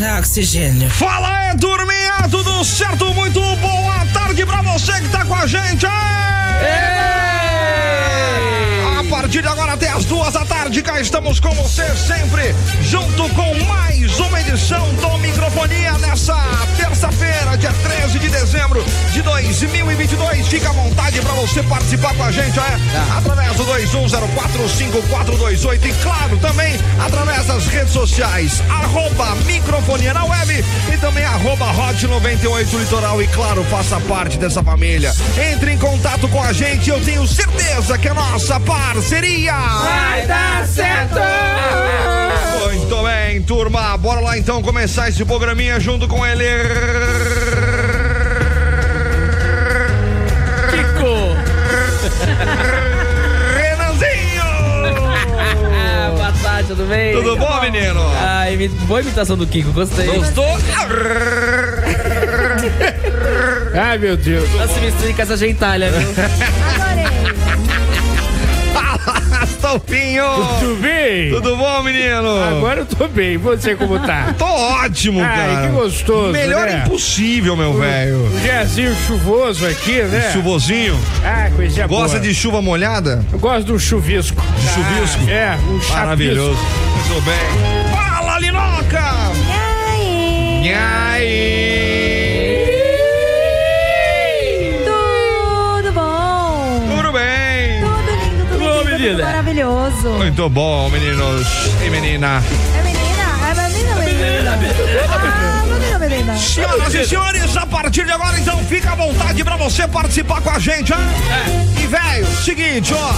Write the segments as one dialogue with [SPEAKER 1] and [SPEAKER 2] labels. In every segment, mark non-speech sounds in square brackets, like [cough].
[SPEAKER 1] é
[SPEAKER 2] oxigênio.
[SPEAKER 1] Fala é turminha, tudo certo? Muito boa tarde pra você que tá com a gente. A partir de agora até as duas da tarde, cá estamos com você sempre, junto com mais uma edição do Microfonia nessa terça-feira, dia 13 de dezembro de 2022. Fica à vontade para você participar com a gente, é? Através do 21045428 e claro, também através das redes sociais, arroba Microfonia na web e também arroba Hot 98 Litoral e claro, faça parte dessa família. Entre em contato com a gente, eu tenho certeza que a nossa parceria
[SPEAKER 2] Vai dar certo!
[SPEAKER 1] muito bem, turma. Bora lá então começar esse programinha junto com ele.
[SPEAKER 2] Kiko!
[SPEAKER 1] Renanzinho!
[SPEAKER 2] Ah, boa tarde, tudo bem?
[SPEAKER 1] Tudo bom, menino?
[SPEAKER 2] Ai, imi- boa imitação do Kiko, gostei.
[SPEAKER 1] Gostou?
[SPEAKER 3] Ai, meu Deus.
[SPEAKER 2] Nossa, me Tá com essa gentalha, viu? [laughs]
[SPEAKER 1] Astolfinho!
[SPEAKER 3] Tudo bem?
[SPEAKER 1] Tudo bom, menino?
[SPEAKER 3] Agora eu tô bem. Você como tá?
[SPEAKER 1] Tô ótimo, cara.
[SPEAKER 3] Ai, que gostoso.
[SPEAKER 1] tá? Melhor
[SPEAKER 3] né?
[SPEAKER 1] impossível, meu velho.
[SPEAKER 3] Um diazinho chuvoso aqui, né?
[SPEAKER 1] Chuvozinho.
[SPEAKER 3] Ah, coisa
[SPEAKER 1] Gosta
[SPEAKER 3] boa.
[SPEAKER 1] de chuva molhada?
[SPEAKER 3] Eu gosto de um chuvisco. De
[SPEAKER 1] chuvisco?
[SPEAKER 3] é, um chapisco.
[SPEAKER 1] Maravilhoso. Muito bem. Fala, Linoca!
[SPEAKER 4] Ai,
[SPEAKER 1] E aí?
[SPEAKER 4] tudo bom?
[SPEAKER 1] Tudo bem?
[SPEAKER 4] É Tudo lindo,
[SPEAKER 2] Ô,
[SPEAKER 4] tudo lindo,
[SPEAKER 2] menina.
[SPEAKER 4] tudo maravilhoso.
[SPEAKER 1] Muito bom, meninos e menina.
[SPEAKER 4] É menina? É menina, menina. Ah, menina, menina.
[SPEAKER 1] Senhoras e senhores, a partir de agora, então, fica à vontade pra você participar com a gente, hein? E, velho, seguinte, ó.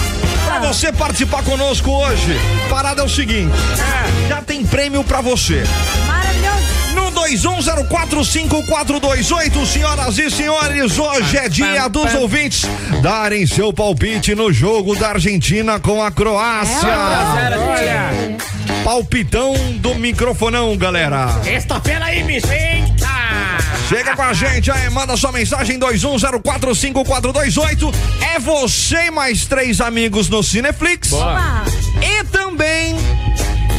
[SPEAKER 1] Pra você participar conosco hoje, parada é o seguinte: já tem prêmio pra você.
[SPEAKER 4] Maravilhoso.
[SPEAKER 1] No 21045428, senhoras e senhores, hoje é dia dos ouvintes darem seu palpite no jogo da Argentina com a
[SPEAKER 2] Ah,
[SPEAKER 1] Croácia.
[SPEAKER 2] Cara, gente,
[SPEAKER 3] Olha,
[SPEAKER 1] Palpitão do microfonão, galera.
[SPEAKER 3] sexta-feira aí, bicho. Tá. Eita!
[SPEAKER 1] Chega com a gente aí, manda sua mensagem 21045428. É você e mais três amigos no Cineflix.
[SPEAKER 4] Ah,
[SPEAKER 1] E também,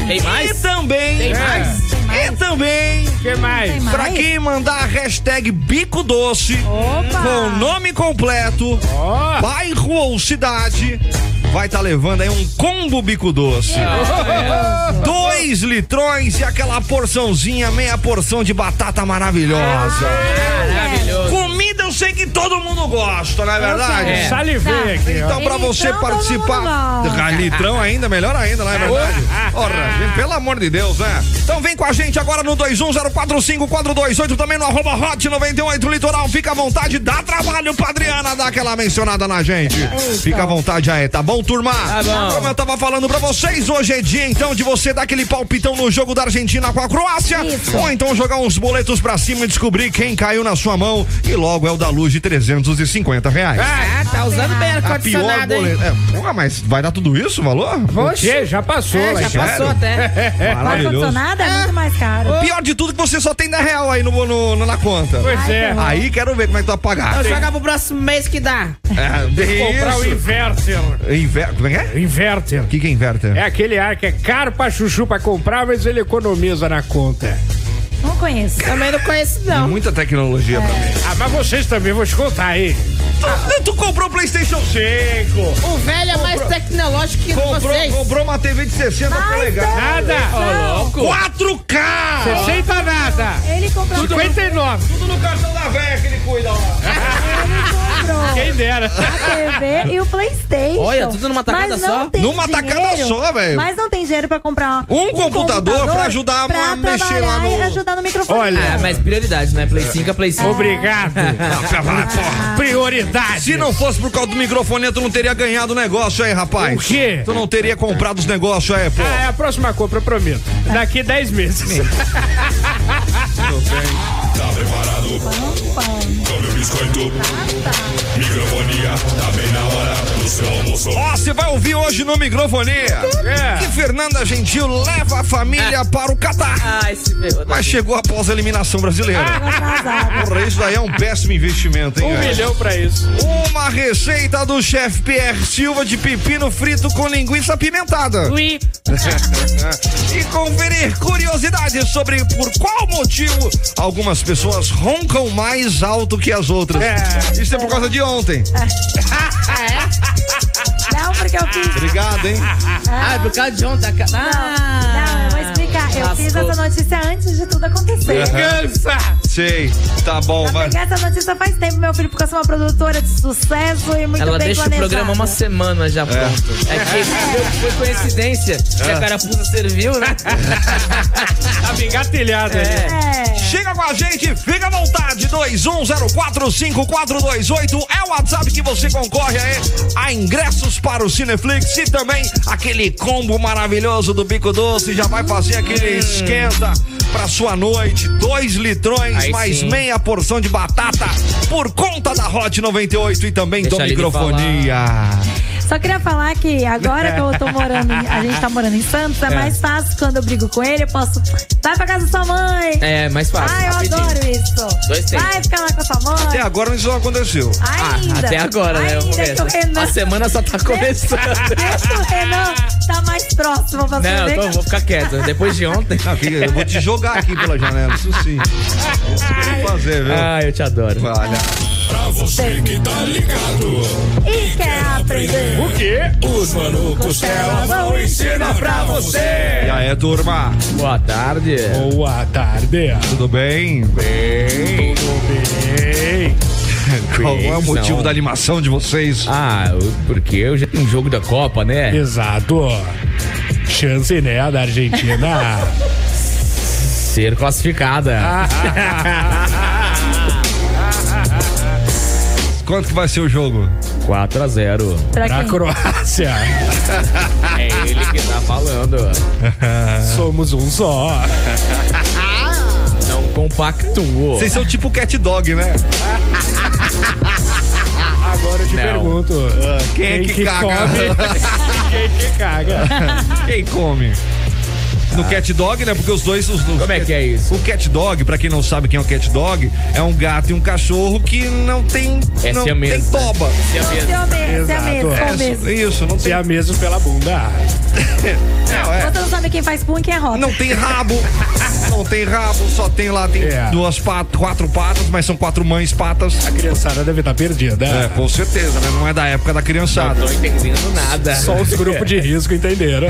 [SPEAKER 2] Tem
[SPEAKER 1] e
[SPEAKER 2] mais?
[SPEAKER 1] também,
[SPEAKER 2] Tem mais?
[SPEAKER 1] e também,
[SPEAKER 3] O é, que mais?
[SPEAKER 4] Tem mais?
[SPEAKER 1] pra quem mandar a hashtag Bico Doce
[SPEAKER 4] Opa!
[SPEAKER 1] com nome completo,
[SPEAKER 3] Ó.
[SPEAKER 1] bairro ou cidade, vai tá levando aí um combo Bico Doce.
[SPEAKER 4] É,
[SPEAKER 1] Dois litrões e aquela porçãozinha, meia porção de batata maravilhosa.
[SPEAKER 4] Ah,
[SPEAKER 2] Maravilhoso.
[SPEAKER 1] Comida eu sei que todo mundo gosta, não é verdade?
[SPEAKER 4] É.
[SPEAKER 3] Salivei
[SPEAKER 4] Tá.
[SPEAKER 3] aqui, ó.
[SPEAKER 1] Então, pra
[SPEAKER 4] Litrão,
[SPEAKER 1] você
[SPEAKER 4] todo
[SPEAKER 1] participar.
[SPEAKER 4] mundo gosta.
[SPEAKER 1] Ah, Litrão ainda, melhor ainda, não é verdade? Ora, gente, pelo amor de Deus, né? Então vem com a gente agora no 21045428, também no arroba hot 98 litoral. Fica à vontade, dá trabalho pra Adriana, dá aquela mencionada na gente. Fica à vontade aí, tá bom, turma? Tá
[SPEAKER 2] bom.
[SPEAKER 1] Como eu tava falando pra vocês, hoje é dia então de você dar aquele palpitão no jogo da Argentina com a Croácia.
[SPEAKER 4] Isso.
[SPEAKER 1] Ou então jogar uns boletos pra cima e descobrir quem caiu na sua mão. E logo é o da luz de 350 reais.
[SPEAKER 2] Ah, tá usando bem
[SPEAKER 1] A pior
[SPEAKER 2] ar-condicionado, hein?
[SPEAKER 1] boleta. É, porra, mas vai dar tudo isso, o valor?
[SPEAKER 3] O quê? Já passou
[SPEAKER 2] É,
[SPEAKER 3] lá.
[SPEAKER 2] já
[SPEAKER 3] cara.
[SPEAKER 2] passou [laughs] até.
[SPEAKER 1] Maravilhoso.
[SPEAKER 4] Ar-condicionado é muito mais caro.
[SPEAKER 1] Pior de tudo que você só tem 10 real aí no, no- no- na conta.
[SPEAKER 3] Pois
[SPEAKER 4] Ai,
[SPEAKER 3] é. Ah,
[SPEAKER 4] que
[SPEAKER 1] Aí quero ver como é que tu vai pagar.
[SPEAKER 2] Vamos jogar pro próximo mês que dá.
[SPEAKER 1] É,
[SPEAKER 3] Comprar o
[SPEAKER 1] isso.
[SPEAKER 3] inverter.
[SPEAKER 1] Inver... Como é que é?
[SPEAKER 3] Inverter.
[SPEAKER 1] O que que é inverter?
[SPEAKER 3] É aquele ar que é caro pra chuchu pra comprar, mas ele economiza na conta.
[SPEAKER 4] Não conheço.
[SPEAKER 2] Também não conheço, não.
[SPEAKER 1] Muita tecnologia pra mim.
[SPEAKER 3] Ah, mas vocês também, vou te contar aí.
[SPEAKER 1] Tu, tu comprou o Playstation 5.
[SPEAKER 2] O velho é mais tecnológico que
[SPEAKER 1] Comprou,
[SPEAKER 2] vocês.
[SPEAKER 1] comprou uma TV de tá 60
[SPEAKER 4] Mas
[SPEAKER 1] polegadas.
[SPEAKER 3] Nada.
[SPEAKER 2] louco.
[SPEAKER 1] 4K!
[SPEAKER 3] 60 nada.
[SPEAKER 4] Ele comprou. um
[SPEAKER 3] 59.
[SPEAKER 1] Tudo no cartão da velha que ele cuida lá.
[SPEAKER 4] Ele comprou
[SPEAKER 3] Quem dera.
[SPEAKER 4] a TV e o Playstation.
[SPEAKER 2] Olha, tudo numa tacada
[SPEAKER 4] Mas não
[SPEAKER 2] só?
[SPEAKER 4] tem
[SPEAKER 1] Numa tacada
[SPEAKER 4] dinheiro.
[SPEAKER 1] só, velho.
[SPEAKER 4] Mas não tem dinheiro pra comprar
[SPEAKER 1] Um computador pra ajudar a
[SPEAKER 4] pra
[SPEAKER 1] mexer lá
[SPEAKER 4] trabalhar
[SPEAKER 1] no-
[SPEAKER 4] e ajudar no microfone.
[SPEAKER 3] Olha.
[SPEAKER 2] Ah, mas prioridade, né? Play 5 é Play 5.
[SPEAKER 3] Obrigado. [laughs] Prioridade.
[SPEAKER 1] Se não fosse por causa do microfone, tu não teria ganhado o negócio aí, rapaz.
[SPEAKER 3] O quê?
[SPEAKER 1] Tu não teria comprado os negócios aí, pô.
[SPEAKER 3] Ah, é a próxima compra, eu prometo. Daqui 10 meses.
[SPEAKER 4] Pam, pam.
[SPEAKER 5] Biscoito. Microfonia, tá bem na hora do seu almoço.
[SPEAKER 1] Ó, você vai ouvir hoje no É. Microfonia que Fernanda Gentil leva a família para o Catar.
[SPEAKER 2] Ah, esse meu.
[SPEAKER 1] Mas chegou após a eliminação brasileira.
[SPEAKER 4] Atrasada.
[SPEAKER 1] Porra, isso daí é um péssimo investimento, hein?
[SPEAKER 3] Um
[SPEAKER 1] velho?
[SPEAKER 3] milhão pra isso.
[SPEAKER 1] Uma receita do chefe Pierre Silva de pepino frito com linguiça apimentada.
[SPEAKER 3] Ui.
[SPEAKER 1] [laughs] e conferir curiosidades sobre por qual motivo algumas pessoas roncam mais alto que as outras.
[SPEAKER 3] É.
[SPEAKER 1] Isso é por causa de ontem.
[SPEAKER 4] Não, porque eu fiz.
[SPEAKER 1] Obrigado, hein?
[SPEAKER 2] Ah, é por causa de ontem. da ca-
[SPEAKER 4] Não,
[SPEAKER 2] Ah,
[SPEAKER 4] eu vou explicar. Eu fiz
[SPEAKER 2] Lascou.
[SPEAKER 4] essa notícia antes de tudo acontecer.
[SPEAKER 3] Cansa.
[SPEAKER 1] Sei. Tá bom,
[SPEAKER 4] Eu
[SPEAKER 1] vai.
[SPEAKER 4] peguei essa notícia faz tempo, meu filho, porque eu sou uma produtora de sucesso e muito
[SPEAKER 2] Ela
[SPEAKER 4] bem
[SPEAKER 2] deixa o
[SPEAKER 4] planejada.
[SPEAKER 2] programa uma semana já pronto. É, que foi- foi coincidência que a carapuça serviu, né?
[SPEAKER 3] Tava Tá engatilhado ali.
[SPEAKER 2] É.
[SPEAKER 4] É.
[SPEAKER 1] Chega com a gente, fica à vontade. 21045428 é o WhatsApp que você concorre aí a ingressos para o Cineflix e também aquele combo maravilhoso do Bico Doce. Já vai fazer
[SPEAKER 2] Hum.
[SPEAKER 1] aquele esquenta pra sua noite. Dois litrões,
[SPEAKER 2] Aí
[SPEAKER 1] mais
[SPEAKER 2] sim.
[SPEAKER 1] meia porção de batata por conta da Hot 98 e também
[SPEAKER 2] Deixa
[SPEAKER 1] do
[SPEAKER 2] ele
[SPEAKER 1] microfonia.
[SPEAKER 4] Só queria falar que agora que eu tô morando, em- a gente tá morando em Santos, é, mais fácil quando eu brigo com ele, eu posso. Vai pra casa da sua mãe!
[SPEAKER 2] É, mais fácil.
[SPEAKER 4] Ai, eu
[SPEAKER 2] rapidinho.
[SPEAKER 4] adoro isso!
[SPEAKER 2] Dois tempos.
[SPEAKER 4] Vai ficar lá com a sua mãe!
[SPEAKER 1] Até agora isso não aconteceu.
[SPEAKER 2] Ah,
[SPEAKER 4] Ainda!
[SPEAKER 2] até agora, né?
[SPEAKER 4] Ainda
[SPEAKER 2] o
[SPEAKER 4] que o
[SPEAKER 2] começo.
[SPEAKER 4] Renan.
[SPEAKER 2] A semana só tá começando.
[SPEAKER 4] Deixa o Renan tá mais próximo pra
[SPEAKER 2] Não,
[SPEAKER 4] você
[SPEAKER 2] eu tô-
[SPEAKER 4] ver.
[SPEAKER 2] vou ficar quieto. Depois de [laughs] ontem.
[SPEAKER 1] Não, que- eu vou te jogar aqui pela janela, isso sim. Isso que eu vou fazer, viu?
[SPEAKER 2] Ah, eu te adoro.
[SPEAKER 1] Olha.
[SPEAKER 5] Pra você que tá ligado,
[SPEAKER 4] E quer aprender?
[SPEAKER 3] O quê?
[SPEAKER 5] os mano Costela vão ensinar pra você.
[SPEAKER 1] E aí, é, turma?
[SPEAKER 2] Boa tarde.
[SPEAKER 3] Boa tarde.
[SPEAKER 1] Tudo bem? Bem.
[SPEAKER 3] Tudo bem?
[SPEAKER 1] Qual é o motivo
[SPEAKER 2] Não.
[SPEAKER 1] da animação de vocês?
[SPEAKER 2] Ah, eu- porque eu já tenho um jogo da Copa, né?
[SPEAKER 3] Exato. Chance, né, da Argentina.
[SPEAKER 2] Ser classificada.
[SPEAKER 1] Quanto que vai ser o jogo?
[SPEAKER 2] 4 a 0
[SPEAKER 4] Pra
[SPEAKER 3] pra
[SPEAKER 4] quem?
[SPEAKER 3] Croácia.
[SPEAKER 2] É ele que tá falando.
[SPEAKER 3] Somos um só.
[SPEAKER 2] Não compactuou.
[SPEAKER 1] Vocês são tipo cat dog, né?
[SPEAKER 3] Agora eu te
[SPEAKER 2] Não. Ah,
[SPEAKER 3] pergunto.
[SPEAKER 1] quem é que caga?
[SPEAKER 2] [laughs]
[SPEAKER 3] come? quem que caga?
[SPEAKER 1] Quem come? No cat dog, né? Porque os dois. Os, os-
[SPEAKER 2] Ah. Como é que é isso?
[SPEAKER 1] O cat dog, pra quem não sabe quem é o cat dog, é um gato e um cachorro que não tem.
[SPEAKER 2] É
[SPEAKER 1] não
[SPEAKER 2] siamês,
[SPEAKER 1] tem
[SPEAKER 2] né?
[SPEAKER 1] toba.
[SPEAKER 2] Minha vida.
[SPEAKER 4] Seu mesmo, seu
[SPEAKER 3] Exato.
[SPEAKER 4] mesmo, seu mesmo.
[SPEAKER 1] É, isso, não
[SPEAKER 3] Se
[SPEAKER 1] tem.
[SPEAKER 3] é mesmo pela bunda.
[SPEAKER 1] Não, é.
[SPEAKER 4] Você não sabe quem faz pum e quem é rock.
[SPEAKER 1] Não tem
[SPEAKER 2] [laughs]
[SPEAKER 1] rabo, não tem rabo, só tem lá, tem
[SPEAKER 3] É.
[SPEAKER 1] duas patas, quatro patas, mas são quatro mães patas.
[SPEAKER 3] A criançada deve estar perdida.
[SPEAKER 1] É, com certeza, né? Não é da época da criançada.
[SPEAKER 2] Não entendendo nada.
[SPEAKER 3] Só os grupos de risco entenderam.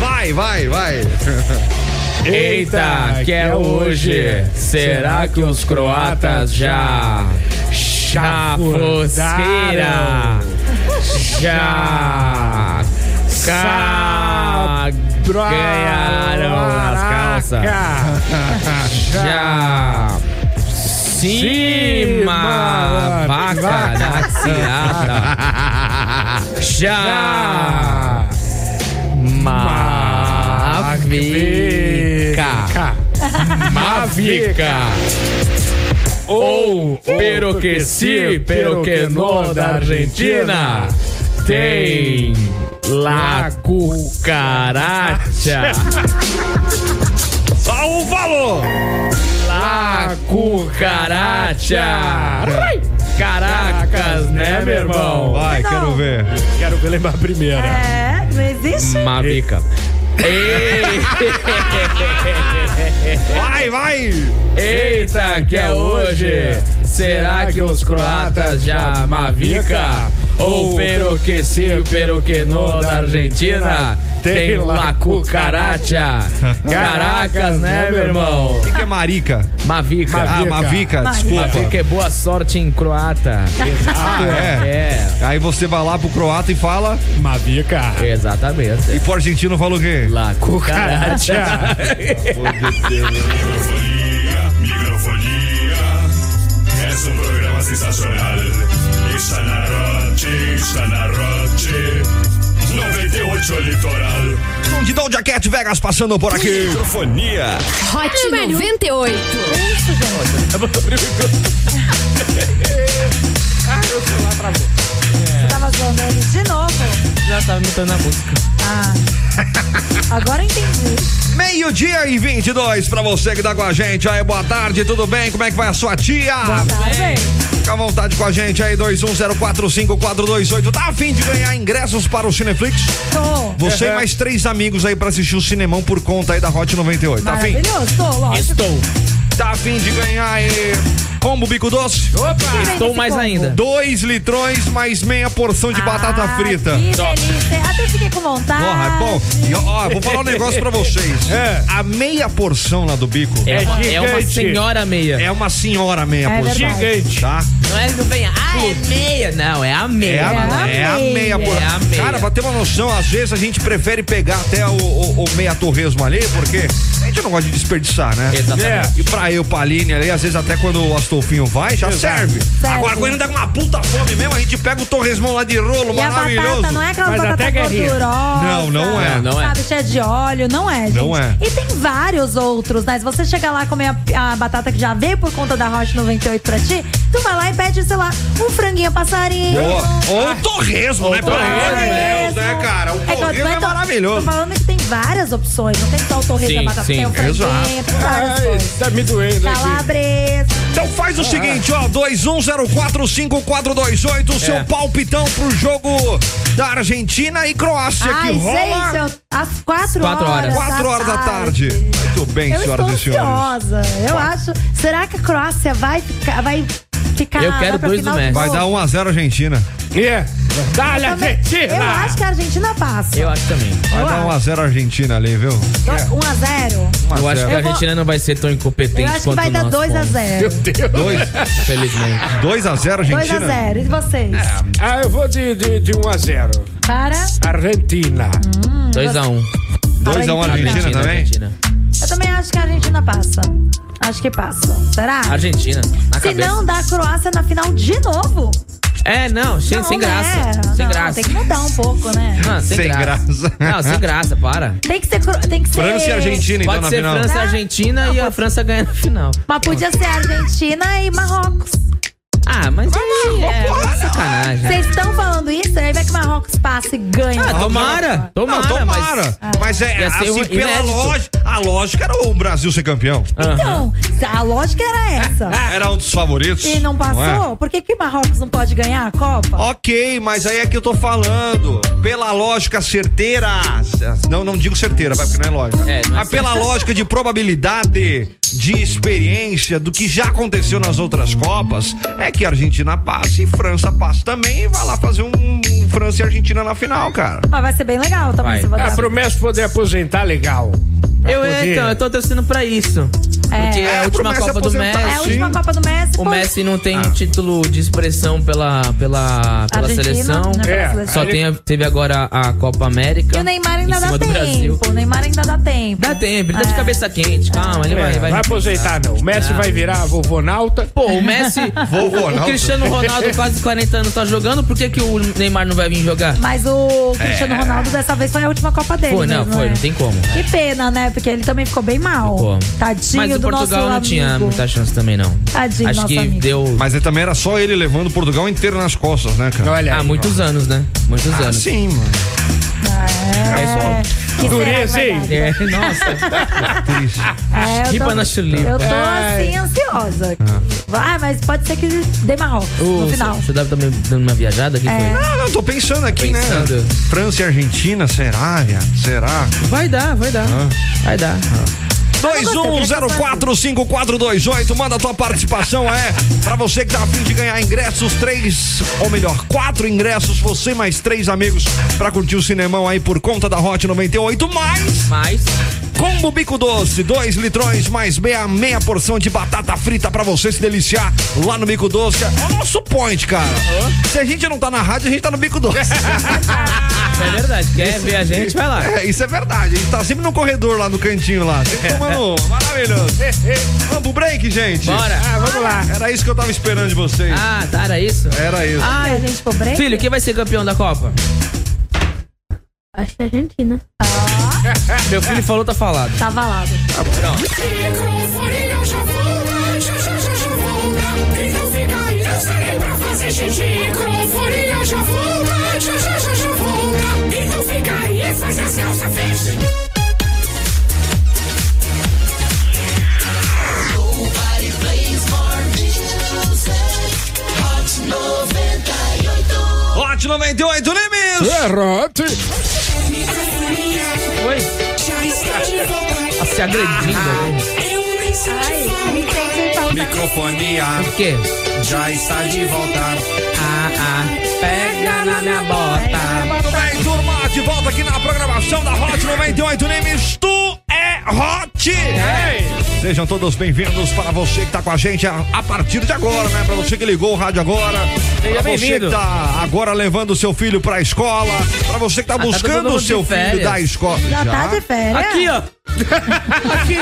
[SPEAKER 1] Vai, vai, vai.
[SPEAKER 2] [laughs] Eita, que é hoje. Será que os croatas já. Já fosqueira. Já. ca- Ganharam as calças. Já. Cima,
[SPEAKER 3] Cima,
[SPEAKER 2] vaca da tirada. Já.
[SPEAKER 3] Ah,
[SPEAKER 2] Mavica. Mavica.
[SPEAKER 3] Ou
[SPEAKER 2] Pero que sim, pero que não da Argentina. Tem la cucaracha.
[SPEAKER 1] Só um falou!
[SPEAKER 2] La cucaracha. Caracas, né, meu irmão?
[SPEAKER 1] Vai,
[SPEAKER 4] Não.
[SPEAKER 1] quero ver.
[SPEAKER 3] Quero me lembrar primeiro.
[SPEAKER 4] É, não existe.
[SPEAKER 2] Mavica. [laughs]
[SPEAKER 1] Vai, vai!
[SPEAKER 2] Eita, que é hoje? Será que os croatas já mavica? Ou pero que sim, pero que não da Argentina? Tem la [laughs] cucaracha. Caracas, né, meu irmão?
[SPEAKER 1] O que é marica?
[SPEAKER 2] Mavica.
[SPEAKER 1] Ah, mavica,
[SPEAKER 4] Marica.
[SPEAKER 1] desculpa.
[SPEAKER 2] Mavica é boa sorte em [laughs] croata.
[SPEAKER 1] Ah, é.
[SPEAKER 2] É,
[SPEAKER 1] Aí você vai lá pro croata e fala.
[SPEAKER 3] Mavica.
[SPEAKER 1] E
[SPEAKER 2] exatamente.
[SPEAKER 1] pro argentino fala o quê?
[SPEAKER 2] La cucaracha. [laughs]
[SPEAKER 5] Microfonia, microfonia. Es un programa sensacional. Está na Roche, está na Roche. 98 Litoral.
[SPEAKER 1] De Doja Cat Vegas passando por aqui.
[SPEAKER 5] Microfonia.
[SPEAKER 6] Hot 98.
[SPEAKER 2] cantando a música.
[SPEAKER 4] Ah. Agora eu entendi.
[SPEAKER 1] Meio-dia e 22 pra você que tá com a gente aí. Boa tarde, tudo bem? Como é que vai a sua tia?
[SPEAKER 4] Tá, gente?
[SPEAKER 1] Fica à vontade com a gente aí, 21045428. Tá afim de ganhar ingressos para o Cineflix?
[SPEAKER 4] Tô.
[SPEAKER 1] Você e mais três amigos aí pra assistir o Cinemão por conta aí da Hot 98. Tá afim?
[SPEAKER 4] Maravilhoso, tô, lógico.
[SPEAKER 2] Estou.
[SPEAKER 1] Tá afim de ganhar aí combo bico doce?
[SPEAKER 2] Estou mais ainda.
[SPEAKER 1] Dois litrões mais meia porção de batata
[SPEAKER 4] Ah,
[SPEAKER 1] frita.
[SPEAKER 4] Que delícia. Até fiquei com vontade.
[SPEAKER 1] Porra, é bom. E, ó, vou falar um negócio pra
[SPEAKER 4] [laughs]
[SPEAKER 1] vocês.
[SPEAKER 3] É.
[SPEAKER 1] A meia porção lá do bico é,
[SPEAKER 2] É, uma, é uma
[SPEAKER 3] gigante.
[SPEAKER 2] senhora meia.
[SPEAKER 1] uma senhora meia
[SPEAKER 4] É
[SPEAKER 1] porção.
[SPEAKER 4] verdade.
[SPEAKER 3] Gigante.
[SPEAKER 1] Tá?
[SPEAKER 2] Não é não vem, ah, é meia. Não, é a meia.
[SPEAKER 1] É a,
[SPEAKER 4] a
[SPEAKER 1] é a meia
[SPEAKER 4] meia.
[SPEAKER 1] porção.
[SPEAKER 2] É a meia.
[SPEAKER 1] Cara, pra ter uma noção, às vezes a gente prefere pegar até o, o- o meia torresmo ali, porque a gente não gosta de desperdiçar, né?
[SPEAKER 3] É,
[SPEAKER 2] Exatamente.
[SPEAKER 1] E pra eu, pra Aline ali, às vezes até quando o Astolfinho vai, já
[SPEAKER 3] Exato.
[SPEAKER 1] serve.
[SPEAKER 4] Serve.
[SPEAKER 1] Agora, quando dá com uma puta fome mesmo, a gente pega o torresmão lá de rolo,
[SPEAKER 4] E a
[SPEAKER 1] maravilhoso.
[SPEAKER 4] batata não é aquela
[SPEAKER 3] Mas
[SPEAKER 4] batata
[SPEAKER 3] até guerrinha.
[SPEAKER 4] gordurosa.
[SPEAKER 1] Não, não é.
[SPEAKER 2] Não é.
[SPEAKER 4] Sabe, cheia de óleo, não é, gente.
[SPEAKER 1] Não é.
[SPEAKER 4] E tem vários outros, né? Se você chegar lá e comer a, a batata que já veio por conta da Roche 98 pra ti, tu vai lá e pede, sei lá, um franguinho passarinho.
[SPEAKER 1] Ou- Ou o torresmo, né? Pelo amor de Deus, né, cara? O
[SPEAKER 4] que eu
[SPEAKER 1] torresmo é
[SPEAKER 4] tô- Tô
[SPEAKER 1] maravilhoso.
[SPEAKER 4] falando que tem várias opções, não tem só o torresmo e a
[SPEAKER 2] Sim,
[SPEAKER 4] batata,
[SPEAKER 2] sim,
[SPEAKER 4] tem o franguinho,
[SPEAKER 1] exato.
[SPEAKER 4] tem várias
[SPEAKER 3] Ai,
[SPEAKER 4] coisas.
[SPEAKER 3] tá me doendo aqui.
[SPEAKER 4] Calabresa.
[SPEAKER 1] Então faz o seguinte, ó, 21045428, o seu palpitão pro jogo da Argentina e Croácia que
[SPEAKER 4] Ai, gente,
[SPEAKER 1] rola
[SPEAKER 4] eu- às quatro,
[SPEAKER 2] Quatro horas.
[SPEAKER 4] horas.
[SPEAKER 1] 4 horas da tarde. Muito bem,
[SPEAKER 4] Eu estou
[SPEAKER 1] senhoras e senhores.
[SPEAKER 4] ansiosa. Eu acho. Será que a Croácia vai ficar. Vai ficar
[SPEAKER 2] Eu quero
[SPEAKER 4] vai pra
[SPEAKER 2] dois
[SPEAKER 4] final
[SPEAKER 2] do Messi.
[SPEAKER 1] Vai
[SPEAKER 4] novo?
[SPEAKER 1] dar 1 a 0 Argentina.
[SPEAKER 3] É. Dá-lhe a
[SPEAKER 4] Também- Eu acho
[SPEAKER 3] Argentina.
[SPEAKER 4] que a Argentina passa.
[SPEAKER 2] Eu acho também.
[SPEAKER 1] Vai
[SPEAKER 4] Eu
[SPEAKER 1] dar 1 a
[SPEAKER 4] acho.
[SPEAKER 1] 0 Argentina ali, viu?
[SPEAKER 4] 1 a 0
[SPEAKER 1] 1
[SPEAKER 2] Eu
[SPEAKER 1] a
[SPEAKER 2] acho
[SPEAKER 1] 0.
[SPEAKER 2] que a
[SPEAKER 4] Eu vou-
[SPEAKER 2] Argentina não vai ser tão
[SPEAKER 4] Eu
[SPEAKER 2] incompetente
[SPEAKER 4] acho que
[SPEAKER 2] quanto
[SPEAKER 4] vai dar
[SPEAKER 2] nós
[SPEAKER 4] 2 a
[SPEAKER 2] fomos,
[SPEAKER 4] 0
[SPEAKER 1] 2
[SPEAKER 4] [laughs]
[SPEAKER 2] Felizmente.
[SPEAKER 1] 2 a 0
[SPEAKER 4] 2 a
[SPEAKER 1] Argentina. É.
[SPEAKER 4] 0 E vocês?
[SPEAKER 3] Ah, eu vou de, de, de 1 a 0.
[SPEAKER 4] Para.
[SPEAKER 3] Argentina.
[SPEAKER 4] Hum.
[SPEAKER 2] 2 a 1 um.
[SPEAKER 1] 2 a 1 Argentina também.
[SPEAKER 2] Argentina.
[SPEAKER 4] Eu também acho que a Argentina passa. Acho que passa. Será?
[SPEAKER 2] Argentina, na
[SPEAKER 4] Se
[SPEAKER 2] cabeça.
[SPEAKER 4] não, dá a Croácia na final de novo.
[SPEAKER 2] É, não, sem,
[SPEAKER 4] Não,
[SPEAKER 2] sem
[SPEAKER 4] né?
[SPEAKER 2] graça. Sem
[SPEAKER 4] Não,
[SPEAKER 2] graça.
[SPEAKER 4] Tem que mudar um pouco, né?
[SPEAKER 2] Não, sem,
[SPEAKER 1] Sem
[SPEAKER 2] graça.
[SPEAKER 1] graça.
[SPEAKER 2] Não, sem graça, para.
[SPEAKER 4] Tem que ser. cro- Tem que ser...
[SPEAKER 1] França e Argentina então
[SPEAKER 2] Pode
[SPEAKER 1] na
[SPEAKER 2] ser
[SPEAKER 1] final.
[SPEAKER 2] França e Argentina e a França ganha na final.
[SPEAKER 4] Mas podia ser Argentina e Marrocos.
[SPEAKER 2] Ah, mas aí é uma sacanagem.
[SPEAKER 4] Vocês estão falando isso? Aí vai que Marrocos passa e ganha.
[SPEAKER 2] Ah, tomara,
[SPEAKER 1] Não,
[SPEAKER 2] tomara, mas...
[SPEAKER 1] tomara. Mas é
[SPEAKER 2] Ia ser
[SPEAKER 1] assim
[SPEAKER 2] um
[SPEAKER 1] pela
[SPEAKER 2] inédito.
[SPEAKER 1] lógica, a lógica era o Brasil ser campeão.
[SPEAKER 4] Então, a lógica era essa.
[SPEAKER 1] [laughs]
[SPEAKER 2] Ah.
[SPEAKER 1] Era um dos favoritos.
[SPEAKER 4] E não
[SPEAKER 1] é?
[SPEAKER 4] passou? Por que, que Marrocos não pode ganhar a Copa?
[SPEAKER 1] Ok, mas aí é que eu tô falando. Pela lógica certeira. Não, não digo certeira, vai porque não é lógica.
[SPEAKER 2] É, não é
[SPEAKER 1] mas pela lógica de probabilidade, de experiência, do que já aconteceu nas outras Copas, é que a Argentina passa e França passa também e vai lá fazer um, um França e Argentina na final, cara.
[SPEAKER 4] Mas vai ser bem legal também
[SPEAKER 2] Vai. É,
[SPEAKER 4] se votar.
[SPEAKER 3] Ah, pro Messi poder aposentar, legal.
[SPEAKER 2] Eu,
[SPEAKER 3] Poder.
[SPEAKER 2] então, eu tô torcendo pra isso.
[SPEAKER 4] É.
[SPEAKER 2] Porque é
[SPEAKER 1] É,
[SPEAKER 2] a última
[SPEAKER 1] pro Messi
[SPEAKER 2] Copa do
[SPEAKER 1] aposentar.
[SPEAKER 4] É a
[SPEAKER 2] Messi.
[SPEAKER 4] última Copa do Messi.
[SPEAKER 2] O
[SPEAKER 4] pô.
[SPEAKER 2] Messi não tem título de expressão pela, pela, pela
[SPEAKER 4] Argentina,
[SPEAKER 2] seleção.
[SPEAKER 4] né, pela
[SPEAKER 3] É.
[SPEAKER 4] seleção.
[SPEAKER 2] Só
[SPEAKER 3] Ele-
[SPEAKER 2] tem, a- teve agora a Copa América.
[SPEAKER 4] E o Neymar
[SPEAKER 2] em
[SPEAKER 4] ainda
[SPEAKER 2] cima
[SPEAKER 4] dá
[SPEAKER 2] do Brasil.
[SPEAKER 4] tempo. O Neymar ainda dá tempo.
[SPEAKER 2] Dá tempo, ele tá de
[SPEAKER 4] É.
[SPEAKER 2] cabeça quente. Calma, ele
[SPEAKER 3] É,
[SPEAKER 2] vai, vai.
[SPEAKER 3] aposentar, não. O Messi
[SPEAKER 2] Ah.
[SPEAKER 3] vai virar vovonauta.
[SPEAKER 2] Pô, o Messi.
[SPEAKER 1] Ronaldo.
[SPEAKER 2] o Cristiano Ronaldo, quase 40 anos, tá jogando. Por que, que o Neymar não vai vir jogar?
[SPEAKER 4] Mas o Cristiano Ronaldo dessa vez foi a última Copa dele.
[SPEAKER 2] É. Foi, não,
[SPEAKER 4] mesmo,
[SPEAKER 2] foi,
[SPEAKER 4] né?
[SPEAKER 2] não tem como.
[SPEAKER 4] Que pena, né? Porque ele também ficou bem mal.
[SPEAKER 2] Pô.
[SPEAKER 4] Tadinho
[SPEAKER 2] Mas o
[SPEAKER 4] do
[SPEAKER 2] Portugal
[SPEAKER 4] nosso
[SPEAKER 2] não tinha
[SPEAKER 4] amigo.
[SPEAKER 2] muita chance também, não.
[SPEAKER 4] Tadinho,
[SPEAKER 2] Acho
[SPEAKER 4] nosso
[SPEAKER 2] que
[SPEAKER 4] amigo.
[SPEAKER 2] deu.
[SPEAKER 1] Mas aí também era só ele levando o Portugal inteiro nas costas, né, cara?
[SPEAKER 3] Olha
[SPEAKER 2] Há
[SPEAKER 3] aí,
[SPEAKER 2] muitos anos, né? Muitos anos.
[SPEAKER 1] Sim, mano.
[SPEAKER 4] É. Que
[SPEAKER 3] Dureza,
[SPEAKER 4] será que
[SPEAKER 3] hein?
[SPEAKER 4] vai dar?
[SPEAKER 2] É, [laughs] nossa. [laughs]
[SPEAKER 1] Triste.
[SPEAKER 4] É, eu
[SPEAKER 2] Que
[SPEAKER 4] tô-
[SPEAKER 2] panache limpa.
[SPEAKER 4] Eu tô
[SPEAKER 1] É.
[SPEAKER 3] Ai.
[SPEAKER 4] assim, ansiosa. Ah, mas pode ser que dê Marrocos no
[SPEAKER 2] O
[SPEAKER 4] final. É.
[SPEAKER 2] Você tava também dando uma viajada aqui? Foi?
[SPEAKER 1] Ah, não, tô pensando aqui, né?
[SPEAKER 2] Pensando.
[SPEAKER 1] França e Argentina, será, viado? Será?
[SPEAKER 2] Vai dar, vai dar.
[SPEAKER 1] Ah.
[SPEAKER 2] Vai dar.
[SPEAKER 1] 21045428, manda a tua participação, é. Pra você que tá afim de ganhar ingressos, três, ou melhor, quatro ingressos, você mais três amigos pra curtir o cinemão aí por conta da Hot 98, mais
[SPEAKER 2] Mas,
[SPEAKER 1] combo bico doce, dois litrões, mais meia, meia porção de batata frita pra você se deliciar lá no bico doce. É o nosso point, cara. Se a gente não tá na rádio, a gente tá no bico doce.
[SPEAKER 2] é verdade. Quer ver a gente? Vai lá.
[SPEAKER 1] É, isso é verdade. A gente tá sempre no corredor lá no cantinho lá.
[SPEAKER 2] [laughs]
[SPEAKER 1] Sempre tomando uma. Maravilhoso. Vamos pro break, gente.
[SPEAKER 2] Bora.
[SPEAKER 3] Ah, vamos lá.
[SPEAKER 1] Era isso que eu tava esperando de vocês.
[SPEAKER 2] Ah, tá, era isso?
[SPEAKER 1] Era isso.
[SPEAKER 2] Ah,
[SPEAKER 4] Ai, a gente cobrei?
[SPEAKER 2] filho, quem vai ser campeão da Copa? Ah.
[SPEAKER 6] Acho que é Argentina.
[SPEAKER 2] Meu filho falou, tá falado.
[SPEAKER 4] Tá valado.
[SPEAKER 7] Microfonia, eu já volto, já, já, já, já volto. Então fica aí, eu estarei pra fazer xixi. Microfonia, eu já volto, já, já, já, já volto. Então fica
[SPEAKER 1] Hot 98 Nimes!
[SPEAKER 3] Errante.
[SPEAKER 2] Oi? Tá se agredindo.
[SPEAKER 7] Eu nem sei
[SPEAKER 4] Ai, me tem que faltar.
[SPEAKER 1] Microfonia
[SPEAKER 2] Por quê?
[SPEAKER 1] Ah. já está de volta.
[SPEAKER 2] Ah, ah. Pega na minha bota.
[SPEAKER 1] Tudo bem, turma? De volta aqui na programação da Hot 98 Nimes. Tu é Hot! Sejam todos bem-vindos para você que está com a gente a, a partir de agora, né? Para você que ligou o rádio agora,
[SPEAKER 2] Seja
[SPEAKER 1] para você que
[SPEAKER 2] bem-vindo.
[SPEAKER 1] tá agora levando o seu filho para a escola, para você que tá
[SPEAKER 2] Ah, todo
[SPEAKER 1] buscando
[SPEAKER 2] mundo
[SPEAKER 1] o seu
[SPEAKER 2] de
[SPEAKER 1] filho
[SPEAKER 2] férias.
[SPEAKER 1] da escola.
[SPEAKER 4] Já tá de férias.
[SPEAKER 2] É. Aqui, ó. [laughs] Aqui.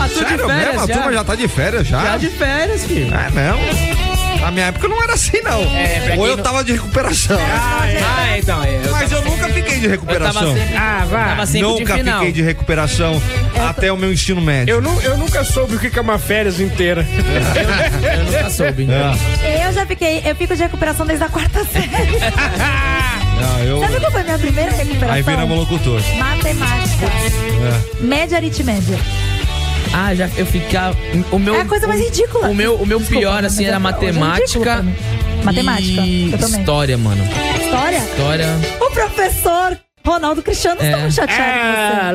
[SPEAKER 2] Ah, tô de
[SPEAKER 1] Sério
[SPEAKER 2] férias
[SPEAKER 1] mesmo? A
[SPEAKER 2] já.
[SPEAKER 1] turma já tá de férias já?
[SPEAKER 2] Tá de férias, filho.
[SPEAKER 1] É mesmo? Na minha época não era assim, não.
[SPEAKER 2] É, pra
[SPEAKER 1] Ou
[SPEAKER 2] quem
[SPEAKER 1] eu
[SPEAKER 2] não-
[SPEAKER 1] tava de recuperação.
[SPEAKER 2] Ah, então, é. Eu
[SPEAKER 1] Mas eu nunca fiquei de
[SPEAKER 2] eu tava
[SPEAKER 1] recuperação.
[SPEAKER 2] sempre,
[SPEAKER 3] Ah, vá.
[SPEAKER 2] tava sempre
[SPEAKER 1] nunca
[SPEAKER 2] de final.
[SPEAKER 1] fiquei de É, recuperação até o meu ensino médio.
[SPEAKER 3] Eu, nu- eu nunca soube o que que é uma férias inteira.
[SPEAKER 2] Eu nunca soube.
[SPEAKER 1] É.
[SPEAKER 4] Eu já fiquei, eu fico de recuperação desde a
[SPEAKER 2] [laughs]
[SPEAKER 4] quarta
[SPEAKER 2] É
[SPEAKER 4] série.
[SPEAKER 1] Não, eu-
[SPEAKER 4] Sabe qual foi a minha primeira recuperação?
[SPEAKER 1] Aí viramos locutor.
[SPEAKER 4] Matemática.
[SPEAKER 2] É.
[SPEAKER 4] Média aritmédia.
[SPEAKER 2] Ah, já eu ficava. O meu,
[SPEAKER 4] É a coisa mais
[SPEAKER 2] o-
[SPEAKER 4] ridícula.
[SPEAKER 2] O meu, o meu
[SPEAKER 4] Desculpa,
[SPEAKER 2] pior,
[SPEAKER 4] mas
[SPEAKER 2] assim,
[SPEAKER 4] é
[SPEAKER 2] era
[SPEAKER 4] pra- hoje é ridículo pra
[SPEAKER 2] matemática.
[SPEAKER 4] mim. Matemática,
[SPEAKER 2] E
[SPEAKER 4] eu também.
[SPEAKER 2] história, mano.
[SPEAKER 4] História?
[SPEAKER 2] História.
[SPEAKER 4] O professor Ronaldo Cristiano
[SPEAKER 2] É.
[SPEAKER 4] está
[SPEAKER 1] É.
[SPEAKER 4] muito chateado.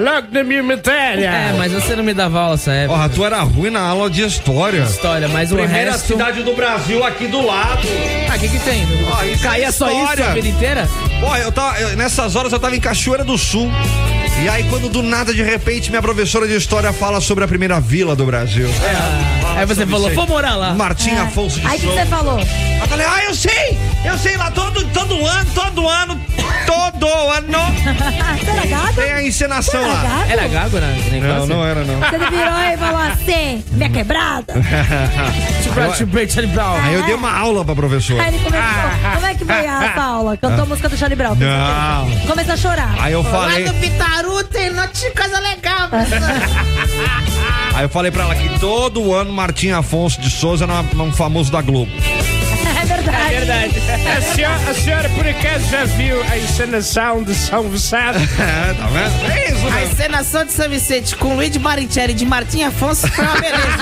[SPEAKER 3] Ah, logo na minha matéria.
[SPEAKER 2] É,
[SPEAKER 1] Ah.
[SPEAKER 2] mas você não me dava aula essa época.
[SPEAKER 1] Porra, tu era ruim na aula de história.
[SPEAKER 2] História, mas o resto.
[SPEAKER 1] do Brasil aqui do lado.
[SPEAKER 2] Ah, o que, que tem?
[SPEAKER 1] Ah, isso é
[SPEAKER 2] Caía só isso
[SPEAKER 1] história.
[SPEAKER 2] a vida inteira?
[SPEAKER 1] Porra, eu tava. eu- nessas horas eu tava em Cachoeira do Sul. E aí, quando do nada, de repente, minha professora de história fala sobre a primeira vila do Brasil.
[SPEAKER 2] Ah, aí você
[SPEAKER 1] sobre
[SPEAKER 2] falou,
[SPEAKER 1] isso aí.
[SPEAKER 2] vou morar lá.
[SPEAKER 1] Martim Afonso de
[SPEAKER 4] Aí o que
[SPEAKER 1] Souza.
[SPEAKER 4] você falou?
[SPEAKER 1] Eu falei, ah, eu sei! Eu sei lá todo, todo ano, todo ano, todo ano
[SPEAKER 4] Você era gato?
[SPEAKER 1] tem a encenação
[SPEAKER 4] Você era
[SPEAKER 1] lá.
[SPEAKER 4] gato?
[SPEAKER 2] Era gago né? na na infância?
[SPEAKER 1] era, não.
[SPEAKER 4] Tá
[SPEAKER 1] é.
[SPEAKER 4] Você virou e falou assim, minha quebrada?
[SPEAKER 2] Tipo,
[SPEAKER 1] é.
[SPEAKER 2] era tipo Charlie Brown.
[SPEAKER 1] Aí eu dei uma aula pra
[SPEAKER 4] Aí
[SPEAKER 1] professora.
[SPEAKER 4] ele começou, como é que foi essa aula? Cantou a música do Charlie Brown.
[SPEAKER 1] Não.
[SPEAKER 4] Começou a chorar.
[SPEAKER 1] Aí eu falei,
[SPEAKER 6] Pitaru tem notícia de coisa legal,
[SPEAKER 1] aí eu falei pra ela que todo ano Martim Afonso de Souza era um famoso da Globo.
[SPEAKER 4] [laughs] É verdade.
[SPEAKER 2] Verdade.
[SPEAKER 3] A senhora, a senhora, por acaso já viu a encenação de São Vicente?
[SPEAKER 1] É, tá vendo? É isso,
[SPEAKER 6] A
[SPEAKER 1] né?
[SPEAKER 6] encenação de São Vicente com Luiz de Baricelli e de Martim Afonso foi uma
[SPEAKER 1] [laughs]
[SPEAKER 6] beleza.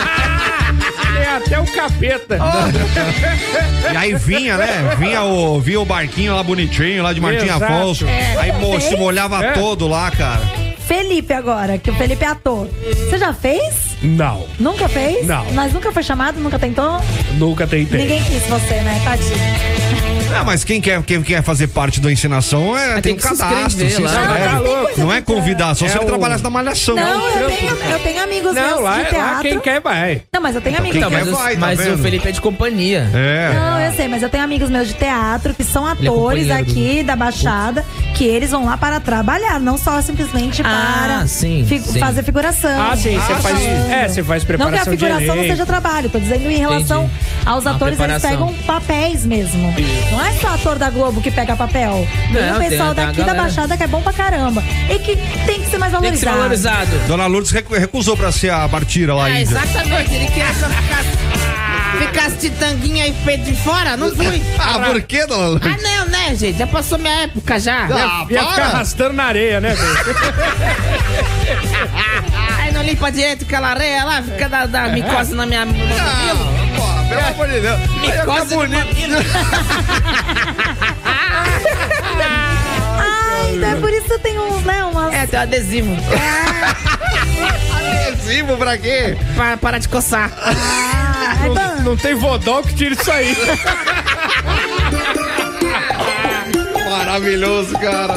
[SPEAKER 3] É até o capeta.
[SPEAKER 2] Oh.
[SPEAKER 1] E aí vinha, né? Vinha o, vinha o barquinho lá bonitinho, lá de Martim
[SPEAKER 3] Exato.
[SPEAKER 1] Afonso. Aí mo- se molhava
[SPEAKER 3] É.
[SPEAKER 1] todo lá, cara.
[SPEAKER 4] Felipe agora, que o Felipe é ator. Você já fez?
[SPEAKER 3] Não,
[SPEAKER 4] Nunca fez?
[SPEAKER 3] Não.
[SPEAKER 4] Mas nunca foi chamado? Nunca tentou?
[SPEAKER 3] nunca tentei.
[SPEAKER 4] Ninguém quis você, né? Tadinho.
[SPEAKER 1] Ah, mas quem quer, quem quer fazer parte do ensinação é, tem,
[SPEAKER 2] tem
[SPEAKER 1] um
[SPEAKER 2] que se
[SPEAKER 1] cadastro.
[SPEAKER 2] inscrever
[SPEAKER 1] se
[SPEAKER 2] lá.
[SPEAKER 1] inscreve.
[SPEAKER 3] Ah, tá louco.
[SPEAKER 1] Não é convidar, só
[SPEAKER 3] É
[SPEAKER 1] se ele
[SPEAKER 3] o-
[SPEAKER 1] trabalhasse na malhação.
[SPEAKER 4] Não, eu tenho, eu tenho amigos meus
[SPEAKER 3] Não, lá, é-
[SPEAKER 4] de
[SPEAKER 3] lá
[SPEAKER 4] teatro.
[SPEAKER 3] quem quer vai.
[SPEAKER 4] Não, mas eu tenho amigos
[SPEAKER 1] quem
[SPEAKER 2] Então, mas,
[SPEAKER 4] meus.
[SPEAKER 1] quer
[SPEAKER 2] o-
[SPEAKER 1] vai, tá
[SPEAKER 2] mas o
[SPEAKER 1] vendo?
[SPEAKER 2] Felipe é de companhia.
[SPEAKER 1] É.
[SPEAKER 4] Não, eu sei, mas eu tenho amigos meus de teatro que são
[SPEAKER 2] é
[SPEAKER 4] atores
[SPEAKER 2] companheiro
[SPEAKER 4] aqui da Baixada, que eles vão lá para trabalhar, não só simplesmente
[SPEAKER 2] Ah,
[SPEAKER 4] para
[SPEAKER 2] sim,
[SPEAKER 4] fi-
[SPEAKER 2] sim.
[SPEAKER 4] fazer figuração.
[SPEAKER 3] Ah, sim, você faz.
[SPEAKER 4] falando.
[SPEAKER 3] É, você faz
[SPEAKER 4] Não que a
[SPEAKER 3] preparação de
[SPEAKER 4] figuração não
[SPEAKER 3] elenco.
[SPEAKER 4] seja trabalho, tô dizendo em relação
[SPEAKER 2] Entendi.
[SPEAKER 4] aos
[SPEAKER 2] Uma
[SPEAKER 4] atores, eles
[SPEAKER 2] preparação.
[SPEAKER 4] pegam papéis mesmo. Não é só ator da Globo que pega papel. Tem
[SPEAKER 2] Não,
[SPEAKER 4] o
[SPEAKER 2] tem-
[SPEAKER 4] pessoal
[SPEAKER 2] tem a
[SPEAKER 4] daqui da
[SPEAKER 2] galera.
[SPEAKER 4] Baixada que é bom pra caramba. E que tem que ser
[SPEAKER 1] É.
[SPEAKER 4] mais
[SPEAKER 2] Tem que ser
[SPEAKER 4] valorizado.
[SPEAKER 2] valorizado.
[SPEAKER 1] Dona Lourdes recu- recusou pra ser a partira lá
[SPEAKER 6] Ah,
[SPEAKER 1] ainda.
[SPEAKER 6] exatamente, ele queria que eu ficasse, ficasse de tanguinha e peito de fora, não fui.
[SPEAKER 1] [laughs] Ah, por que, Dona Lourdes?
[SPEAKER 6] Ah, não, né, gente? Já passou minha época já.
[SPEAKER 1] Ah,
[SPEAKER 3] Ia ficar
[SPEAKER 1] para!
[SPEAKER 3] arrastando na areia, né, velho?
[SPEAKER 6] Aí não limpa direito aquela areia lá, fica da, da micose na minha.
[SPEAKER 1] Ah, pô, Pelo amor de Deus. Aí ia ficar
[SPEAKER 6] Micose no
[SPEAKER 1] bonito.
[SPEAKER 6] mamilo.
[SPEAKER 4] Ah, então é por isso que tem uns, né, umas...
[SPEAKER 6] É, tem um adesivo.
[SPEAKER 1] Adesivo pra quê?
[SPEAKER 6] Pra parar de coçar.
[SPEAKER 4] Ah, é ban-
[SPEAKER 3] Não
[SPEAKER 2] tá.
[SPEAKER 3] tem vodol que tira isso aí. [laughs]
[SPEAKER 1] Maravilhoso, cara.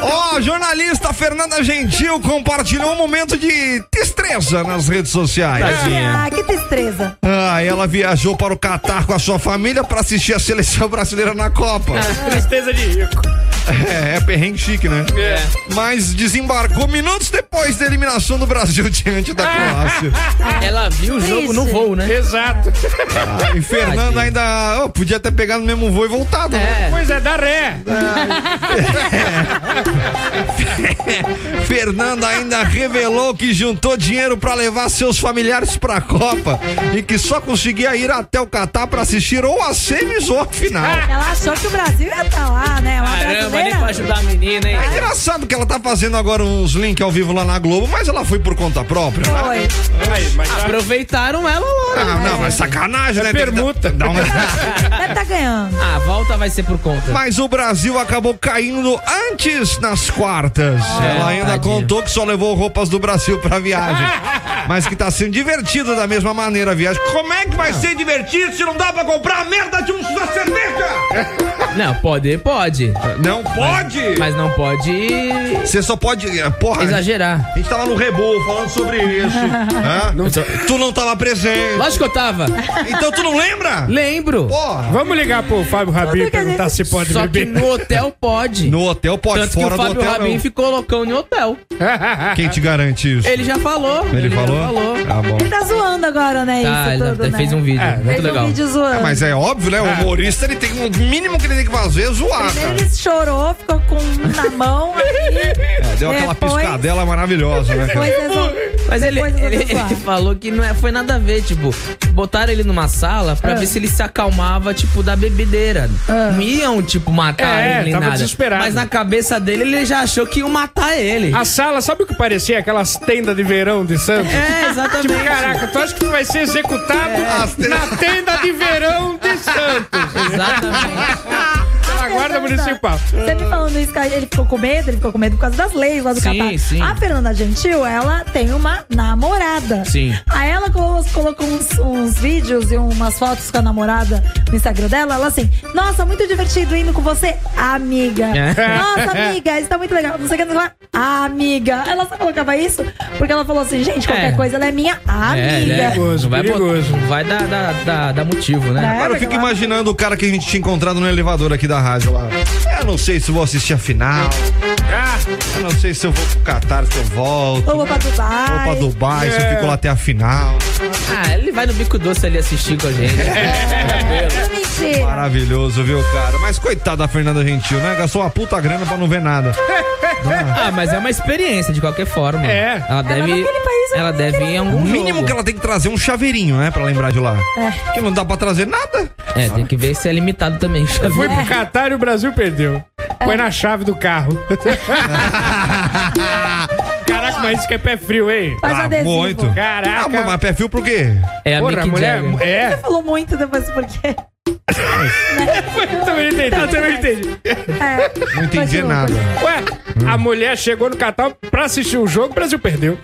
[SPEAKER 1] Ó, a jornalista Fernanda Gentil compartilhou um momento de destreza nas redes sociais.
[SPEAKER 4] Ah, que tristeza.
[SPEAKER 1] Ah, ela viajou para o Catar com a sua família para assistir a seleção brasileira na Copa.
[SPEAKER 3] Ah, Tristeza de rico. É.
[SPEAKER 1] É, é perrengue chique, né? Mas desembarcou minutos depois da eliminação do Brasil [laughs] diante da Croácia.
[SPEAKER 2] Ela viu o jogo no
[SPEAKER 4] Triste.
[SPEAKER 2] voo, né?
[SPEAKER 3] Exato.
[SPEAKER 1] E Fernando ainda ó, podia ter pegado no mesmo voo e voltado. né?
[SPEAKER 2] É.
[SPEAKER 3] Pois é, da ré.
[SPEAKER 1] Fernanda ainda revelou que juntou dinheiro pra levar seus familiares pra Copa e que só conseguia ir até o Catar pra assistir ou a semis ou a final.
[SPEAKER 4] É Ela achou que o Brasil ia estar lá, né? Uma
[SPEAKER 2] Caramba, mas nem pra
[SPEAKER 4] brasileira?
[SPEAKER 2] ajudar a menina, hein?
[SPEAKER 1] É engraçado que ela tá fazendo agora uns links ao vivo lá na Globo, mas ela foi por conta própria. né?
[SPEAKER 4] Foi.
[SPEAKER 3] Aí, mas já-
[SPEAKER 2] Aproveitaram ela lá.
[SPEAKER 1] Ah, não, mas sacanagem, né? Tem que dar-
[SPEAKER 3] permuta.
[SPEAKER 1] dar uma-
[SPEAKER 4] Deve estar ganhando.
[SPEAKER 2] Ah, A volta vai ser por conta.
[SPEAKER 1] Mas o Brasil acabou caindo antes nas quartas. Ela ainda
[SPEAKER 2] tadinha.
[SPEAKER 1] contou que só levou roupas do Brasil pra [laughs] viagem. Mas que tá sendo divertido da mesma maneira a viagem. Como é que vai ser divertido se não dá pra comprar a merda de um da cerveja?
[SPEAKER 2] Não, pode, pode.
[SPEAKER 1] Não pode!
[SPEAKER 2] Mas não pode
[SPEAKER 1] Você só pode. eh, Porra,
[SPEAKER 2] exagerar.
[SPEAKER 1] a gente tava no Rebol falando sobre isso. [laughs] Hã? Tu não tava presente.
[SPEAKER 2] Lógico que eu tava.
[SPEAKER 1] Então tu não lembra?
[SPEAKER 2] Lembro.
[SPEAKER 1] Porra!
[SPEAKER 3] Vamos ligar pro Fábio Rabir e
[SPEAKER 4] Tudo que a
[SPEAKER 3] perguntar
[SPEAKER 4] gente-
[SPEAKER 3] se pode
[SPEAKER 2] Só que
[SPEAKER 3] beber.
[SPEAKER 2] no hotel pode.
[SPEAKER 1] No hotel pode,
[SPEAKER 2] Tanto que
[SPEAKER 1] fora
[SPEAKER 2] o
[SPEAKER 1] do
[SPEAKER 2] Fábio
[SPEAKER 1] hotel.
[SPEAKER 2] Rabin
[SPEAKER 1] Não.
[SPEAKER 2] ficou loucão em hotel.
[SPEAKER 1] Quem te garante isso?
[SPEAKER 2] Ele já falou.
[SPEAKER 1] Ele
[SPEAKER 2] já
[SPEAKER 1] falou? Tá bom.
[SPEAKER 4] Ele tá zoando agora, né?
[SPEAKER 2] Tá,
[SPEAKER 4] isso
[SPEAKER 2] ele
[SPEAKER 4] tudo,
[SPEAKER 2] até
[SPEAKER 4] né?
[SPEAKER 2] fez um vídeo.
[SPEAKER 3] É,
[SPEAKER 2] muito
[SPEAKER 4] Fez um
[SPEAKER 2] legal.
[SPEAKER 4] vídeo zoando.
[SPEAKER 1] Mas é óbvio, né? O humorista ele tem um mínimo que ele tem que fazer é zoar. cara.
[SPEAKER 4] Ele chorou, ficou com um na
[SPEAKER 1] [laughs]
[SPEAKER 4] mão. Aí,
[SPEAKER 1] É, Deu aquela
[SPEAKER 4] depois-
[SPEAKER 1] piscadela maravilhosa, né?
[SPEAKER 4] Depois
[SPEAKER 1] Cara?
[SPEAKER 4] resol-
[SPEAKER 2] Mas ele,
[SPEAKER 4] depois
[SPEAKER 2] ele,
[SPEAKER 4] resolveu zoar.
[SPEAKER 2] ele falou que não é, foi nada a ver, tipo, botaram ele numa sala pra
[SPEAKER 4] Ah.
[SPEAKER 2] ver se ele se acalmava, tipo, da bebedeira. Não iam, tipo, matar
[SPEAKER 3] É,
[SPEAKER 2] ele nem
[SPEAKER 3] tava
[SPEAKER 2] nada.
[SPEAKER 3] desesperado. Ah,
[SPEAKER 2] Mas na cabeça dele, ele já achou que iam matar ele.
[SPEAKER 3] A sala, sabe o que parecia? Aquelas tendas de verão de Santos?
[SPEAKER 2] É, exatamente.
[SPEAKER 3] [laughs] Tipo, caraca, tu acha que tu vai ser executado na tenda de verão de Santos?
[SPEAKER 2] Exatamente.
[SPEAKER 3] Pela guarda
[SPEAKER 4] Fernanda,
[SPEAKER 3] municipal.
[SPEAKER 4] Você me falando isso, cara, ele ficou com medo, ele ficou com medo por causa das leis lá do
[SPEAKER 2] Ah. Sim,
[SPEAKER 4] Catar.
[SPEAKER 2] sim.
[SPEAKER 4] A Fernanda Gentil, ela tem uma namorada.
[SPEAKER 2] Sim.
[SPEAKER 4] Aí ela colo- colocou uns, uns vídeos e umas fotos com a namorada no Instagram dela. Ela assim, nossa, muito divertido indo com você,
[SPEAKER 2] [laughs]
[SPEAKER 4] amiga.
[SPEAKER 2] É.
[SPEAKER 4] Nossa, amiga, isso tá muito legal. Não sei o que, não sei o que lá. Amiga. Ela só colocava isso porque ela falou assim, gente, qualquer
[SPEAKER 2] É.
[SPEAKER 4] coisa, ela é minha
[SPEAKER 2] É,
[SPEAKER 4] amiga.
[SPEAKER 2] né?
[SPEAKER 3] Perigoso,
[SPEAKER 2] Não vai, botar-
[SPEAKER 3] perigoso.
[SPEAKER 2] não vai dar, dar, dar, dar motivo, né?
[SPEAKER 4] É,
[SPEAKER 1] Cara, eu fico
[SPEAKER 4] porque ela-
[SPEAKER 1] imaginando o cara que a gente tinha encontrado no elevador aqui da rádio lá. Eu não sei se vou assistir a final.
[SPEAKER 3] Ah,
[SPEAKER 1] Eu não sei se eu vou pro Catar, se eu volto.
[SPEAKER 2] é.
[SPEAKER 4] Ou vou pra Dubai.
[SPEAKER 1] Vou pra Dubai, se eu fico lá até a final.
[SPEAKER 2] Ah, ele vai no bico doce ali assistir com a gente.
[SPEAKER 4] É mentira.
[SPEAKER 1] Maravilhoso, viu, cara? Mas coitado da Fernanda Gentil, né? Gastou uma puta grana pra não ver nada.
[SPEAKER 2] Ah, mas é uma experiência, de qualquer forma.
[SPEAKER 3] É.
[SPEAKER 2] Ela
[SPEAKER 4] mas
[SPEAKER 2] deve.
[SPEAKER 4] naquele país eu
[SPEAKER 2] ela
[SPEAKER 4] não
[SPEAKER 2] deve
[SPEAKER 4] queria
[SPEAKER 2] ir em
[SPEAKER 1] O
[SPEAKER 2] algum
[SPEAKER 1] mínimo
[SPEAKER 2] Um jogo.
[SPEAKER 1] que ela tem que trazer é um chaveirinho, né? Pra lembrar de lá.
[SPEAKER 4] É.
[SPEAKER 1] Que não dá pra trazer nada.
[SPEAKER 2] É, tem que ver se é limitado também. É, Já
[SPEAKER 3] Foi
[SPEAKER 2] viu?
[SPEAKER 3] pro Catar e o Brasil perdeu. Foi na chave do carro. Caraca, mas isso que é pé frio, hein?
[SPEAKER 4] Faz adesivo.
[SPEAKER 1] Ah, muito.
[SPEAKER 3] Caraca.
[SPEAKER 1] Ah, mas mas perfil pro quê?
[SPEAKER 2] É a
[SPEAKER 3] Porra,
[SPEAKER 2] Mick
[SPEAKER 3] mulher.
[SPEAKER 2] Jagger.
[SPEAKER 4] Você
[SPEAKER 3] [laughs] É.
[SPEAKER 4] falou muito depois porque.
[SPEAKER 3] Eu também não entendi, eu também não entendi.
[SPEAKER 4] É,
[SPEAKER 1] Não entendi
[SPEAKER 4] continua.
[SPEAKER 1] nada.
[SPEAKER 3] Ué, a mulher chegou no Catar pra assistir o jogo, o Brasil perdeu.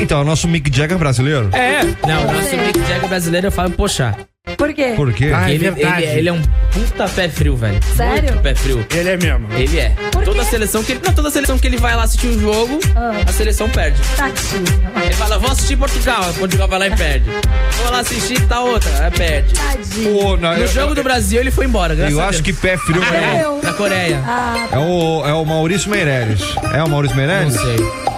[SPEAKER 1] Então, é o nosso Mick Jagger brasileiro?
[SPEAKER 3] É.
[SPEAKER 2] Não, o nosso Mick Jagger brasileiro eu falo, poxa.
[SPEAKER 4] Por quê?
[SPEAKER 1] Por quê?
[SPEAKER 3] Ah, é
[SPEAKER 2] ele,
[SPEAKER 3] verdade.
[SPEAKER 2] ele- ele é um puta pé frio, velho.
[SPEAKER 4] Sério?
[SPEAKER 2] Muito pé frio.
[SPEAKER 3] Ele é mesmo.
[SPEAKER 2] Ele é.
[SPEAKER 4] Por
[SPEAKER 2] toda
[SPEAKER 4] quê?
[SPEAKER 2] seleção que ele. Não, toda seleção que ele vai lá assistir um jogo,
[SPEAKER 4] Ah.
[SPEAKER 2] a seleção perde.
[SPEAKER 4] Tadinho.
[SPEAKER 2] Ele fala, vou assistir Portugal. aí Portugal vai lá e perde. Vou lá assistir tá outra, aí perde.
[SPEAKER 4] Tadinho.
[SPEAKER 1] Pô, não,
[SPEAKER 2] No
[SPEAKER 1] eu,
[SPEAKER 2] jogo do Brasil ele foi embora, graças
[SPEAKER 1] eu
[SPEAKER 2] a
[SPEAKER 1] acho
[SPEAKER 2] Deus.
[SPEAKER 1] que pé frio é,
[SPEAKER 4] eu-
[SPEAKER 2] Da Coreia.
[SPEAKER 4] Ah,
[SPEAKER 1] é o, é o Maurício Meirelles. É o Maurício
[SPEAKER 2] Não
[SPEAKER 1] Meirelles?
[SPEAKER 2] sei.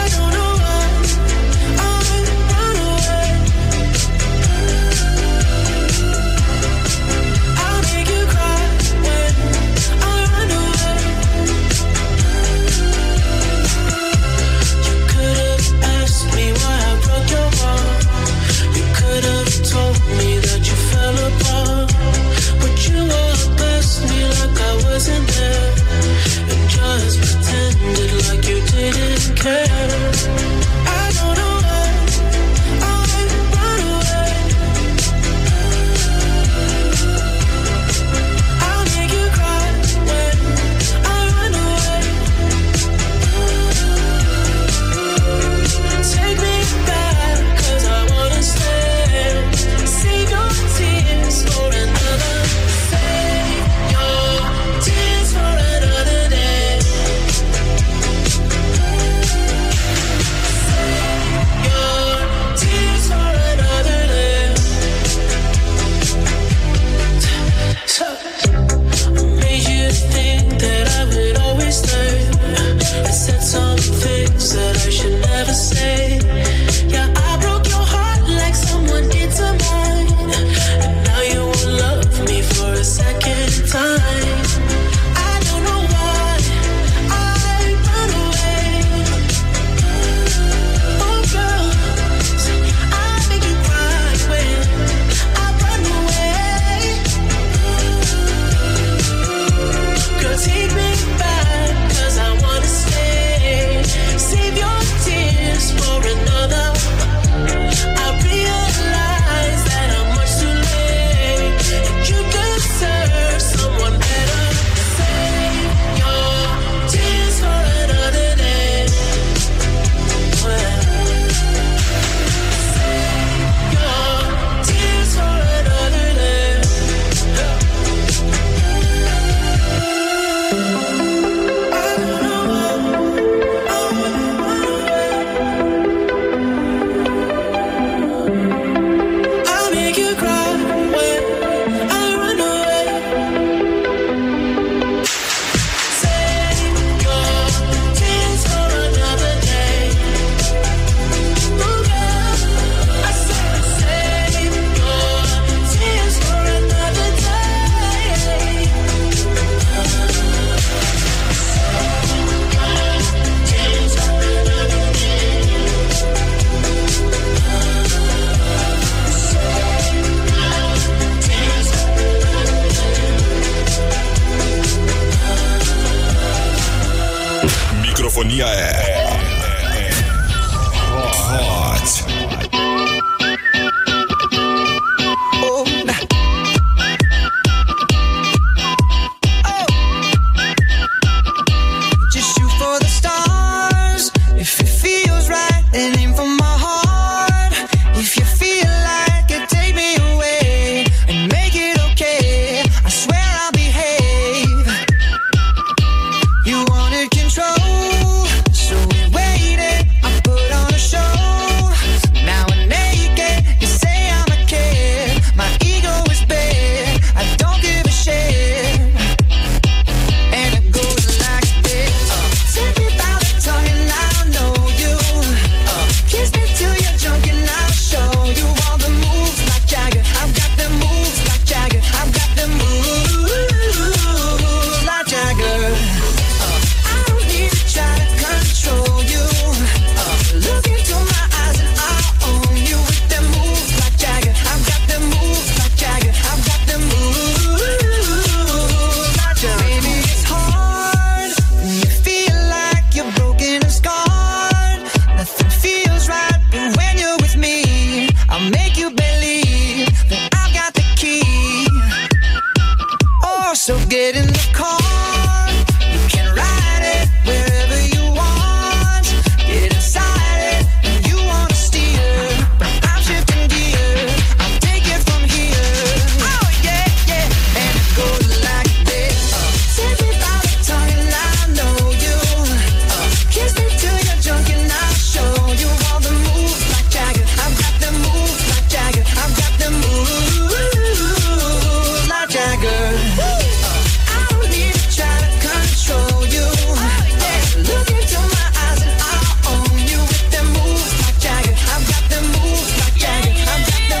[SPEAKER 8] I don't know why I run away. I'll make you Oh,
[SPEAKER 5] microfonia é. é- é- é Hot.
[SPEAKER 8] Oh. Just shoot for the stars. If it feels right, then aim for my heart. If you feel like it, take me away and make it okay. I swear I'll behave. You wanted control, so we waited. I put on a show. Now I'm naked. You say I'm a kid. My ego is big. I don't give a shit. And it goes like this. Take me by the tongue and I'll know you. Uh, Kiss me till you're drunk and I'll show you all the moves like Jagger. I've got the moves like Jagger. I've got the moves like Jagger. I don't need to try to control you. Uh, Look into my eyes and I'll own you with the moves like Jagger. I've got the moves like Jagger. I've got the moves like Jagger. Baby, it's hard when you feel like you're broken and scarred. Nothing feels right, but when you're with me, I'll make you believe that I've got the key. Oh, so get in the car. You can ride it wherever you want. Get inside it when you want to steer. But I'm shifting gear. I'll take it from here. Oh, yeah, yeah. And it goes like this. Take me by the tongue and I know you. Kiss me till you're drunk and I'll show you all the moves like Jagger. I've got the moves like Jagger. I've got the moves like Jagger. I don't need to try to control you. Look into my eyes and I'll own you with the moves like Jagger. I've got the moves like Jagger. I've got the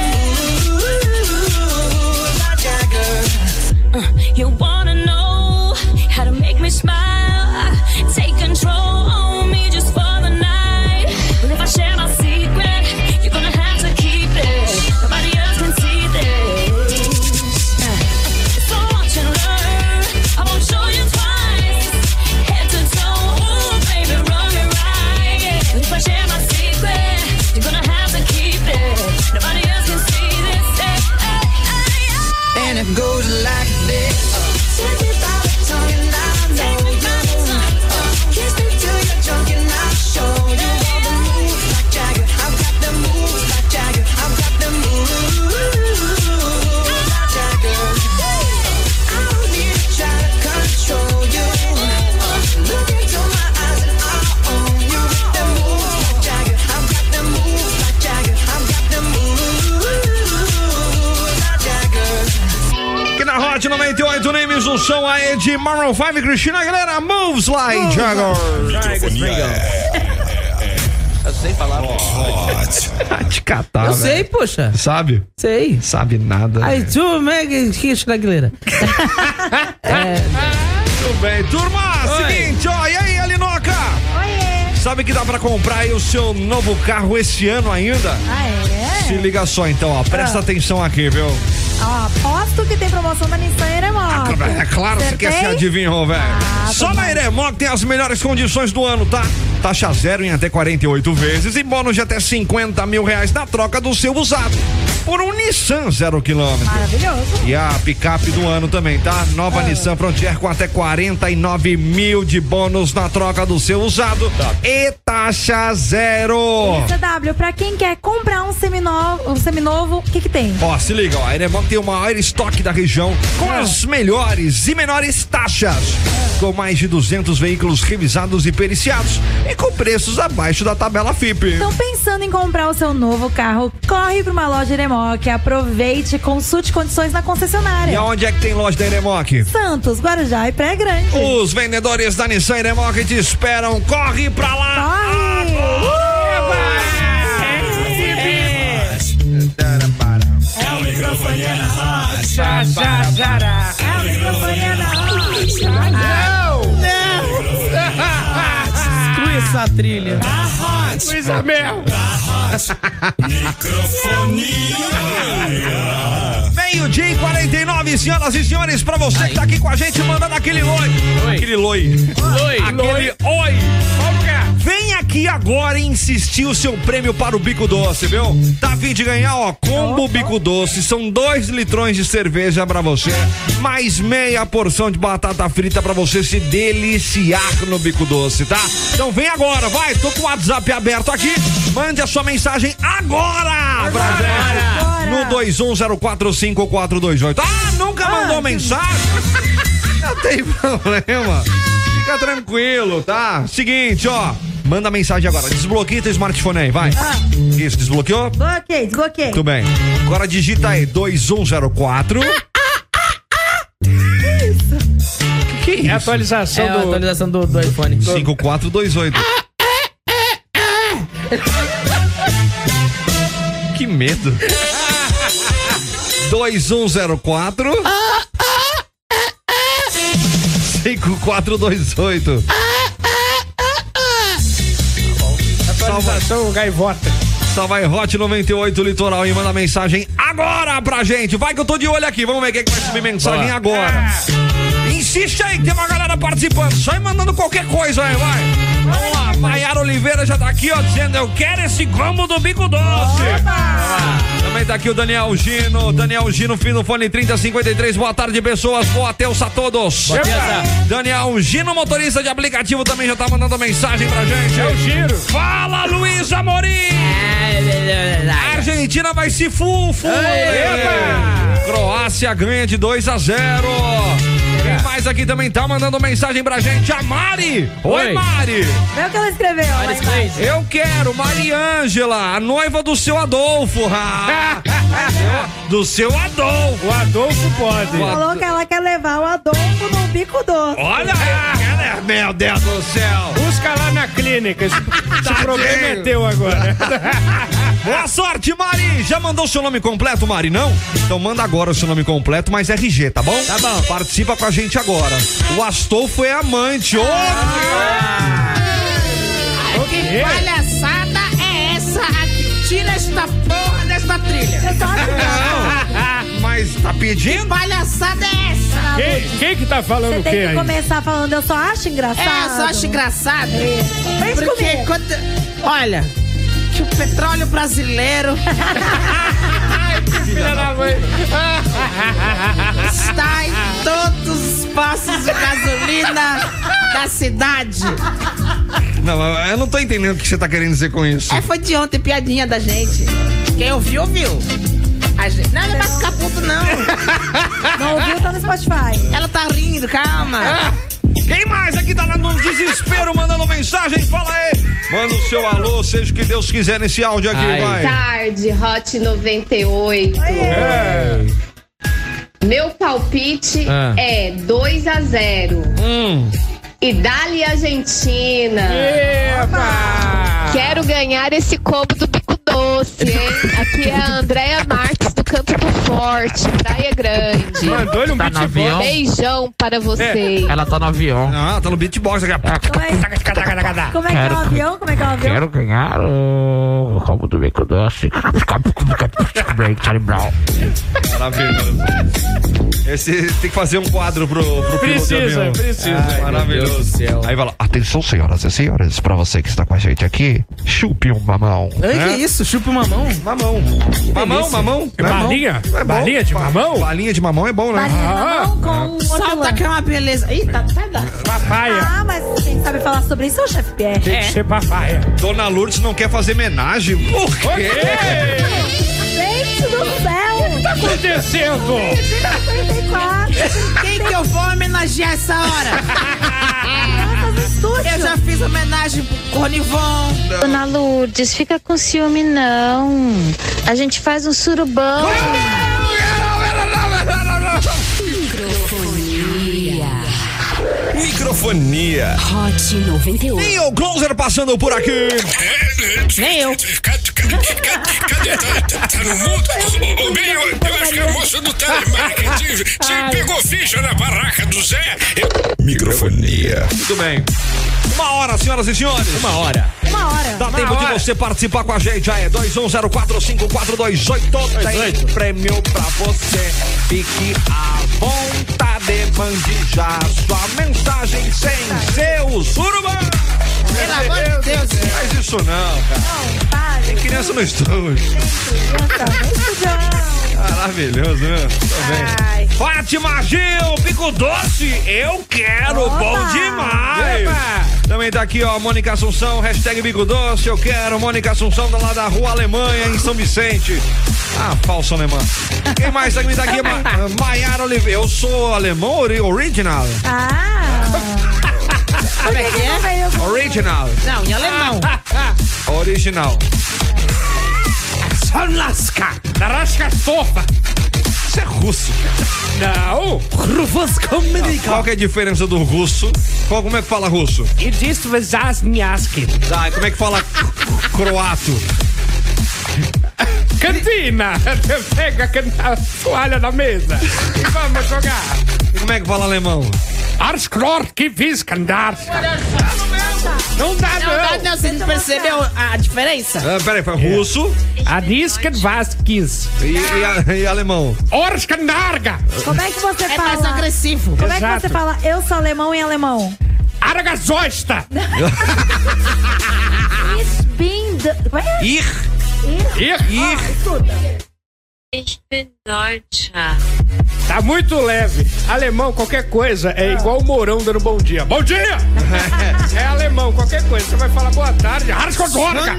[SPEAKER 8] moves like Jagger.
[SPEAKER 9] You wanna know how to make me smile? Take control on me just for the night. Well, if I share my secret, you're gonna have to keep it. Nobody else can see this. So watch and learn. I won't show you twice. Head to toe, ooh, baby, run me right. And if I share my secret, you're gonna have to keep it. Nobody else can see this. Hey, hey, hey, hey.
[SPEAKER 8] and it goes like this. Take me by the tongue and I know you. Kiss me till you're drunk and I'll show you all the moves like Jagger. I've got the moves like Jagger. I've got the moves like Jagger. I don't need to try to control you. Look into my eyes and I'll own you with the moves like Jagger. I've got the moves like Jagger. I've got the moves like Jagger.
[SPEAKER 1] Aqui na Hot 98 Names, o som aí de Maroon 5 Cristina Aguilera, Moves Like Jagger.
[SPEAKER 5] Microfonia é.
[SPEAKER 6] Eu sei falar.
[SPEAKER 5] Hot.
[SPEAKER 3] Ah, te catar,
[SPEAKER 6] Eu
[SPEAKER 3] velho.
[SPEAKER 6] sei, poxa.
[SPEAKER 3] Sabe?
[SPEAKER 6] Sei.
[SPEAKER 3] Sabe nada.
[SPEAKER 6] Aí tu, Meg, Cristina Aguilera.
[SPEAKER 1] Muito bem, turma,
[SPEAKER 6] Oi.
[SPEAKER 1] seguinte, ó, e aí, Alinoca?
[SPEAKER 4] Oiê.
[SPEAKER 1] Sabe que dá pra comprar aí o seu novo carro esse ano ainda?
[SPEAKER 4] Ah,
[SPEAKER 1] Se
[SPEAKER 4] é?
[SPEAKER 1] liga só então, ó,
[SPEAKER 4] Ah.
[SPEAKER 1] presta atenção aqui, viu?
[SPEAKER 4] Ó, aposto que tem promoção na Nissan Eremoto.
[SPEAKER 1] É claro, você quer
[SPEAKER 4] Ah, tá. Acertei?
[SPEAKER 1] se adivinhou, velho.
[SPEAKER 4] Ah,
[SPEAKER 1] Só na Eremoc tem as melhores condições do ano, tá? Taxa zero em até 48 vezes e bônus de até 50 mil reais na troca do seu usado. Por um Nissan zero quilômetro.
[SPEAKER 4] Maravilhoso.
[SPEAKER 1] E a picape do ano também, tá? Nova Nissan Frontier com até 49 mil de bônus na troca do seu usado. E taxa zero.
[SPEAKER 4] CW, pra quem quer comprar um seminovo, um seminovo, o que que tem?
[SPEAKER 1] Ó, se liga, ó, a Eremoc tem o maior estoque da região com as melhores e menores taxas. Com mais de 200 veículos revisados e periciados e com preços abaixo da tabela FIP.
[SPEAKER 4] Estão Então, pensando em comprar o seu novo carro? Corre pra uma loja Eremoc, aproveite e consulte condições na
[SPEAKER 1] E
[SPEAKER 4] concessionária.
[SPEAKER 1] aonde é que tem loja da Eremoc?
[SPEAKER 4] Santos, Guarujá e Praia Grande.
[SPEAKER 1] Os vendedores da Nissan Eremoc te esperam. Corre pra lá!
[SPEAKER 4] Corre!
[SPEAKER 6] Destrui essa trilha.
[SPEAKER 3] Luísa Mel.
[SPEAKER 1] Meio-dia e 49, senhoras e senhores, pra você que tá aqui com a gente, mandando aquele oi. Aquele loi.
[SPEAKER 2] Oi.
[SPEAKER 1] Aquele oi. é que agora insistiu seu prêmio para o Bico Doce, viu? Tá a fim de ganhar, ó, combo Bico Doce. São dois litrões de cerveja pra você, mais meia porção de batata frita pra você se deliciar no Bico Doce, tá? Então vem agora, vai. Tô com o WhatsApp aberto aqui. Mande a sua mensagem agora, pra gente.
[SPEAKER 4] Agora.
[SPEAKER 1] No 21045428. Ah, nunca mandou mensagem? Não tem problema. Fica tranquilo, tá? Seguinte, ó. Manda mensagem agora. Desbloqueia teu smartphone aí, vai.
[SPEAKER 4] Ah.
[SPEAKER 1] Isso, desbloqueou?
[SPEAKER 4] Desbloqueei, desbloqueei.
[SPEAKER 1] Muito bem. Agora digita aí 2104.
[SPEAKER 3] É a atualização
[SPEAKER 2] É a
[SPEAKER 3] do.
[SPEAKER 2] atualização do, do iPhone.
[SPEAKER 1] 5428. que medo. 2104 5428.
[SPEAKER 3] Atualização gaivota.
[SPEAKER 1] Salva Hot 98 Litoral e manda mensagem agora pra gente. Vai que eu tô de olho aqui. Vamos ver quem é que vai subir mensagem agora. Insiste aí, que tem uma galera participando. Só aí mandando qualquer coisa aí, vai. Vamos lá, Maiara Oliveira já tá aqui, ó, dizendo: Eu quero esse combo do bico doce. Também tá aqui o Daniel Gino. Daniel Gino, fim do fone 3053. Boa tarde, pessoas. Boa terça a todos.
[SPEAKER 2] Boa terça.
[SPEAKER 1] Daniel Gino, motorista de aplicativo, também já tá mandando mensagem pra gente.
[SPEAKER 3] É o giro.
[SPEAKER 1] Fala, Luiz Amorim! A Argentina vai se fufu!
[SPEAKER 3] Eba!
[SPEAKER 1] Croácia ganha de 2 a 0. Quem mais aqui também tá mandando mensagem pra gente? A Mari! Oi,
[SPEAKER 2] Oi.
[SPEAKER 1] Mari!
[SPEAKER 4] Vê o que ela escreveu. lá
[SPEAKER 2] Olha isso
[SPEAKER 4] embaixo.
[SPEAKER 2] aí.
[SPEAKER 1] Eu quero Mariângela, a noiva do seu Adolfo! Ah, do seu Adolfo!
[SPEAKER 3] O Adolfo pode.
[SPEAKER 4] Falou que ela quer levar o Adolfo no bico doce.
[SPEAKER 1] Olha! aí, é, Meu Deus do céu!
[SPEAKER 3] Busca lá na clínica. [laughs] Esse, esse problema é teu agora.
[SPEAKER 2] Tá
[SPEAKER 1] Boa sorte, Mari! Já mandou seu nome completo, Mari, não? Então manda agora o seu nome completo, mas RG, tá bom? Tá bom. Participa com a gente agora. O Astolfo é amante. Ô, Ah!
[SPEAKER 3] É.
[SPEAKER 6] Que palhaçada é essa? Tira esta porra desta trilha.
[SPEAKER 1] Não. Mas tá pedindo?
[SPEAKER 6] Palhaçada é essa?
[SPEAKER 3] Quem, quem que tá falando
[SPEAKER 4] Você
[SPEAKER 3] o quê
[SPEAKER 4] tem que
[SPEAKER 3] aí?
[SPEAKER 4] começar falando, eu só acho engraçado.
[SPEAKER 6] É, eu só acho engraçado.
[SPEAKER 3] É.
[SPEAKER 4] Vem
[SPEAKER 6] Porque
[SPEAKER 4] comigo.
[SPEAKER 6] quando. Olha, que o petróleo brasileiro
[SPEAKER 3] Filha da mãe.
[SPEAKER 6] está em todos os postos de gasolina da cidade.
[SPEAKER 1] Não, eu não tô entendendo o que você tá querendo dizer com isso.
[SPEAKER 6] É, foi de ontem, piadinha da gente. Quem ouviu, ouviu. A gente... Não, não vai ficar puto, não.
[SPEAKER 4] Não ouviu, tá no Spotify.
[SPEAKER 6] Ela tá rindo, calma.
[SPEAKER 1] Quem mais aqui tá lá no desespero mandando mensagem? Fala aí! Manda o seu alô, seja o que Deus quiser nesse áudio aqui,
[SPEAKER 2] Ai.
[SPEAKER 1] vai.
[SPEAKER 10] tarde, Hot 98.
[SPEAKER 3] É.
[SPEAKER 10] Meu palpite
[SPEAKER 2] Ah.
[SPEAKER 10] é 2 a 0.
[SPEAKER 6] Hum.
[SPEAKER 10] E dali Argentina.
[SPEAKER 3] É,
[SPEAKER 2] Tá
[SPEAKER 10] Quero ganhar esse combo do Pico Doce, hein? Aqui é a Andréa Marques do Campo do Forte, Praia Grande.
[SPEAKER 3] Mandou-lhe um
[SPEAKER 2] Tá no
[SPEAKER 3] beatbox.
[SPEAKER 2] avião?
[SPEAKER 10] Beijão para vocês.
[SPEAKER 6] É.
[SPEAKER 2] Ela tá no avião.
[SPEAKER 1] Ah, tá no beatbox aqui.
[SPEAKER 4] Como é, como é que é o avião? Como é que é o avião?
[SPEAKER 2] Quero ganhar o combo do bico doce. Break, Charlie Brown.
[SPEAKER 1] Maravilhoso. Esse tem que fazer um quadro pro, pro piloto de
[SPEAKER 3] Precisa,
[SPEAKER 1] avião. Ah,
[SPEAKER 3] precisa.
[SPEAKER 2] Meu Deus do
[SPEAKER 1] Maravilhoso.
[SPEAKER 2] céu.
[SPEAKER 1] Aí vai lá, atenção senhoras e senhores, pra você que está com a gente aqui, chupe um mamão.
[SPEAKER 6] Ai,
[SPEAKER 1] né?
[SPEAKER 6] que isso? Chupa uma mão.
[SPEAKER 1] É Mamão. Mamão, mamão.
[SPEAKER 3] Tá
[SPEAKER 1] É
[SPEAKER 3] Balinha?
[SPEAKER 1] bom. É bom.
[SPEAKER 3] Balinha de
[SPEAKER 1] Ba-
[SPEAKER 3] mamão?
[SPEAKER 1] Balinha de mamão é bom, né?
[SPEAKER 4] Balinha de
[SPEAKER 3] Ah,
[SPEAKER 4] mamão com
[SPEAKER 6] Solta
[SPEAKER 4] hortelã.
[SPEAKER 6] que é uma beleza. Ih, tá, sai da.
[SPEAKER 3] Papaya.
[SPEAKER 4] Ah, mas quem sabe falar sobre isso é o chefe Pierre.
[SPEAKER 3] Tem que ser papaya.
[SPEAKER 1] Dona Lourdes não quer fazer homenagem? Por quê?
[SPEAKER 4] Gente do
[SPEAKER 6] tá
[SPEAKER 4] céu!
[SPEAKER 3] Acontecendo!
[SPEAKER 4] 54!
[SPEAKER 6] Quem que eu vou homenagear essa hora?
[SPEAKER 4] Quantas
[SPEAKER 6] Eu
[SPEAKER 4] estúdios?
[SPEAKER 6] já fiz homenagem pro Cornivon.
[SPEAKER 10] Dona Lourdes, fica com ciúme não. A gente faz um surubão.
[SPEAKER 1] Microfonia.
[SPEAKER 7] Hot 98.
[SPEAKER 1] E o Closer passando por aqui.
[SPEAKER 6] Nem eu.
[SPEAKER 5] Cadê? Cadê? Tá, tá no mundo? Ô, ô, bem, eu, eu acho que a moça do telemarketing se pegou ficha na barraca do Zé. Microfonia.
[SPEAKER 1] Muito bem. Uma hora, senhoras e senhores. Uma hora.
[SPEAKER 4] Uma hora.
[SPEAKER 1] Dá tempo de você participar com a gente. Aí é 21045428. Tem prêmio pra você. Fique à vontade. Mande já sua mensagem sem seu surubão.
[SPEAKER 6] Pela amor de Deus.
[SPEAKER 1] Faz isso não, cara. Tem criança no estúdio.
[SPEAKER 6] [laughs]
[SPEAKER 1] Maravilhoso, né? Tô bem. Fátima Gil, bico doce, eu quero, bom demais. Também tá aqui, ó, Mônica Assunção, hashtag bico doce, eu quero. Mônica Assunção, tá lá da Rua Alemanha, em São Vicente. Ah, falso alemão. Quem mais tá aqui? Tá aqui, Ma Maiara Oliveira. Eu sou alemão ori- original.
[SPEAKER 6] Ah.
[SPEAKER 4] Ah.
[SPEAKER 6] Como é que é?
[SPEAKER 1] Original.
[SPEAKER 6] Não, em alemão.
[SPEAKER 1] [laughs] Original.
[SPEAKER 3] Sanlaska! Narasca sofa!
[SPEAKER 1] Isso é russo.
[SPEAKER 3] Não! Rufus
[SPEAKER 1] Qual
[SPEAKER 3] Comedical!
[SPEAKER 1] que é a diferença do russo? Qual, como é que fala russo?
[SPEAKER 3] E disso Zasniaski.
[SPEAKER 1] Tá, e como é que fala croato?
[SPEAKER 3] Cantina! Pega a can- a toalha da mesa e vamos jogar!
[SPEAKER 1] E como é que fala alemão?
[SPEAKER 3] Arsklor que viskandar! Não dá
[SPEAKER 6] Não, dá,
[SPEAKER 3] não!
[SPEAKER 6] não, você não percebeu a diferença?
[SPEAKER 1] Ah, peraí, foi russo
[SPEAKER 3] Anisken Vasquez!
[SPEAKER 1] e, e a- e alemão.
[SPEAKER 3] Orskandarga!
[SPEAKER 4] Como é que você
[SPEAKER 6] É
[SPEAKER 4] fala?
[SPEAKER 6] mais agressivo.
[SPEAKER 4] Como é que
[SPEAKER 3] Exato.
[SPEAKER 4] você fala eu sou alemão em alemão?
[SPEAKER 3] Argazosta!
[SPEAKER 4] Ich bin de... Ué?
[SPEAKER 1] Ir,
[SPEAKER 3] Ih,
[SPEAKER 1] ir.
[SPEAKER 9] Ich bin Deutscher.
[SPEAKER 3] Tá muito leve! Alemão, qualquer coisa é igual o Mourão dando bom dia. Bom [laughs] dia! É alemão, qualquer coisa. Você vai falar boa tarde. Arskodorga!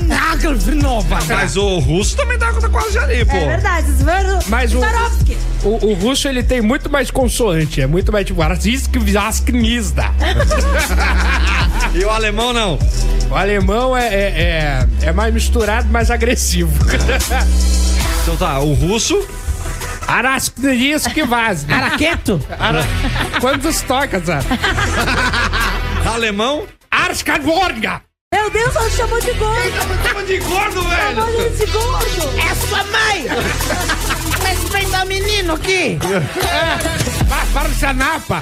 [SPEAKER 1] Mas o russo também tá quase ali, pô.
[SPEAKER 4] É verdade, Svero...
[SPEAKER 3] Mas o,
[SPEAKER 4] Swarovski.
[SPEAKER 3] o, o russo ele tem muito mais consoante, é muito mais tipo Arzisk Vizasknizda.
[SPEAKER 1] E o alemão não.
[SPEAKER 3] O alemão é, é, é, é mais misturado, mais agressivo. [laughs]
[SPEAKER 1] Então tá, o russo.
[SPEAKER 3] Arasknisk Vasna.
[SPEAKER 6] Araqueto?
[SPEAKER 3] Ara... Quantos tocas, Zé?
[SPEAKER 1] Alemão.
[SPEAKER 3] Arskadvorga!
[SPEAKER 4] Meu Deus, ela te chamou de gordo.
[SPEAKER 1] Tava de gordo, velho!
[SPEAKER 4] Chamou a gente de gordo.
[SPEAKER 6] É sua mãe! Respeita o menino aqui!
[SPEAKER 3] Varsanapa!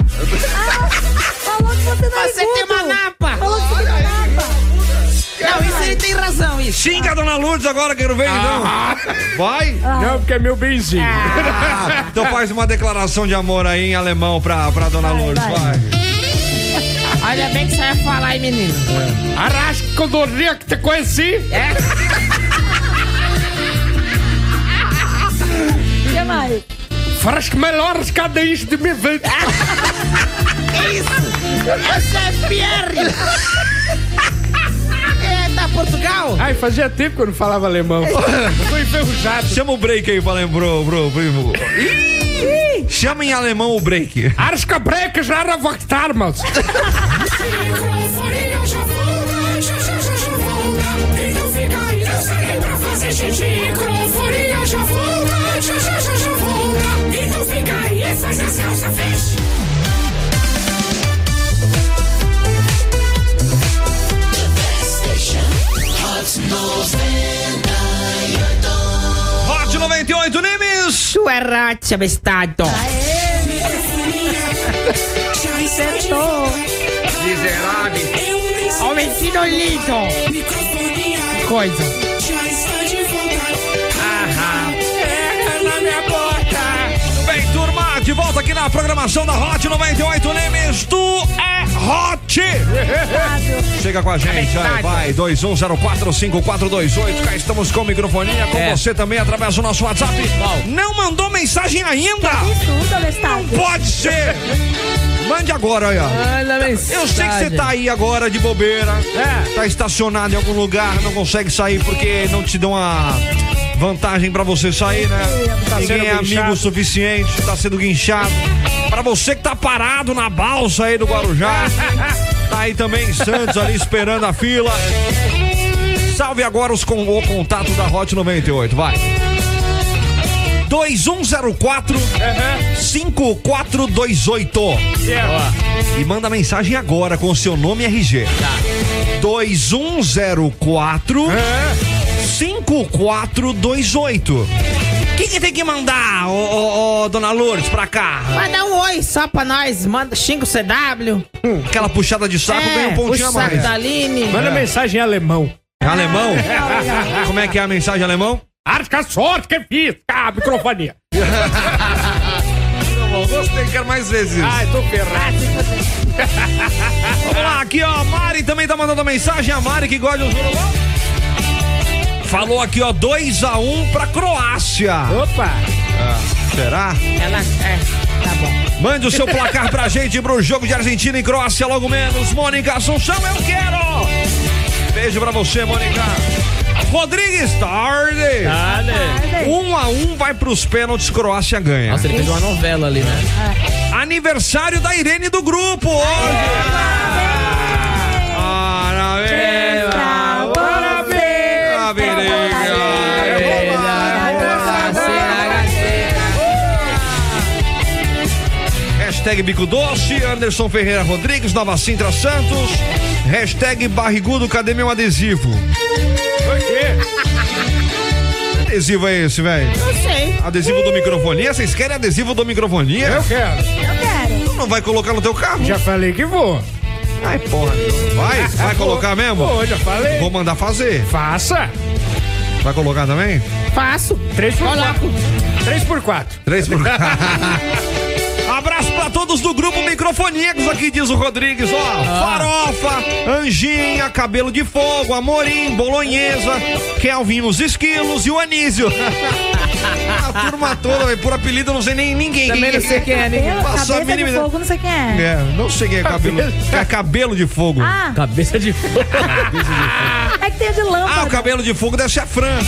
[SPEAKER 4] Falou que você não é
[SPEAKER 6] Você tem uma
[SPEAKER 4] gordo.
[SPEAKER 6] napa!
[SPEAKER 4] Falou que você tem uma napa.
[SPEAKER 6] Não, isso ele tem razão, isso.
[SPEAKER 1] Xinga a dona Lourdes agora, quero ver então. Vai!
[SPEAKER 3] Não, porque é meu benzinho.
[SPEAKER 1] Ah, então faz uma declaração de amor aí em alemão pra, pra dona Lourdes, vai.
[SPEAKER 4] vai.
[SPEAKER 6] Olha bem que você vai falar, hein, menino.
[SPEAKER 3] Araskodorga que te conheci!
[SPEAKER 4] O que mais?
[SPEAKER 3] Faz melhores cadeias de me ver.
[SPEAKER 6] [laughs] Que É isso? Essa é Pierre! É da Portugal? É.
[SPEAKER 3] Ai, fazia tempo que eu não falava alemão. [laughs] Tô enferrujado.
[SPEAKER 1] Chama o break aí pra lembrar, bro, primo. Ih! Chama em alemão o break.
[SPEAKER 3] Arskabrekas Aravaktarmas!
[SPEAKER 7] microfonia já volta, já já já já volta. E não Então fica aí, eu saí pra fazer xixi. Microfonia já volta, já já já já volta. E não fica aí, e faz a salsa, fecha.
[SPEAKER 1] Hot 98 Nimes!
[SPEAKER 6] Tu é racha, bestado.
[SPEAKER 4] Tentou.
[SPEAKER 1] Miserável!
[SPEAKER 6] Ó, o menino lindo. Coisa.
[SPEAKER 7] É.
[SPEAKER 1] Bem, turma, de volta aqui na programação da Hot 98 Nimes. Tu é Hot! Chega com a gente, vai, vai. 21045428. Cá estamos com microfonia, com você também através do nosso WhatsApp. Não mandou mensagem ainda!
[SPEAKER 4] E tudo, bestado.
[SPEAKER 1] Pode ser! Mande agora, olha.
[SPEAKER 6] Olha mensagem.
[SPEAKER 1] Eu sei que você tá aí agora de bobeira,
[SPEAKER 3] É.
[SPEAKER 1] tá estacionado em algum lugar, não consegue sair porque não te dão a vantagem pra você sair, né? Ninguém
[SPEAKER 3] tá sendo
[SPEAKER 1] é amigo
[SPEAKER 3] guinchado.
[SPEAKER 1] o suficiente, tá sendo guinchado. Pra você que tá parado na balsa aí do
[SPEAKER 3] [laughs]
[SPEAKER 1] Guarujá, tá aí também em Santos ali esperando a fila. Salve agora os com o contato da Hot 98, vai. 2104
[SPEAKER 3] Uhum.
[SPEAKER 1] 5428. E manda mensagem agora com o seu nome e RG. 2104 É. 5428. Quem que tem que mandar, ô, ô, ô, dona Lourdes, pra cá?
[SPEAKER 6] Mas dá um oi só pra nós. Manda, xinga o CW.
[SPEAKER 1] Aquela puxada de saco ganha um pontinho
[SPEAKER 6] É, o
[SPEAKER 1] a mais.
[SPEAKER 6] saco da Aline.
[SPEAKER 3] Manda mensagem em alemão.
[SPEAKER 1] Alemão? Como é que é a mensagem alemão?
[SPEAKER 3] Arca sorte que fiz! Ah, microfonia!
[SPEAKER 1] Gostei, quero mais vezes.
[SPEAKER 3] Ai, tô ferrado!
[SPEAKER 1] Vamos lá, aqui ó, a Mari também tá mandando mensagem. A Mari que gosta de Zurulão. Falou aqui ó, 2x1 pra Croácia.
[SPEAKER 3] Opa!
[SPEAKER 1] É, será?
[SPEAKER 6] Ela é. Tá bom.
[SPEAKER 1] Mande o seu placar pra gente pro jogo de Argentina e Croácia logo menos. Mônica Assunção, eu quero! Beijo pra você, Mônica. Rodrigues, tarde!
[SPEAKER 2] Dale.
[SPEAKER 1] Um a um vai pros pênaltis, Croácia ganha.
[SPEAKER 2] Nossa, ele fez uma novela ali, né?
[SPEAKER 1] Aniversário da Irene do grupo hoje! Parabéns!
[SPEAKER 4] Pra
[SPEAKER 1] Parabéns!
[SPEAKER 2] É
[SPEAKER 1] É Parabéns! Hashtag Bico Doce, Anderson Ferreira Rodrigues, Nova Sintra Santos. Hashtag Barrigudo, cadê meu adesivo?
[SPEAKER 3] Por quê?
[SPEAKER 1] Que adesivo é esse, velho?
[SPEAKER 6] Não sei.
[SPEAKER 1] Adesivo do microfonia? Vocês querem adesivo do microfonia?
[SPEAKER 3] Eu quero.
[SPEAKER 4] Eu quero.
[SPEAKER 1] Tu não vai colocar no teu carro?
[SPEAKER 3] Já falei que vou.
[SPEAKER 1] Ai, porra. Vai? Vai colocar mesmo?
[SPEAKER 3] Vou, já falei.
[SPEAKER 1] Vou mandar fazer.
[SPEAKER 3] Faça.
[SPEAKER 1] Vai colocar também?
[SPEAKER 6] Faço.
[SPEAKER 3] 3 por 4. 3 por 4.
[SPEAKER 1] Três por [laughs] Abraço pra todos do grupo Microfonicos, aqui diz o Rodrigues, ó. Farofa, Anjinha, Cabelo de Fogo, Amorim, Bolonhesa, Kelvin, os Esquilos e o Anísio. [laughs] A turma toda, velho, por apelido eu não sei nem ninguém.
[SPEAKER 6] Também não sei quem
[SPEAKER 2] né?
[SPEAKER 6] é, ninguém.
[SPEAKER 4] Cabelo,
[SPEAKER 1] Passou a
[SPEAKER 4] cabeça de
[SPEAKER 1] mínima-
[SPEAKER 4] fogo, não sei quem é.
[SPEAKER 1] É, não sei quem é cabelo. É cabelo de fogo.
[SPEAKER 4] Ah,
[SPEAKER 2] Cabeça de fogo.
[SPEAKER 4] é que tem a de lâmpada.
[SPEAKER 1] Ah, o cabelo de fogo deve ser a Fran.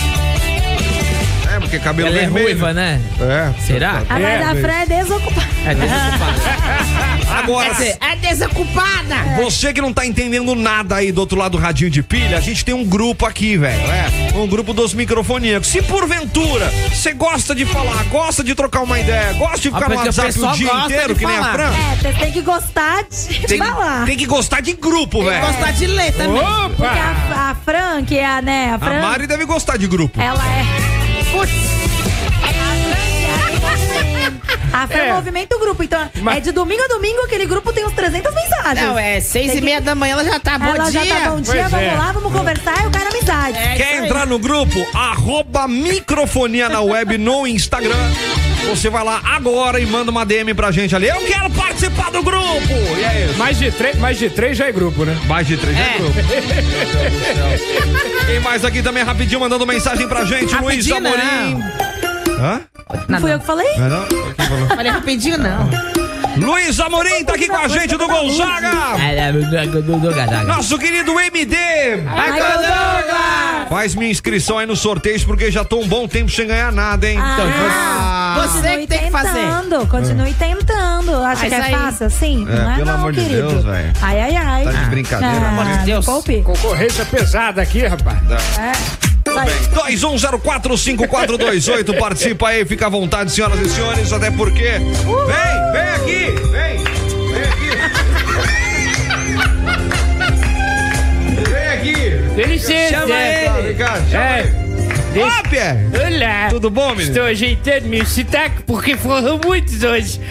[SPEAKER 1] É, porque cabelo
[SPEAKER 2] Ela é
[SPEAKER 1] vermelho.
[SPEAKER 2] ruiva, né?
[SPEAKER 1] É.
[SPEAKER 2] Será?
[SPEAKER 4] A mais
[SPEAKER 3] É,
[SPEAKER 4] da Fran é desocupada.
[SPEAKER 2] É, desocupada.
[SPEAKER 1] Agora,
[SPEAKER 6] É desocupada.
[SPEAKER 1] você que não tá entendendo nada aí do outro lado do radinho de pilha, a gente tem um grupo aqui, velho. É, um grupo dos microfoníacos. Se porventura você gosta de falar, gosta de trocar uma ideia, gosta de ficar no
[SPEAKER 2] porque o
[SPEAKER 1] WhatsApp o
[SPEAKER 2] pessoal
[SPEAKER 1] dia
[SPEAKER 2] gosta
[SPEAKER 1] inteiro,
[SPEAKER 2] de
[SPEAKER 1] que nem a
[SPEAKER 2] falar.
[SPEAKER 1] Fran,
[SPEAKER 4] É, você tem que gostar de
[SPEAKER 1] tem,
[SPEAKER 4] [laughs] falar.
[SPEAKER 1] tem que gostar de grupo, velho.
[SPEAKER 6] Gostar de ler também.
[SPEAKER 4] Porque
[SPEAKER 3] Opa!
[SPEAKER 4] a, a Fran, que é a, né, a
[SPEAKER 1] Ah. A
[SPEAKER 4] Fran,
[SPEAKER 1] Mari deve gostar de grupo.
[SPEAKER 4] ela é... A Fran é
[SPEAKER 3] É.
[SPEAKER 4] o movimento grupo, então
[SPEAKER 3] Mas-
[SPEAKER 4] é de domingo a domingo, aquele grupo tem uns 300 mensagens.
[SPEAKER 6] Não, é seis
[SPEAKER 4] Tem
[SPEAKER 6] e
[SPEAKER 4] que-
[SPEAKER 6] meia da manhã, ela já tá bom
[SPEAKER 4] Ela
[SPEAKER 6] dia.
[SPEAKER 4] já tá bom dia,
[SPEAKER 3] Pois
[SPEAKER 4] vamos
[SPEAKER 3] é.
[SPEAKER 4] lá, vamos conversar, eu quero amizade.
[SPEAKER 6] É isso
[SPEAKER 1] Quer
[SPEAKER 6] aí.
[SPEAKER 1] entrar no grupo? Arroba microfonia na web no Instagram. Você vai lá agora e manda uma DM pra gente ali. Eu quero participar do grupo! E é isso.
[SPEAKER 3] Mais de 3, mais de três já é grupo, né?
[SPEAKER 1] Mais de três é.
[SPEAKER 6] É.
[SPEAKER 1] grupo. Quem mais aqui também rapidinho mandando mensagem pra gente? Luiz
[SPEAKER 6] Rapidinho,
[SPEAKER 1] Amorim. Hã?
[SPEAKER 4] Não fui eu que falei?
[SPEAKER 1] Não é não? Quem falou?
[SPEAKER 6] Falei rapidinho, não.
[SPEAKER 1] Luiz Amorim tá aqui com a gente do
[SPEAKER 2] É,
[SPEAKER 1] Gonzaga! Nosso querido MD!
[SPEAKER 4] Ai, meu Deus.
[SPEAKER 1] Faz minha inscrição aí nos sorteios porque já tô um bom tempo sem ganhar nada, hein?
[SPEAKER 4] Ah,
[SPEAKER 6] Então, você
[SPEAKER 4] continue
[SPEAKER 6] que tem que fazer.
[SPEAKER 4] tentando, Continue tentando. Acha
[SPEAKER 6] Mas
[SPEAKER 4] que é
[SPEAKER 6] aí-
[SPEAKER 4] fácil assim?
[SPEAKER 1] É,
[SPEAKER 4] não é
[SPEAKER 1] pelo
[SPEAKER 4] não,
[SPEAKER 1] amor de
[SPEAKER 4] querido.
[SPEAKER 1] Deus, velho.
[SPEAKER 4] ai, ai, ai. Ah,
[SPEAKER 1] Tá de brincadeira, pelo amor de
[SPEAKER 4] me
[SPEAKER 6] Deus.
[SPEAKER 4] Poupe.
[SPEAKER 3] Concorrência pesada aqui, rapaz.
[SPEAKER 4] É. Vai.
[SPEAKER 1] 21045428, participa aí, fica à vontade, senhoras e senhores, até porque. Vem, vem aqui, vem, vem aqui. Vem aqui.
[SPEAKER 3] Chama
[SPEAKER 1] Vem cá, chama
[SPEAKER 3] É.
[SPEAKER 1] aí. Ó, Pierre.
[SPEAKER 3] Olá.
[SPEAKER 1] Tudo bom, menino?
[SPEAKER 3] Estou ajeitando meu sotaque porque foram muitos hoje.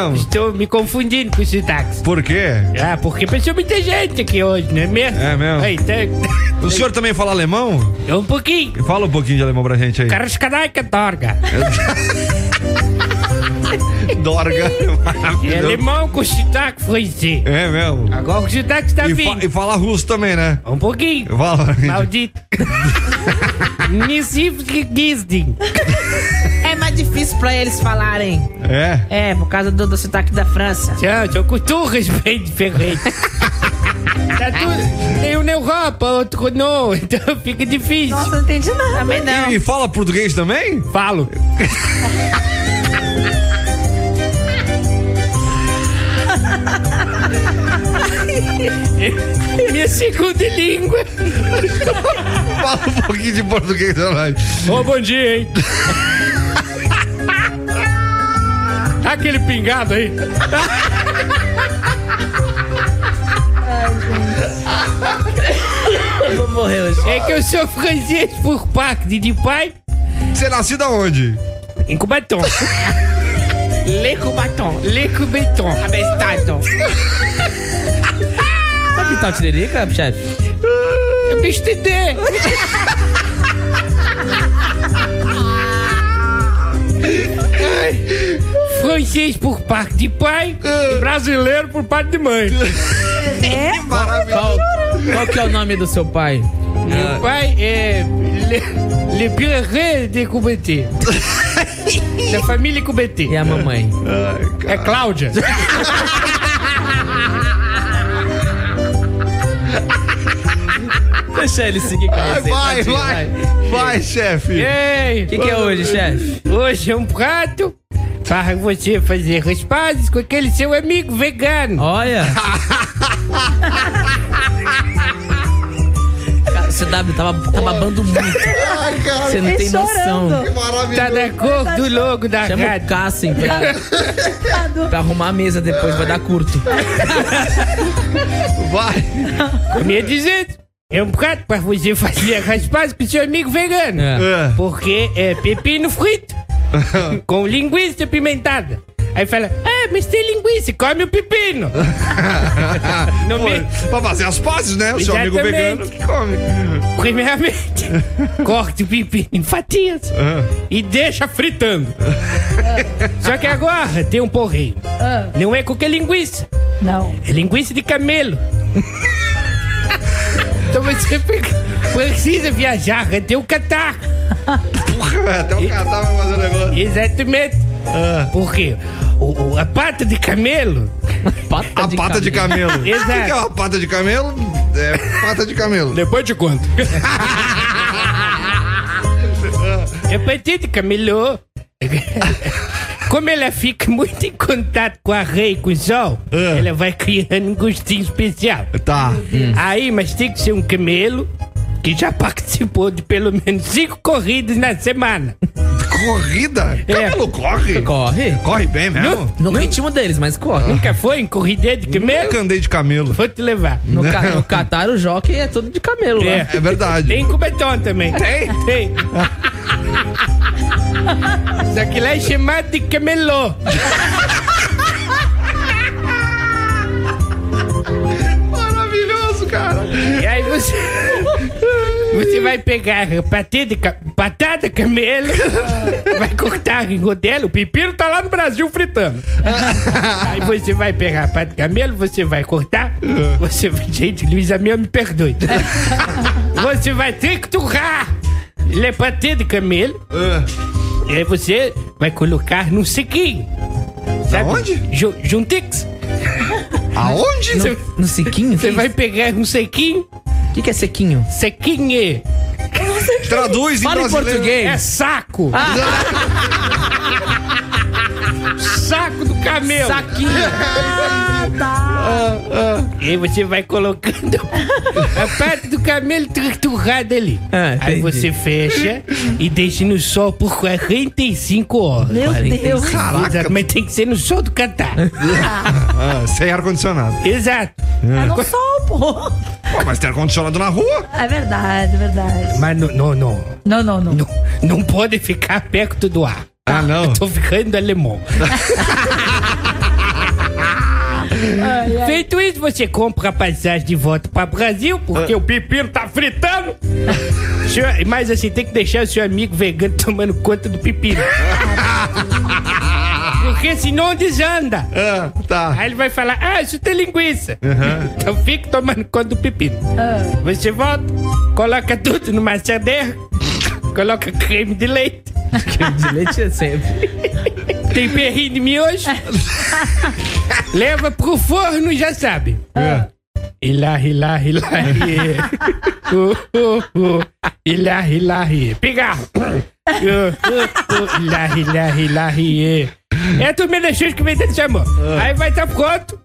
[SPEAKER 1] É mesmo?
[SPEAKER 3] Estou me confundindo com os sotaques.
[SPEAKER 1] Por quê?
[SPEAKER 3] Ah, porque passou muita gente aqui hoje, não é mesmo?
[SPEAKER 1] É mesmo.
[SPEAKER 3] Aí, tá-
[SPEAKER 1] O senhor também fala alemão?
[SPEAKER 3] é um pouquinho.
[SPEAKER 1] Fala um pouquinho de alemão pra gente aí.
[SPEAKER 3] Carascadaica torga.
[SPEAKER 1] Dorga.
[SPEAKER 3] É
[SPEAKER 1] um-
[SPEAKER 3] alemão com sotaque francês.
[SPEAKER 1] É mesmo.
[SPEAKER 3] Agora o sotaque está
[SPEAKER 1] E, fa-
[SPEAKER 3] vindo.
[SPEAKER 1] e fala russo também, né?
[SPEAKER 3] Um pouquinho.
[SPEAKER 1] Fala. [laughs]
[SPEAKER 3] Maldito. Nisivski Gizdin.
[SPEAKER 6] É mais difícil pra eles falarem.
[SPEAKER 1] É.
[SPEAKER 6] É, por causa do, do sotaque da França.
[SPEAKER 3] Tchau, são culturas bem diferentes. tá tudo. Tem um na Europa, outro não, [laughs] então fica difícil.
[SPEAKER 4] Nossa, não entendi nada.
[SPEAKER 6] Também não.
[SPEAKER 1] E fala português também?
[SPEAKER 3] Falo. É Minha segunda língua.
[SPEAKER 1] Fala um pouquinho de português, Ronaldo.
[SPEAKER 3] Ô, bom dia, [laughs] hein? Aquele pingado aí. É que eu sou francês por parte de pai
[SPEAKER 1] Você é nasceu da onde?
[SPEAKER 3] em [laughs] Cubatão.
[SPEAKER 6] Lê com batom.
[SPEAKER 3] Le Cubatão.
[SPEAKER 6] Abestado.
[SPEAKER 2] Sabe tal tiririca, chefe?
[SPEAKER 3] Eu me estender. Ai, francês por parte de pai e brasileiro por parte de mãe.
[SPEAKER 4] É?
[SPEAKER 2] Qual, qual que é o nome do seu pai?
[SPEAKER 3] Meu pai é Le, le Pierre de Coubeté. da família Coubeté.
[SPEAKER 2] E a mamãe?
[SPEAKER 3] É
[SPEAKER 2] [laughs]
[SPEAKER 3] Cláudia.
[SPEAKER 2] Deixa ele seguir com a
[SPEAKER 1] Vai,
[SPEAKER 2] receita,
[SPEAKER 1] vai,
[SPEAKER 2] tadinho,
[SPEAKER 1] vai. Vai, chefe.
[SPEAKER 3] Ei!
[SPEAKER 2] O que, que tá é hoje, chefe?
[SPEAKER 3] Hoje é um prato para você fazer as pazes com aquele seu amigo vegano.
[SPEAKER 2] Olha! Cara, o CW tava, tava babando muito.
[SPEAKER 1] Ai, cara,
[SPEAKER 2] Você não
[SPEAKER 4] Ele
[SPEAKER 2] tem noção.
[SPEAKER 4] chorando.
[SPEAKER 1] que
[SPEAKER 3] Tá
[SPEAKER 1] maravilhoso.
[SPEAKER 3] da cor do logo da
[SPEAKER 2] Chama o
[SPEAKER 3] rádio.
[SPEAKER 2] Cassem pra, pra arrumar a mesa depois, vai dar curto.
[SPEAKER 1] Vai.
[SPEAKER 3] Como ia dizendo, é um prato para você fazer [laughs] as pazes com seu amigo vegano.
[SPEAKER 2] É.
[SPEAKER 1] É.
[SPEAKER 3] Porque é pepino frito com linguiça pimentada. Aí fala, ah, mas tem linguiça, come o pepino. Não
[SPEAKER 1] Pô,
[SPEAKER 3] me-
[SPEAKER 1] Pra fazer as pazes, né? O seu amigo vegano
[SPEAKER 3] Exatamente.
[SPEAKER 1] que come.
[SPEAKER 3] Primeiramente, corte o pepino em fatias e deixa [laughs] fritando. Só que agora tem um porreio. Não é qualquer linguiça,
[SPEAKER 4] Não.
[SPEAKER 3] é linguiça de camelo. [laughs] então você fica- precisa viajar até o Catar.
[SPEAKER 1] Porra, É, até o cara tava fazendo negócio.
[SPEAKER 3] Exatamente. Por quê? O- o- a pata de camelo
[SPEAKER 2] Pata
[SPEAKER 1] A pata de camelo. O que
[SPEAKER 3] Exato.
[SPEAKER 1] que é uma pata de camelo? É pata de camelo.
[SPEAKER 3] Depois de [laughs] quanto? É petite camelô. [laughs] Como ela fica muito em contato com a rei e com o sol, ela vai criando um gostinho especial.
[SPEAKER 1] Tá.
[SPEAKER 3] Aí, mas tem que ser um camelo que já participou de pelo menos cinco corridas na [laughs] semana.
[SPEAKER 1] Corrida?
[SPEAKER 3] É.
[SPEAKER 1] Camelo corre?
[SPEAKER 2] Corre.
[SPEAKER 1] Corre bem mesmo?
[SPEAKER 2] No ritmo deles, mas corre.
[SPEAKER 3] Nunca foi em corrida de
[SPEAKER 1] Nunca
[SPEAKER 3] camelo?
[SPEAKER 1] É andei de camelo.
[SPEAKER 3] Vou te levar.
[SPEAKER 2] No, ca no Catar, o jockey Né? é todo de camelo lá.
[SPEAKER 3] É.
[SPEAKER 1] É verdade.
[SPEAKER 3] Tem cubetão também.
[SPEAKER 1] Tem?
[SPEAKER 3] [laughs] Tem. Só que lá é chamado de [laughs] camelô.
[SPEAKER 1] Maravilhoso, cara.
[SPEAKER 3] E aí [laughs] você. Você vai pegar patê de ca- batata [laughs] camelo, vai cortar em rodelo, o pepino tá lá no Brasil [laughs] fritando. aí você vai pegar patê camelo, você vai cortar, você vai. Gente, Luísa Mel, me [laughs] perdoe. Ah. você vai triturar! Ele é patê de camelo,
[SPEAKER 1] Ah,
[SPEAKER 3] e aí você vai colocar num sequinho. Sabe?
[SPEAKER 1] onde?
[SPEAKER 3] Ju- Juntix.
[SPEAKER 1] Aonde?
[SPEAKER 2] No, no sequinho?
[SPEAKER 3] Você vai pegar um sequinho,
[SPEAKER 2] O que, que é sequinho?
[SPEAKER 3] sequinho
[SPEAKER 1] Traduz em
[SPEAKER 2] Fala em
[SPEAKER 1] brasileiro.
[SPEAKER 3] é
[SPEAKER 2] português.
[SPEAKER 3] saco. [laughs] saco do
[SPEAKER 1] é
[SPEAKER 3] camelo.
[SPEAKER 2] Saquinho.
[SPEAKER 4] Ah, tá.
[SPEAKER 3] E aí você vai colocando a parte do camelo triturada ali.
[SPEAKER 2] Ah,
[SPEAKER 3] aí
[SPEAKER 2] entendi.
[SPEAKER 3] você fecha e deixa no sol por 45 horas.
[SPEAKER 4] Meu Deus.
[SPEAKER 1] Caraca.
[SPEAKER 3] Mas tem que ser no sol do cantar.
[SPEAKER 1] Ah, sem ar-condicionado.
[SPEAKER 3] Exato.
[SPEAKER 4] É no sol, pô.
[SPEAKER 1] Pô, mas tem ar-condicionado na rua?
[SPEAKER 4] É verdade, é verdade.
[SPEAKER 3] Mas não, não, não,
[SPEAKER 4] Não, não, não.
[SPEAKER 3] não, não pode ficar perto do ar. Tá?
[SPEAKER 1] Ah, não.
[SPEAKER 3] Tô ficando alemão. Feito isso, você compra a passagem de volta para Brasil,
[SPEAKER 1] Ah.
[SPEAKER 3] porque o pepino tá fritando. Seu- Mas assim, tem que deixar o seu amigo vegano tomando conta do pepino. Porque senão desanda.
[SPEAKER 1] Ah, tá.
[SPEAKER 3] Aí ele vai falar, ah, isso tem linguiça. [laughs] Então fique tomando conta do pepino. Você volta, coloca tudo numa cerdeira, [laughs] coloca creme de leite,
[SPEAKER 2] [laughs] De leite é sempre.
[SPEAKER 3] Tem perrinho de miojo? Leva pro forno e já sabe. Hilá, hilá, hilá, hiê. Uh, uh, uh. Hilá, hilá, hiê. Pigarro. [coughs] Uh, uh, uh. Hilá, hilá, hilá, hiê. É a turma da Xuxa que vem dentro chamou. Aí vai tá pronto.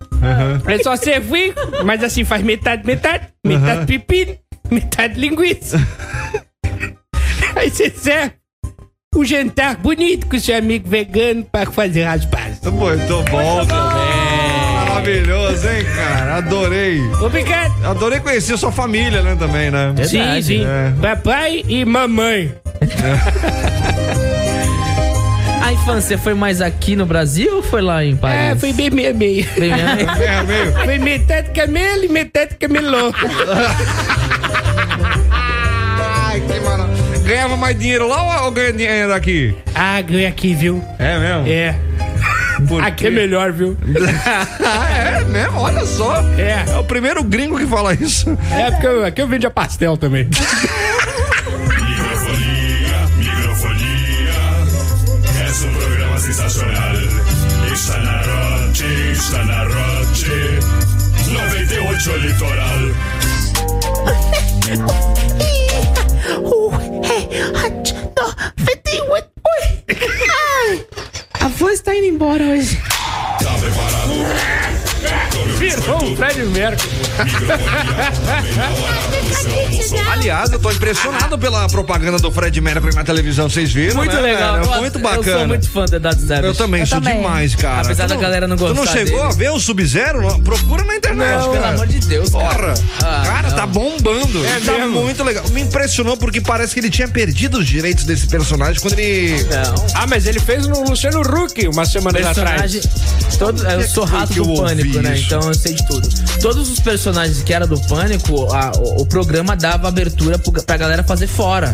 [SPEAKER 3] É só servir, mas assim faz metade, metade. Metade pepino, metade linguiça. Aí você serve um jantar bonito com seu amigo vegano para fazer as pazes.
[SPEAKER 1] Muito bom também. Maravilhoso, hein, cara? Adorei.
[SPEAKER 3] Obrigado.
[SPEAKER 1] Adorei conhecer sua família, né, também, né?
[SPEAKER 2] Verdade.
[SPEAKER 3] sim, sim.
[SPEAKER 1] É.
[SPEAKER 3] Papai e mamãe.
[SPEAKER 2] A infância foi mais aqui no Brasil ou É, foi lá em
[SPEAKER 3] Ah,
[SPEAKER 2] Paris?
[SPEAKER 3] foi bem meia meia.
[SPEAKER 2] [laughs] Bem, né?
[SPEAKER 1] É, meio.
[SPEAKER 3] Foi metade camelo e metade camelô.
[SPEAKER 1] Ai, que maravilha. Ganhava mais dinheiro lá ou ganha dinheiro aqui?
[SPEAKER 3] Ah, ganhei aqui, viu?
[SPEAKER 1] É mesmo?
[SPEAKER 3] É. Aqui é melhor, viu?
[SPEAKER 1] [laughs] é mesmo, olha só. É. o primeiro gringo que fala isso.
[SPEAKER 3] É, porque eu- aqui eu vendia pastel também.
[SPEAKER 11] Microfonia, microfonia. Es un programa sensacional. Está na Rote, está na Rote. 98 Litoral.
[SPEAKER 6] uh, é, A voz tá indo embora hoje.
[SPEAKER 11] Tá preparado?
[SPEAKER 3] Virou um Fred Mercury.
[SPEAKER 1] Aliás, eu tô impressionado pela propaganda do Fred Mercury na televisão, vocês viram?
[SPEAKER 2] Muito
[SPEAKER 1] né,
[SPEAKER 2] legal.
[SPEAKER 1] velho?
[SPEAKER 2] Eu-
[SPEAKER 1] Muito
[SPEAKER 2] Eu sou
[SPEAKER 1] bacana.
[SPEAKER 2] muito fã da Dot Savage.
[SPEAKER 1] Eu também,
[SPEAKER 4] Eu
[SPEAKER 1] sou
[SPEAKER 4] também.
[SPEAKER 1] demais, cara.
[SPEAKER 2] Apesar
[SPEAKER 1] Tu
[SPEAKER 2] da galera não
[SPEAKER 1] Tu não
[SPEAKER 2] gostar
[SPEAKER 1] chegou
[SPEAKER 2] dele.
[SPEAKER 1] a ver o Sub-Zero? Não, Procura na internet,
[SPEAKER 2] Não,
[SPEAKER 1] cara.
[SPEAKER 2] pelo amor de Deus, cara.
[SPEAKER 1] É. Porra.
[SPEAKER 2] Ah,
[SPEAKER 1] cara,
[SPEAKER 2] não.
[SPEAKER 1] tá bombando. É tá
[SPEAKER 3] mesmo?
[SPEAKER 1] muito legal. Me impressionou porque parece que ele tinha perdido os direitos desse personagem quando ele...
[SPEAKER 2] Não.
[SPEAKER 3] Ah, mas ele fez no Luciano Huck uma semana atrás.
[SPEAKER 2] Personagem. Todo, eu sou rato
[SPEAKER 1] que eu
[SPEAKER 2] do
[SPEAKER 1] ouvi
[SPEAKER 2] pânico, né?
[SPEAKER 1] isso?
[SPEAKER 2] Então eu sei de tudo. Todos os personagens que eram do pânico, a- o, o programa dava abertura pro, pra galera fazer fora.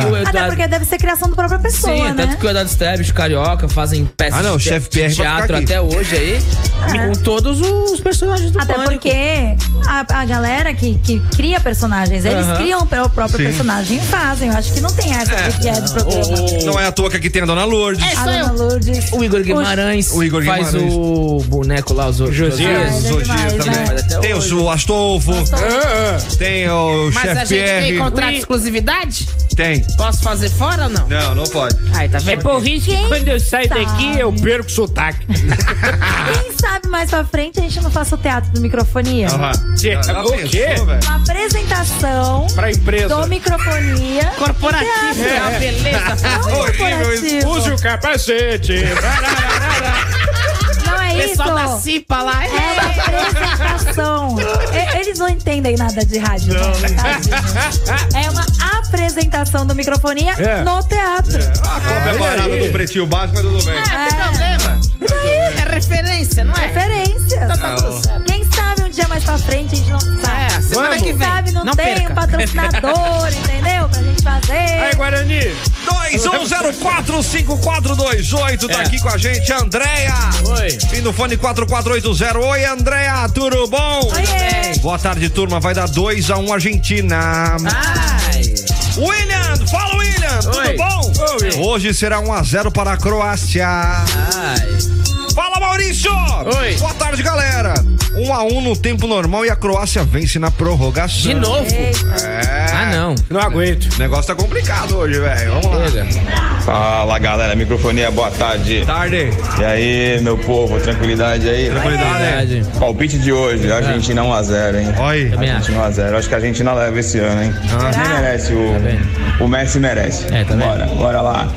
[SPEAKER 2] Tanto que o
[SPEAKER 4] Até
[SPEAKER 2] Eduardo-
[SPEAKER 4] porque deve ser criação da própria pessoa,
[SPEAKER 2] Sim,
[SPEAKER 4] né?
[SPEAKER 2] tanto que o Eduardo Steves, Carioca, fazem peças
[SPEAKER 1] Ah, não, o
[SPEAKER 2] de te-
[SPEAKER 1] chefe Pierre
[SPEAKER 2] de
[SPEAKER 1] vai ficar
[SPEAKER 2] teatro
[SPEAKER 1] aqui.
[SPEAKER 2] até hoje aí,
[SPEAKER 6] É.
[SPEAKER 2] com todos os personagens do
[SPEAKER 4] Até
[SPEAKER 2] Pânico.
[SPEAKER 4] porque a, a galera que, que cria personagens, eles
[SPEAKER 2] Aham.
[SPEAKER 4] criam o pró- próprio
[SPEAKER 1] Sim.
[SPEAKER 4] personagem e fazem. Eu acho que não tem essa de que é do programa.
[SPEAKER 2] O-
[SPEAKER 1] Não é à toa que aqui tem a Dona Lourdes.
[SPEAKER 4] A Dona Lourdes.
[SPEAKER 2] O Igor Guimarães
[SPEAKER 1] O Igor
[SPEAKER 2] faz
[SPEAKER 1] Guimarães.
[SPEAKER 2] o boneco lá, o Zo-
[SPEAKER 3] Josias.
[SPEAKER 2] Josias.
[SPEAKER 4] é
[SPEAKER 1] Os dias
[SPEAKER 4] demais,
[SPEAKER 1] também.
[SPEAKER 2] né? Até
[SPEAKER 1] Tem
[SPEAKER 2] hoje.
[SPEAKER 1] o Astolfo, É, tem o
[SPEAKER 6] Mas a
[SPEAKER 1] Chefe
[SPEAKER 6] gente tem
[SPEAKER 1] Pierre.
[SPEAKER 6] contrato de exclusividade?
[SPEAKER 1] Tem.
[SPEAKER 6] Posso fazer fora ou não?
[SPEAKER 1] Não, não pode.
[SPEAKER 6] Aí, tá vendo?
[SPEAKER 3] É Por isso que quando eu saio daqui, eu perco o [laughs] sotaque.
[SPEAKER 4] Quem sabe mais pra frente a gente não faça o teatro do microfonia?
[SPEAKER 3] Você- é
[SPEAKER 1] Já
[SPEAKER 3] o
[SPEAKER 1] pensou,
[SPEAKER 3] quê?
[SPEAKER 1] velho?
[SPEAKER 4] Uma apresentação
[SPEAKER 3] Pra empresa.
[SPEAKER 4] do microfonia.
[SPEAKER 6] Corporativo, é uma beleza.
[SPEAKER 4] Não, é
[SPEAKER 1] Horrível isso.
[SPEAKER 4] corporativo.
[SPEAKER 3] Use o capacete.
[SPEAKER 4] não é isso.
[SPEAKER 6] Pessoal da Cipa lá.
[SPEAKER 4] É uma
[SPEAKER 6] [laughs]
[SPEAKER 4] apresentação. E- Eles não entendem nada de rádio. né? Tadinho. É uma apresentação do microfonia
[SPEAKER 3] É.
[SPEAKER 4] no teatro. É.
[SPEAKER 1] A cobra é barata do pretinho básico, mas tudo bem.
[SPEAKER 6] Não tem problema. É referência, não é?
[SPEAKER 4] Então Referência.
[SPEAKER 6] Então tá tudo certo.
[SPEAKER 4] Quem sabe um dia mais pra frente a gente não sabe.
[SPEAKER 6] É, semana
[SPEAKER 4] Quem
[SPEAKER 6] que vem.
[SPEAKER 4] sabe não,
[SPEAKER 6] Não
[SPEAKER 4] tem
[SPEAKER 6] perca.
[SPEAKER 4] um
[SPEAKER 6] [laughs]
[SPEAKER 4] patrocinador, entendeu? Pra gente
[SPEAKER 3] Aí,
[SPEAKER 4] fazer.
[SPEAKER 3] Guarani.
[SPEAKER 1] 21045428 tá aqui com a gente, Andréia.
[SPEAKER 2] Oi.
[SPEAKER 1] Fim do fone 4480. Oi, Andréia, tudo bom?
[SPEAKER 4] Oiê.
[SPEAKER 1] Boa tarde, turma. Vai dar 2x1 Argentina.
[SPEAKER 2] Ai.
[SPEAKER 1] William, fala, William. Tudo
[SPEAKER 2] Oi.
[SPEAKER 1] bom? Hoje será 1x0 para a Croácia.
[SPEAKER 2] Ai.
[SPEAKER 1] Fala, Maurício!
[SPEAKER 2] Oi.
[SPEAKER 1] Boa tarde, galera. 1x1 no tempo normal e a Croácia vence na prorrogação.
[SPEAKER 2] De novo?
[SPEAKER 1] É.
[SPEAKER 2] Ah, não.
[SPEAKER 3] Não aguento.
[SPEAKER 1] O negócio tá complicado hoje, velho. Vamos lá.
[SPEAKER 5] Fala galera, microfonia, boa tarde.
[SPEAKER 1] Tarde.
[SPEAKER 5] E aí, meu povo, tranquilidade aí?
[SPEAKER 1] Tranquilidade.
[SPEAKER 2] É Verdade. Tá
[SPEAKER 5] Palpite de hoje, Argentina 1x0, hein?
[SPEAKER 1] Oi.
[SPEAKER 2] Também acho.
[SPEAKER 5] Argentina 1x0. Acho que a Argentina leva esse ano, hein? Quem merece?
[SPEAKER 2] Tá vendo?
[SPEAKER 5] O, o Messi merece.
[SPEAKER 2] É, tá vendo?
[SPEAKER 5] Bora, bora lá.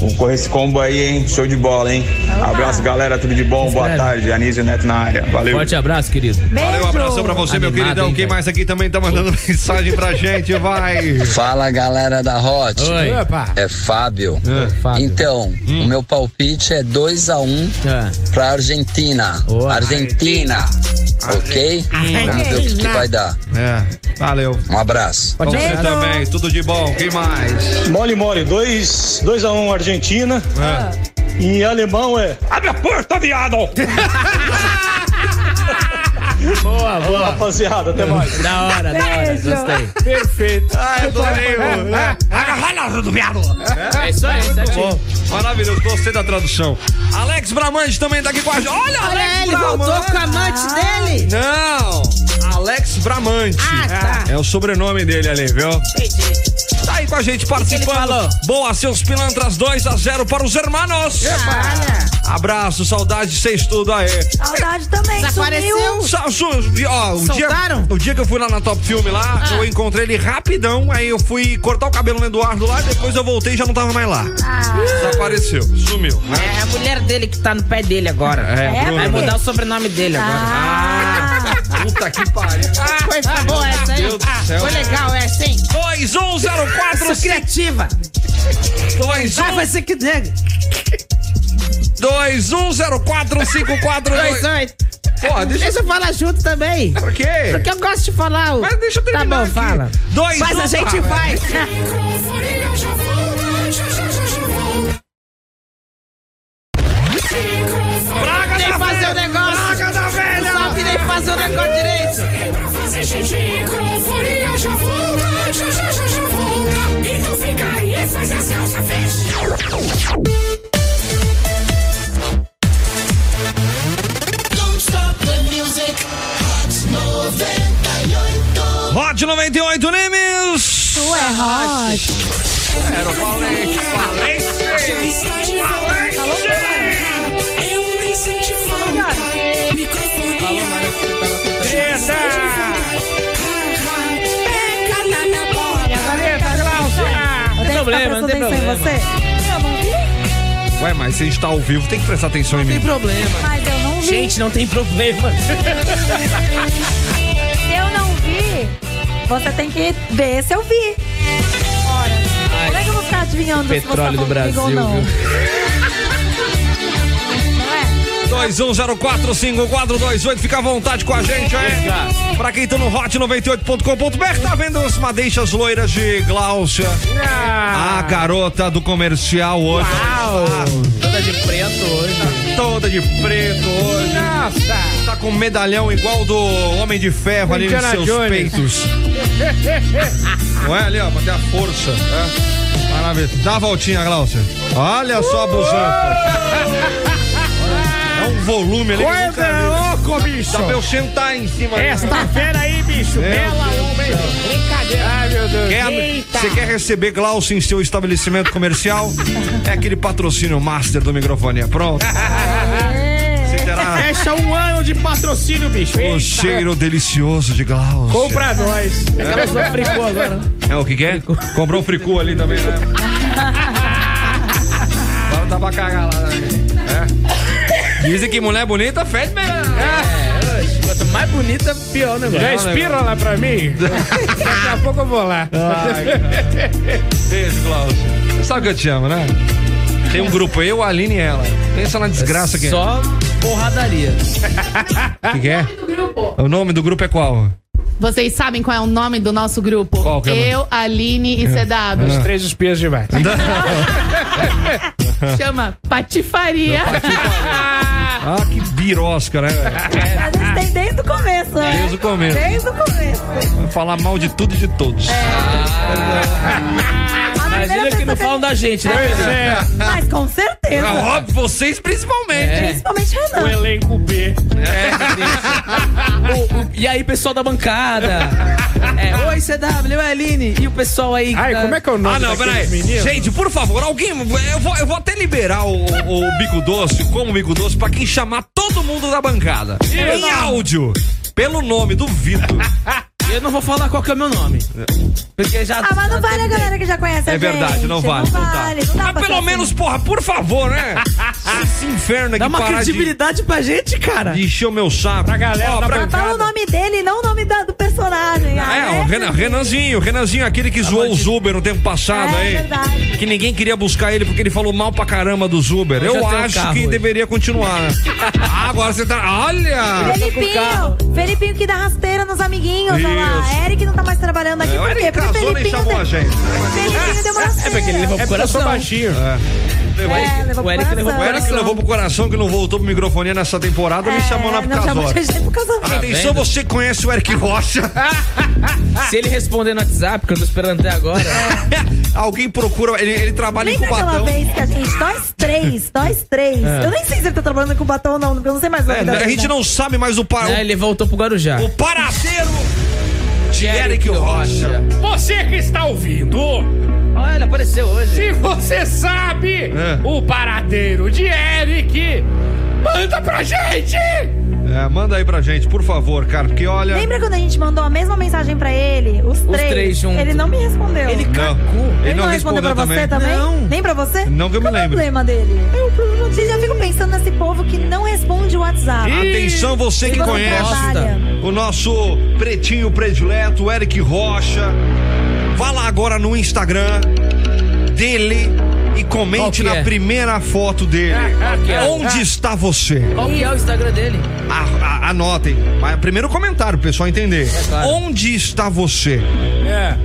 [SPEAKER 5] Vamos correr esse combo aí, hein? Show de bola, hein? Abraço, galera. Tudo de bom? Boa
[SPEAKER 2] Escreve.
[SPEAKER 5] tarde. Anísio Neto na área. Valeu.
[SPEAKER 2] Forte abraço, querido.
[SPEAKER 1] Valeu, um abração pra
[SPEAKER 4] Beijo.
[SPEAKER 1] você, meu
[SPEAKER 2] Animado,
[SPEAKER 1] queridão.
[SPEAKER 2] hein,
[SPEAKER 1] Quem
[SPEAKER 2] velho?
[SPEAKER 1] mais aqui também tá mandando mensagem pra gente,
[SPEAKER 2] [laughs]
[SPEAKER 1] vai.
[SPEAKER 12] Fala galera da Hot,
[SPEAKER 2] Oi.
[SPEAKER 3] Opa.
[SPEAKER 12] é Fábio.
[SPEAKER 1] É,
[SPEAKER 2] Fábio.
[SPEAKER 12] Então,
[SPEAKER 2] Hum.
[SPEAKER 12] o meu palpite é 2 a 1 um
[SPEAKER 2] Ah.
[SPEAKER 12] pra Argentina.
[SPEAKER 2] Boa.
[SPEAKER 12] Argentina. Tá, Ok? Vamos ver o que, que vai dar.
[SPEAKER 1] É, valeu.
[SPEAKER 12] Um abraço.
[SPEAKER 1] Pra você
[SPEAKER 4] abraço.
[SPEAKER 1] também, tudo de bom. Quem mais?
[SPEAKER 5] Mole, mole. 2x1 dois, um, Argentina. E alemão é. Abre a porta, [laughs] viado!
[SPEAKER 2] Boa, boa.
[SPEAKER 5] Rapaziada, até mais.
[SPEAKER 2] Da hora, da hora.
[SPEAKER 4] Beijo.
[SPEAKER 2] Gostei.
[SPEAKER 3] Perfeito.
[SPEAKER 1] Ah, adorei. o- é.
[SPEAKER 11] Agarralha do viado!
[SPEAKER 2] É isso aí, certinho.
[SPEAKER 1] Bom, maravilhoso, gostei da tradução. Alex Bramante também tá aqui com a gente. Olha, Alex
[SPEAKER 6] Olha, ele
[SPEAKER 1] Bramante.
[SPEAKER 6] voltou com a amante dele.
[SPEAKER 1] Não, Alex Bramante.
[SPEAKER 6] Ah, tá.
[SPEAKER 1] É o sobrenome dele ali, viu? Tá aí com a gente participando. Boa, seus pilantras 2 a 0 para os hermanos.
[SPEAKER 6] Olha,
[SPEAKER 1] Abraço, saudade, vocês tudo aí.
[SPEAKER 4] Saudade também. Sumiu.
[SPEAKER 6] desapareceu.
[SPEAKER 1] Sa- su- ó, o, dia,
[SPEAKER 6] Soltaram? Ah.
[SPEAKER 1] o dia que eu fui lá na Top Filme lá, eu encontrei ele rapidão, aí eu fui cortar o cabelo no Eduardo lá, depois eu voltei e já não tava mais lá.
[SPEAKER 6] Ah.
[SPEAKER 1] Desapareceu, sumiu. né?
[SPEAKER 6] É a mulher dele que tá no pé dele agora.
[SPEAKER 1] É,
[SPEAKER 4] É,
[SPEAKER 6] Vai
[SPEAKER 1] Bruno.
[SPEAKER 6] mudar o sobrenome dele agora.
[SPEAKER 4] Ah,
[SPEAKER 6] [laughs]
[SPEAKER 1] Puta que pariu.
[SPEAKER 6] Foi, foi Ah, boa essa, hein?
[SPEAKER 1] Meu Deus do céu.
[SPEAKER 6] Foi legal essa, hein?
[SPEAKER 1] 2104
[SPEAKER 6] Sou criativa. Vai fazer que nega.
[SPEAKER 1] 21045428.
[SPEAKER 6] 28.
[SPEAKER 1] Pô, deixa
[SPEAKER 6] Deixa eu falar junto também.
[SPEAKER 1] Por quê?
[SPEAKER 6] Porque É eu gosto de falar. o-
[SPEAKER 1] Mas deixa eu
[SPEAKER 6] Tá
[SPEAKER 1] terminar
[SPEAKER 6] bom,
[SPEAKER 1] aqui.
[SPEAKER 6] fala.
[SPEAKER 1] Dois,
[SPEAKER 6] Mas
[SPEAKER 1] um,
[SPEAKER 6] a gente
[SPEAKER 1] fala.
[SPEAKER 6] vai.
[SPEAKER 8] é Microfonia já volta, já já já já volta.
[SPEAKER 1] Hot 98 Nimes.
[SPEAKER 4] Tu é hot.
[SPEAKER 1] Era o Valente, Valente,
[SPEAKER 8] Eu nem senti falta. Microfonia. Eita! Pega é na minha bola.
[SPEAKER 2] Não tem problema, não tem problema.
[SPEAKER 1] Ué, mas se a gente tá ao vivo, tem que prestar atenção em mim.
[SPEAKER 2] Não tem problema.
[SPEAKER 4] Mas eu não vi.
[SPEAKER 2] Gente, não tem problema.
[SPEAKER 4] Se eu não vi, você tem que ver se eu vi. Ora, como é que eu vou ficar adivinhando se você tá
[SPEAKER 2] Petróleo do
[SPEAKER 4] falando comigo
[SPEAKER 2] Brasil,
[SPEAKER 4] ou não?
[SPEAKER 2] viu?
[SPEAKER 1] 21045428, fica à vontade com a gente aí. Pra quem tá no hot98.com.br, tá vendo as madeixas loiras de Glaucia? A garota do comercial hoje. Tá
[SPEAKER 2] Toda de preto hoje.
[SPEAKER 1] Toda de preto hoje.
[SPEAKER 3] Nossa!
[SPEAKER 1] Tá com um medalhão igual do Homem de Ferro ali nos
[SPEAKER 3] Indiana
[SPEAKER 1] seus
[SPEAKER 3] Jones. [laughs]
[SPEAKER 1] peitos. Não é ali, ó, pra ter a força. É. Maravilha. Dá a voltinha, Glaucia. Olha só a busanfa. É um volume ali. que eu nunca vi.
[SPEAKER 3] Coisa louco, bicho!
[SPEAKER 1] Dá pra eu sentar em cima. né? ali.
[SPEAKER 3] Esta fera aí, bicho!
[SPEAKER 1] É.
[SPEAKER 3] Bela homem! Brincadeira! Ai, meu Deus!
[SPEAKER 1] Quer,
[SPEAKER 3] Eita!
[SPEAKER 1] você quer receber Glaucio em seu estabelecimento comercial? É aquele patrocínio master do microfone. é
[SPEAKER 3] [laughs]
[SPEAKER 1] Pronto. Você terá
[SPEAKER 3] Fecha um ano de patrocínio, bicho!
[SPEAKER 1] o
[SPEAKER 3] Eita.
[SPEAKER 1] cheiro delicioso de Glaucio.
[SPEAKER 3] Compra nós! Aquela pessoa fricou agora.
[SPEAKER 1] É o que que é? Comprou um fricô ali também, né? Agora dá pra cagar lá, né? É. Dizem que mulher bonita fede mesmo.
[SPEAKER 2] É, quanto mais bonita, pior o negócio.
[SPEAKER 3] Já inspira lá pra [laughs] mim? Daqui a pouco eu vou lá.
[SPEAKER 1] Ai, Beijo, Glaucio. Você sabe que eu te amo, né? Tem um grupo, eu, a Aline e ela. Pensa na desgraça que é.
[SPEAKER 2] Só porradaria.
[SPEAKER 1] O que, que é? O nome do grupo é qual?
[SPEAKER 6] Vocês sabem qual é o nome do nosso grupo?
[SPEAKER 1] Qual que é o nome?
[SPEAKER 6] Eu, Aline e
[SPEAKER 3] Os
[SPEAKER 1] Ah.
[SPEAKER 6] CW.
[SPEAKER 3] três espias de baixo.
[SPEAKER 6] Chama Patifaria.
[SPEAKER 1] [laughs] Ah, que birosca, né?
[SPEAKER 4] A gente tem desde o começo, né?
[SPEAKER 1] Desde o começo.
[SPEAKER 4] Desde o começo.
[SPEAKER 1] Falar mal de tudo e de todos.
[SPEAKER 4] A primeira
[SPEAKER 2] Imagina que não
[SPEAKER 4] pessoa
[SPEAKER 2] falam da gente, né?
[SPEAKER 3] Pois é.
[SPEAKER 4] que- Mas com certeza.
[SPEAKER 1] Ah, óbvio, vocês principalmente.
[SPEAKER 2] É.
[SPEAKER 4] Principalmente
[SPEAKER 3] O
[SPEAKER 4] Renan.
[SPEAKER 3] elenco B.
[SPEAKER 2] O- o- e aí, pessoal da bancada? É, oi, CW, oi, Aline. E o pessoal aí?
[SPEAKER 3] Ai,
[SPEAKER 2] da-
[SPEAKER 3] como é que é o nome
[SPEAKER 1] Ah, não,
[SPEAKER 3] daqueles
[SPEAKER 1] peraí.
[SPEAKER 3] meninos?
[SPEAKER 1] Gente, por favor, alguém. Eu vou, eu vou até liberar o, o bico doce, como bico doce, pra quem chamar todo mundo da bancada. Em áudio. Pelo nome, duvido.
[SPEAKER 2] Eu não vou falar qual que é o meu nome. Porque já.
[SPEAKER 4] Ah, mas não vale a galera que já conhece a
[SPEAKER 1] É
[SPEAKER 4] gente.
[SPEAKER 1] verdade, não vale.
[SPEAKER 4] Não
[SPEAKER 1] não dá.
[SPEAKER 4] vale. Não dá pra
[SPEAKER 1] Mas
[SPEAKER 4] ser
[SPEAKER 1] Ah, pelo
[SPEAKER 4] assim.
[SPEAKER 1] menos, porra, por favor, né? Esse inferno aqui
[SPEAKER 2] Dá uma
[SPEAKER 1] parar de-
[SPEAKER 2] credibilidade pra gente, cara.
[SPEAKER 1] de encher o meu saco.
[SPEAKER 3] Pra galera
[SPEAKER 1] Ó,
[SPEAKER 3] da
[SPEAKER 1] pra-
[SPEAKER 3] bancada.
[SPEAKER 4] Fala o nome dele e não o nome da- do personagem. Ah,
[SPEAKER 1] É, o Renan- Renanzinho, Renanzinho, aquele que zoou os Uber no tempo passado
[SPEAKER 4] É
[SPEAKER 1] aí.
[SPEAKER 4] verdade.
[SPEAKER 1] Que ninguém queria buscar ele porque ele falou mal pra caramba dos Uber. Eu,
[SPEAKER 2] Eu já tenho
[SPEAKER 1] acho
[SPEAKER 2] carro
[SPEAKER 1] que
[SPEAKER 2] hoje.
[SPEAKER 1] deveria continuar, né? Ah, agora você tá. Olha!
[SPEAKER 4] Felipinho, Felipinho que dá rasteira nos amiguinhos, olha
[SPEAKER 1] Isso.
[SPEAKER 4] lá. Eric não tá mais trabalhando aqui,
[SPEAKER 1] É, o
[SPEAKER 4] por quê?
[SPEAKER 1] Eric
[SPEAKER 4] Porque
[SPEAKER 1] casou, nem
[SPEAKER 4] Felipinho,
[SPEAKER 1] chamou a gente. Ah,
[SPEAKER 4] Felipinho deu uma rasteira.
[SPEAKER 2] É porque ele levou
[SPEAKER 3] É
[SPEAKER 2] pro
[SPEAKER 3] porque eu sou
[SPEAKER 2] coração.
[SPEAKER 3] baixinho.
[SPEAKER 1] Levou-
[SPEAKER 4] É, levou
[SPEAKER 2] O
[SPEAKER 4] pro
[SPEAKER 2] Eric levou
[SPEAKER 1] O
[SPEAKER 4] coração.
[SPEAKER 1] Eric levou pro coração que não voltou pro microfone nessa temporada, me chamou lá pro
[SPEAKER 4] É, não chamou
[SPEAKER 1] casório. Ah,
[SPEAKER 4] a gente pro casamento.
[SPEAKER 1] Atenção,
[SPEAKER 2] Tá vendo?
[SPEAKER 1] você que conhece o Eric
[SPEAKER 4] [laughs]
[SPEAKER 1] Rocha.
[SPEAKER 2] Se ele responder no WhatsApp, que eu tô esperando até agora.
[SPEAKER 1] Alguém procura, ele, ele trabalha
[SPEAKER 4] Lembra
[SPEAKER 1] em Cubatão.
[SPEAKER 4] aquela vez que a gente, nós três, nós três. Eu nem sei se ele tá trabalhando com batom ou não, porque eu não sei mais o nome
[SPEAKER 1] É,
[SPEAKER 4] da
[SPEAKER 1] a gente
[SPEAKER 4] vida.
[SPEAKER 1] não sabe mais o, par,
[SPEAKER 2] Né, ele voltou pro Guarujá.
[SPEAKER 1] o paradeiro de Eric Rocha.
[SPEAKER 3] Você que está ouvindo,
[SPEAKER 2] Olha, ele apareceu hoje.
[SPEAKER 3] se você sabe o paradeiro de Eric, manda pra gente!
[SPEAKER 1] É, manda aí pra gente, por favor, cara, porque olha.
[SPEAKER 4] Lembra quando a gente mandou a mesma mensagem pra ele? Os três.
[SPEAKER 2] três juntos.
[SPEAKER 4] Ele não me respondeu.
[SPEAKER 2] Ele
[SPEAKER 4] Ele
[SPEAKER 1] Não,
[SPEAKER 2] Cacu.
[SPEAKER 1] ele não,
[SPEAKER 4] respondeu pra você também?
[SPEAKER 2] Não.
[SPEAKER 4] Nem pra você?
[SPEAKER 1] Não que eu me
[SPEAKER 4] Qual é o
[SPEAKER 1] lembre.
[SPEAKER 4] problema dele? Eu, vocês já ficam pensando nesse povo que não responde o WhatsApp.
[SPEAKER 1] Atenção, você
[SPEAKER 4] Ele
[SPEAKER 1] que
[SPEAKER 4] não
[SPEAKER 1] conhece
[SPEAKER 4] trabalha.
[SPEAKER 1] o nosso pretinho predileto, Eric Rocha. Vá lá agora no Instagram dele e
[SPEAKER 2] Qual
[SPEAKER 1] comente
[SPEAKER 2] que
[SPEAKER 1] na
[SPEAKER 2] é?
[SPEAKER 1] primeira foto dele.
[SPEAKER 2] que é?
[SPEAKER 1] Onde está você?
[SPEAKER 2] Qual que é o Instagram dele?
[SPEAKER 1] A- a- anotem. Mas primeiro comentário, pro pessoal entender.
[SPEAKER 2] É, claro. É.
[SPEAKER 1] Onde está você?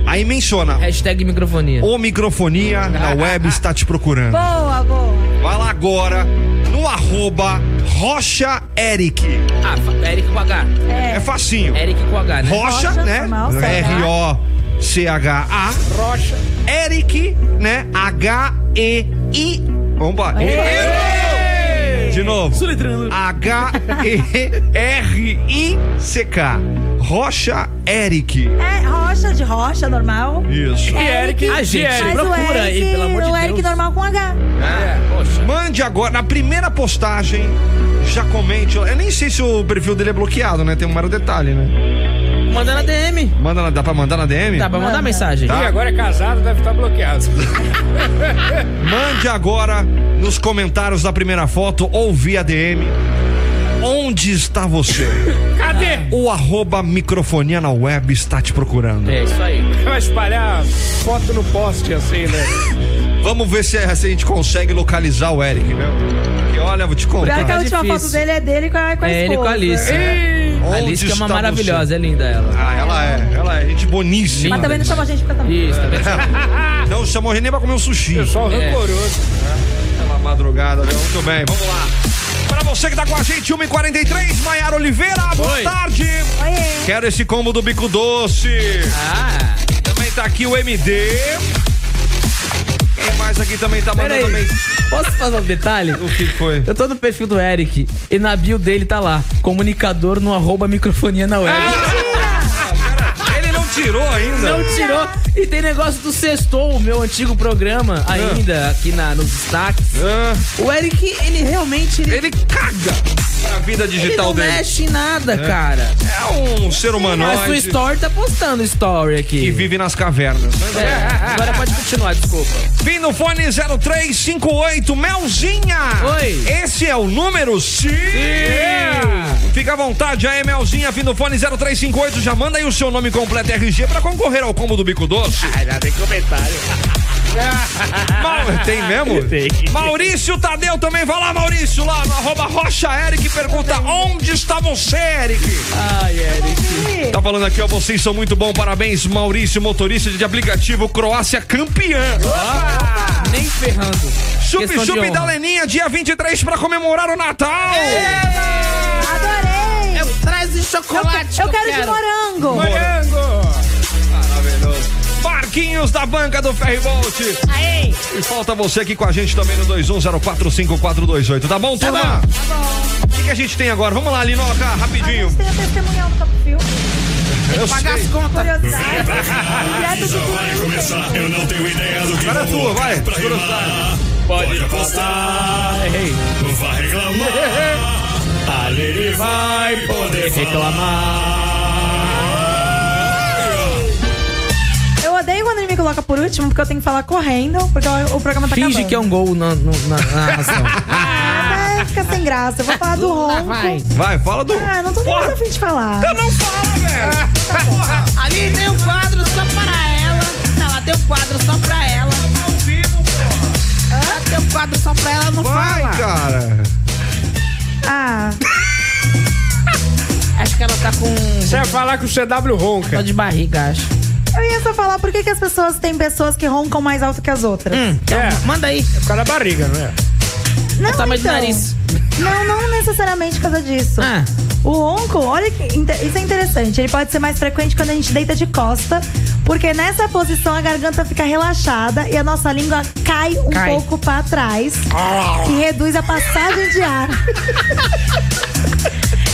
[SPEAKER 1] Aí menciona.
[SPEAKER 2] Hashtag microfonia.
[SPEAKER 1] O microfonia
[SPEAKER 2] [laughs]
[SPEAKER 1] na web está te procurando.
[SPEAKER 4] Boa, boa.
[SPEAKER 1] Vai lá agora no arroba Rocha Eric.
[SPEAKER 2] Ah, fa- Eric com H.
[SPEAKER 1] É facinho.
[SPEAKER 2] Eric com H, né?
[SPEAKER 1] Rocha,
[SPEAKER 4] Rocha,
[SPEAKER 1] né?
[SPEAKER 4] normal, certo.
[SPEAKER 1] R-O-C-H-A.
[SPEAKER 3] Rocha.
[SPEAKER 1] Eric, né? H-E-I. Vamos lá.
[SPEAKER 4] Aê!
[SPEAKER 1] De novo. H-E-R-I-C-K. Rocha Eric.
[SPEAKER 4] É rocha de rocha normal.
[SPEAKER 1] Isso.
[SPEAKER 4] É
[SPEAKER 2] a gente
[SPEAKER 4] mas
[SPEAKER 2] procura
[SPEAKER 4] o Eric,
[SPEAKER 2] aí, pelo amor de
[SPEAKER 4] O Eric
[SPEAKER 2] Deus. Então
[SPEAKER 4] normal com H.
[SPEAKER 1] Mande agora, na primeira postagem, já comente. Eu nem sei se o perfil dele é bloqueado, né? Tem um maior detalhe, né?
[SPEAKER 2] Manda na DM.
[SPEAKER 1] Manda na- dá pra mandar na DM?
[SPEAKER 2] Dá pra mandar mensagem.
[SPEAKER 1] Tá.
[SPEAKER 3] E agora é casado, deve estar bloqueado.
[SPEAKER 1] Mande agora nos comentários da primeira foto ou via DM. Onde está você?
[SPEAKER 3] Cadê?
[SPEAKER 1] O arroba microfonia na web está te procurando.
[SPEAKER 2] É isso aí.
[SPEAKER 3] Vai espalhar foto no poste assim, né?
[SPEAKER 1] Vamos ver se, se a gente consegue localizar o Eric, viu? Que olha, vou te
[SPEAKER 4] Pior
[SPEAKER 1] contar.
[SPEAKER 4] que a última
[SPEAKER 2] tá difícil.
[SPEAKER 4] foto dele é dele com a, com a
[SPEAKER 2] É ele com a Alice.
[SPEAKER 4] esposa.
[SPEAKER 2] né? A Alice que é
[SPEAKER 1] está
[SPEAKER 2] uma
[SPEAKER 1] você?
[SPEAKER 2] maravilhosa, é linda ela.
[SPEAKER 1] Ah, ela é, ela é gente boníssima.
[SPEAKER 4] Mas também não chama a gente pra também.
[SPEAKER 2] Isso,
[SPEAKER 1] [laughs]
[SPEAKER 2] tá vendo?
[SPEAKER 1] Não chamou a gente nem pra comer um sushi.
[SPEAKER 3] Pessoal
[SPEAKER 2] É.
[SPEAKER 3] rancoroso.
[SPEAKER 1] Pela madrugada, viu? Muito bem, vamos lá. Pra você que tá com a gente, 1h43, Maiara Oliveira, boa
[SPEAKER 2] Oi.
[SPEAKER 1] tarde.
[SPEAKER 4] Oiê.
[SPEAKER 1] Quero esse combo do bico doce.
[SPEAKER 2] Ah,
[SPEAKER 1] Também tá aqui o MD. Quem mais aqui também tá mandando
[SPEAKER 2] peraí.
[SPEAKER 1] também?
[SPEAKER 2] Posso fazer um detalhe?
[SPEAKER 1] O que foi?
[SPEAKER 2] Eu tô no perfil do Eric e na bio dele tá lá, comunicador no arroba microfonia na web.
[SPEAKER 1] Ah! Ele não tirou ainda.
[SPEAKER 2] Não Então tirou. E tem negócio do Sextou, o meu antigo programa, ainda aqui na, nos destaques.
[SPEAKER 1] Ah,
[SPEAKER 2] O Eric, ele realmente ele,
[SPEAKER 1] ele caga pra vida
[SPEAKER 2] ele
[SPEAKER 1] digital
[SPEAKER 2] não
[SPEAKER 1] dele.
[SPEAKER 2] mexe em nada, cara.
[SPEAKER 1] É um ser
[SPEAKER 2] Mas o
[SPEAKER 1] humanoide
[SPEAKER 2] Story tá postando Story
[SPEAKER 1] que
[SPEAKER 2] aqui.
[SPEAKER 1] vive nas cavernas.
[SPEAKER 2] É, agora pode continuar, desculpa.
[SPEAKER 1] Vim no fone 0358, Melzinha!
[SPEAKER 2] Oi.
[SPEAKER 1] Esse é o número? Sim! Fica à vontade aí, Melzinha, vindo no fone 0358, já manda aí o seu nome completo e RG pra concorrer ao combo do Bico Doce. Ah, já [laughs] tem comentário. tem
[SPEAKER 2] [laughs]
[SPEAKER 1] mesmo? Tem. Maurício Tadeu também, vai lá, Maurício, lá no arroba Rocha Eric, pergunta onde está você, Eric?
[SPEAKER 2] Ai, Eric.
[SPEAKER 1] Tá falando aqui, ó, vocês são muito bom, parabéns, Maurício, motorista de aplicativo Croácia campeã.
[SPEAKER 2] Nem ferrando.
[SPEAKER 1] Chup
[SPEAKER 2] Questão de
[SPEAKER 1] Chup
[SPEAKER 2] honra.
[SPEAKER 1] da Leninha, dia 23 pra comemorar o Natal!
[SPEAKER 4] Adorei.
[SPEAKER 6] [laughs] Eu traz de chocolate.
[SPEAKER 4] Eu quero de morango.
[SPEAKER 1] Maravilhoso! Marquinhos da banca do Ferribolt!
[SPEAKER 6] Aê!
[SPEAKER 1] E falta você aqui com a gente também no 21045428, tá bom, turma? Tá bom. O que, que a gente tem agora? Vamos lá, Linoca,
[SPEAKER 4] A
[SPEAKER 1] rapidinho.
[SPEAKER 4] gente tem o testemunhal do Top Filme.
[SPEAKER 1] Eu
[SPEAKER 6] Pagar
[SPEAKER 1] sei.
[SPEAKER 6] as contas.
[SPEAKER 4] Curiosidade. Direto de
[SPEAKER 13] Vai começar, eu não tenho ideia do que
[SPEAKER 1] Agora é
[SPEAKER 13] vou
[SPEAKER 1] tua, vai.
[SPEAKER 13] pra rimar. Pode apostar,
[SPEAKER 2] Errei.
[SPEAKER 13] vai reclamar. A Lili vai poder reclamar.
[SPEAKER 4] Eu odeio quando ele me coloca por último, porque eu tenho que falar correndo, porque o programa tá
[SPEAKER 2] Finge
[SPEAKER 4] acabando.
[SPEAKER 2] que é um gol na, no- na, na narração.
[SPEAKER 4] Ah, fica sem graça. Eu vou
[SPEAKER 2] [laughs]
[SPEAKER 4] falar do ronco.
[SPEAKER 2] Vai.
[SPEAKER 1] Vai, fala do.
[SPEAKER 4] Ah, não tô nem mais
[SPEAKER 1] Porra,
[SPEAKER 4] a fim de falar.
[SPEAKER 1] eu não fala, velho. Porra,
[SPEAKER 6] Ali tem um quadro só para ela. Tá lá, tem um quadro só pra ela.
[SPEAKER 1] ao vivo, porra.
[SPEAKER 6] Lá tem um quadro só pra ela, não
[SPEAKER 1] Vai,
[SPEAKER 6] fala.
[SPEAKER 1] cara.
[SPEAKER 4] Ah,
[SPEAKER 6] Acho que ela tá com...
[SPEAKER 3] Você vai É falar que o CW ronca. é
[SPEAKER 6] Tô de barriga, acho.
[SPEAKER 4] eu ia só falar por que, que as pessoas têm pessoas que roncam mais alto que as outras.
[SPEAKER 2] Hum,
[SPEAKER 3] É,
[SPEAKER 6] Manda aí.
[SPEAKER 3] é por causa da barriga, não é?
[SPEAKER 4] Não, então.
[SPEAKER 6] Tá mais de nariz.
[SPEAKER 4] Não, não necessariamente por causa disso.
[SPEAKER 2] [laughs] Ah.
[SPEAKER 4] O ronco, olha que inte- isso é interessante. Ele pode ser mais frequente quando a gente deita de costa, porque nessa posição a garganta fica relaxada e a nossa língua cai um
[SPEAKER 2] Cai.
[SPEAKER 4] pouco pra trás, que reduz a passagem de ar. [laughs]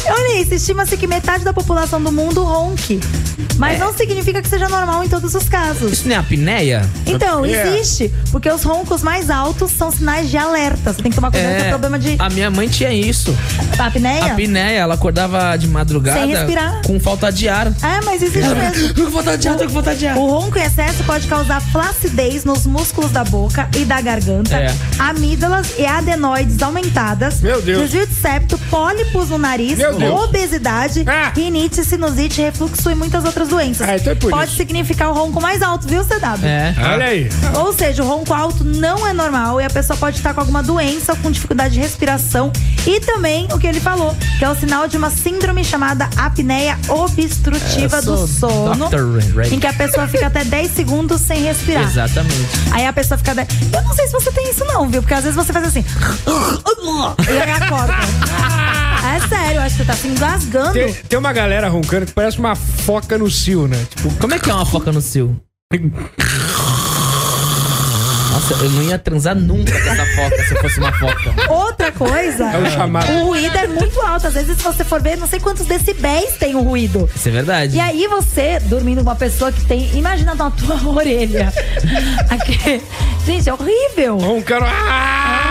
[SPEAKER 4] Olha isso, estima-se que metade da população do mundo ronque.
[SPEAKER 2] É.
[SPEAKER 4] Mas não significa que seja normal em todos os casos.
[SPEAKER 2] Isso não é apneia?
[SPEAKER 4] Então,
[SPEAKER 3] É.
[SPEAKER 4] existe, porque os roncos mais altos são sinais de alerta. Você tem que tomar cuidado com o problema de
[SPEAKER 2] É. A minha mãe tinha isso.
[SPEAKER 4] apneia.
[SPEAKER 2] A apneia, ela acordava de madrugada
[SPEAKER 4] Sem respirar.
[SPEAKER 2] com falta de ar.
[SPEAKER 4] É, mas existe mesmo.
[SPEAKER 2] Tô com vontade de ar, tô com vontade de ar.
[SPEAKER 4] O ronco em excesso pode causar flacidez nos músculos da boca e da garganta,
[SPEAKER 2] É.
[SPEAKER 4] amígdalas e adenoides aumentadas,
[SPEAKER 3] Meu Deus.
[SPEAKER 4] desvio de septo, pólipos no nariz,
[SPEAKER 3] Meu Deus.
[SPEAKER 4] obesidade,
[SPEAKER 3] Ah.
[SPEAKER 4] rinite, sinusite, refluxo e muitas outras doenças.
[SPEAKER 3] Ah, então é por
[SPEAKER 4] pode
[SPEAKER 3] isso.
[SPEAKER 4] significar o ronco mais alto, viu, CW?
[SPEAKER 2] É.
[SPEAKER 3] Olha aí.
[SPEAKER 4] Ou seja, o ronco alto não é normal e a pessoa pode estar com alguma doença ou com dificuldade de respiração. E também o que ele falou, que é o sinal de uma síndrome chamada apneia obstrutiva
[SPEAKER 2] Eu
[SPEAKER 4] do
[SPEAKER 2] sou
[SPEAKER 4] sono,
[SPEAKER 2] Dr. Ray.
[SPEAKER 4] em que a pessoa fica até 10 segundos sem respirar.
[SPEAKER 2] Exatamente.
[SPEAKER 4] Aí a pessoa fica. dez- Eu não sei se você tem isso, não, viu? Porque às vezes você faz assim. E aí acorda. É sério, eu acho que você tá se engasgando.
[SPEAKER 3] Tem, tem uma galera roncando que parece uma foca no cio, né? Tipo,
[SPEAKER 2] Como é que é uma foca no cio?
[SPEAKER 14] Nossa, eu não ia transar nunca com essa foca se eu fosse uma foca.
[SPEAKER 4] Outra coisa,
[SPEAKER 3] Ah.
[SPEAKER 14] É o chamado.
[SPEAKER 4] o ruído é muito alto. Às vezes, se você for ver, não sei quantos decibéis tem o ruído.
[SPEAKER 14] Isso é verdade.
[SPEAKER 4] E aí você, dormindo com uma pessoa que tem. Imagina na tua [laughs] orelha. Aqui. Gente, é horrível.
[SPEAKER 3] Um cara.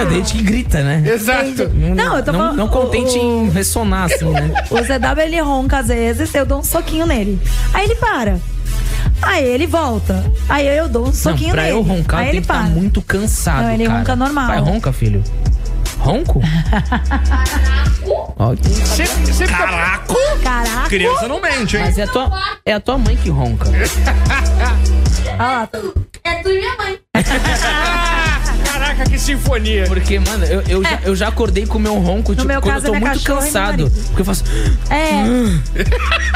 [SPEAKER 14] É dente que grita, né?
[SPEAKER 3] Ah! Exato.
[SPEAKER 4] Não, eu tô
[SPEAKER 14] não,
[SPEAKER 4] falando-
[SPEAKER 14] não contente
[SPEAKER 4] o-
[SPEAKER 14] em ressonar, assim, né?
[SPEAKER 4] O ZW ele ronca às vezes, eu dou um soquinho nele. Aí ele para. Aí ele volta. Aí eu dou um [laughs] soquinho
[SPEAKER 14] não, pra
[SPEAKER 4] nele.
[SPEAKER 14] eu roncar,
[SPEAKER 4] Aí
[SPEAKER 14] eu
[SPEAKER 4] ele
[SPEAKER 14] tenho que
[SPEAKER 4] para.
[SPEAKER 14] estar muito cansado,
[SPEAKER 4] Não, ele
[SPEAKER 14] cara.
[SPEAKER 4] ronca normal.
[SPEAKER 14] Vai, ronca, filho. Ronco? Ó, que-
[SPEAKER 1] Caraca!
[SPEAKER 4] Caraca!
[SPEAKER 1] Criança não mente, hein?
[SPEAKER 14] Mas é a tua, é a tua mãe que ronca.
[SPEAKER 4] Ah,
[SPEAKER 7] É tu e minha mãe.
[SPEAKER 3] Caraca, que sinfonia.
[SPEAKER 14] Porque, mano, eu, eu, já, eu já acordei com o meu ronco, tipo,
[SPEAKER 4] É. meu
[SPEAKER 14] quando
[SPEAKER 4] caso,
[SPEAKER 14] eu
[SPEAKER 4] é
[SPEAKER 14] tô
[SPEAKER 4] minha
[SPEAKER 14] muito
[SPEAKER 4] cachorra e meu
[SPEAKER 14] cansado.
[SPEAKER 4] marido.
[SPEAKER 14] Porque eu faço. [gasps] Hum,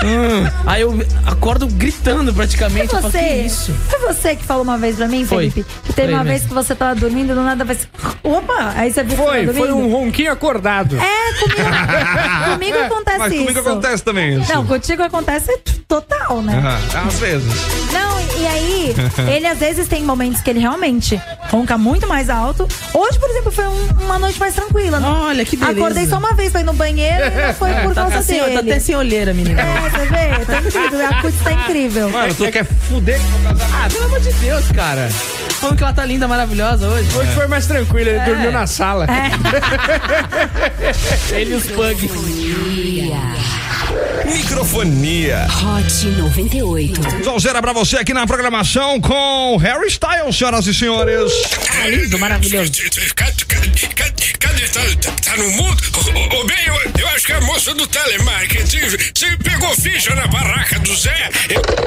[SPEAKER 4] É.
[SPEAKER 14] "Ah", Aí eu acordo gritando
[SPEAKER 4] Foi
[SPEAKER 14] praticamente. eu falo, que
[SPEAKER 4] você,
[SPEAKER 14] isso?
[SPEAKER 4] foi você que falou uma vez pra mim,
[SPEAKER 14] Foi.
[SPEAKER 4] Felipe? Que teve
[SPEAKER 14] Foi
[SPEAKER 4] uma
[SPEAKER 14] mesmo.
[SPEAKER 4] vez que você tava dormindo, do nada vai ser. Opa! Aí você viu que
[SPEAKER 3] Foi,
[SPEAKER 4] tava
[SPEAKER 3] foi um
[SPEAKER 4] dormindo.
[SPEAKER 3] ronquinho acordado.
[SPEAKER 4] É, comigo, comigo acontece
[SPEAKER 1] Mas comigo
[SPEAKER 4] isso.
[SPEAKER 1] acontece também isso.
[SPEAKER 4] Não, contigo acontece total, né?
[SPEAKER 1] Aham, Às vezes.
[SPEAKER 4] Não,
[SPEAKER 14] [laughs]
[SPEAKER 4] e aí, ele às vezes tem momentos que ele realmente ronca muito mais alto. Hoje, por exemplo, foi um- uma noite mais tranquila. né?
[SPEAKER 14] Olha, que beleza.
[SPEAKER 4] Acordei só uma vez pra ir no banheiro e não foi por
[SPEAKER 14] Tá
[SPEAKER 4] causa
[SPEAKER 6] assim,
[SPEAKER 14] sem-
[SPEAKER 4] dele.
[SPEAKER 14] tá até sem olheira, menina.
[SPEAKER 4] É, você vê? Tá incrível, a acústica tá incrível.
[SPEAKER 1] Mano, tu quer fuder com meu casamento?
[SPEAKER 14] Ah, pelo amor de Deus, cara. Falando que ela tá linda, maravilhosa hoje.
[SPEAKER 3] Hoje foi mais tranquilo, ele
[SPEAKER 14] É.
[SPEAKER 3] dormiu na sala.
[SPEAKER 14] Ele e os pug.
[SPEAKER 1] Microfonia.
[SPEAKER 15] Hot 98.
[SPEAKER 1] Sonzeira pra você aqui na programação com Harry Styles, senhoras e senhores.
[SPEAKER 14] Tá lindo, maravilhoso.
[SPEAKER 5] Cadê? Tá, tá- tá no mundo? Ô, ô, bem, eu, eu acho que é a moça do telemarketing. Você pegou ficha na barraca do Zé?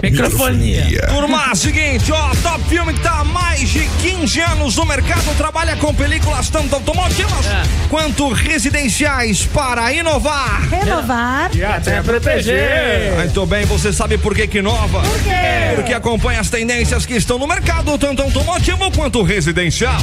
[SPEAKER 14] Microfonia.
[SPEAKER 1] Turma, é seguinte, ó, top filme que tá há mais de 15 anos no mercado, trabalha com películas tanto automotivas quanto residenciais para inovar.
[SPEAKER 4] Renovar.
[SPEAKER 14] é,
[SPEAKER 3] E até proteger.
[SPEAKER 1] Muito bem, você sabe por que que inova? Por
[SPEAKER 14] é,
[SPEAKER 4] quê?
[SPEAKER 1] Porque acompanha as tendências que estão no mercado, tanto automotivo quanto residencial.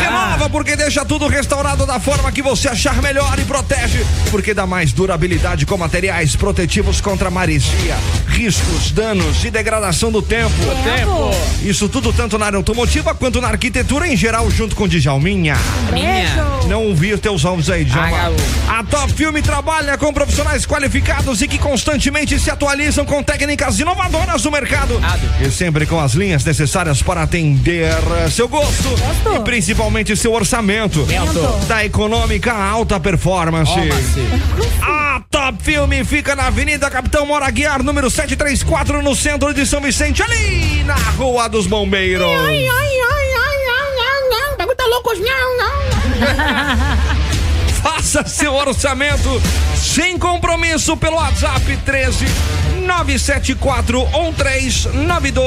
[SPEAKER 1] Renova porque deixa tudo restaurado da forma que você achar melhor e protege, porque dá mais durabilidade com materiais protetivos contra maresia, riscos, danos e degradação do tempo.
[SPEAKER 14] né,
[SPEAKER 4] Tempo.
[SPEAKER 1] Isso tudo tanto na área automotiva quanto na arquitetura em geral, junto com Djalminha.
[SPEAKER 4] Beijo.
[SPEAKER 1] Não ouvi os teus alvos aí, Djalma. A Top Filme trabalha com profissionais qualificados e que constantemente se atualizam com técnicas inovadoras do mercado. E sempre com as linhas necessárias para atender eh, seu gosto e principalmente seu orçamento. Da econômica à alta performance. A Top Filme fica na Avenida Capitão Mora Guiar, número 734, no centro de São Vicente, ali na Rua dos Bombeiros.
[SPEAKER 7] Ai, ai, ai, ai, ai, ai, ai. O bagulho tá louco hoje. Não, não.
[SPEAKER 1] [laughs] Faça seu orçamento sem compromisso pelo WhatsApp 13 974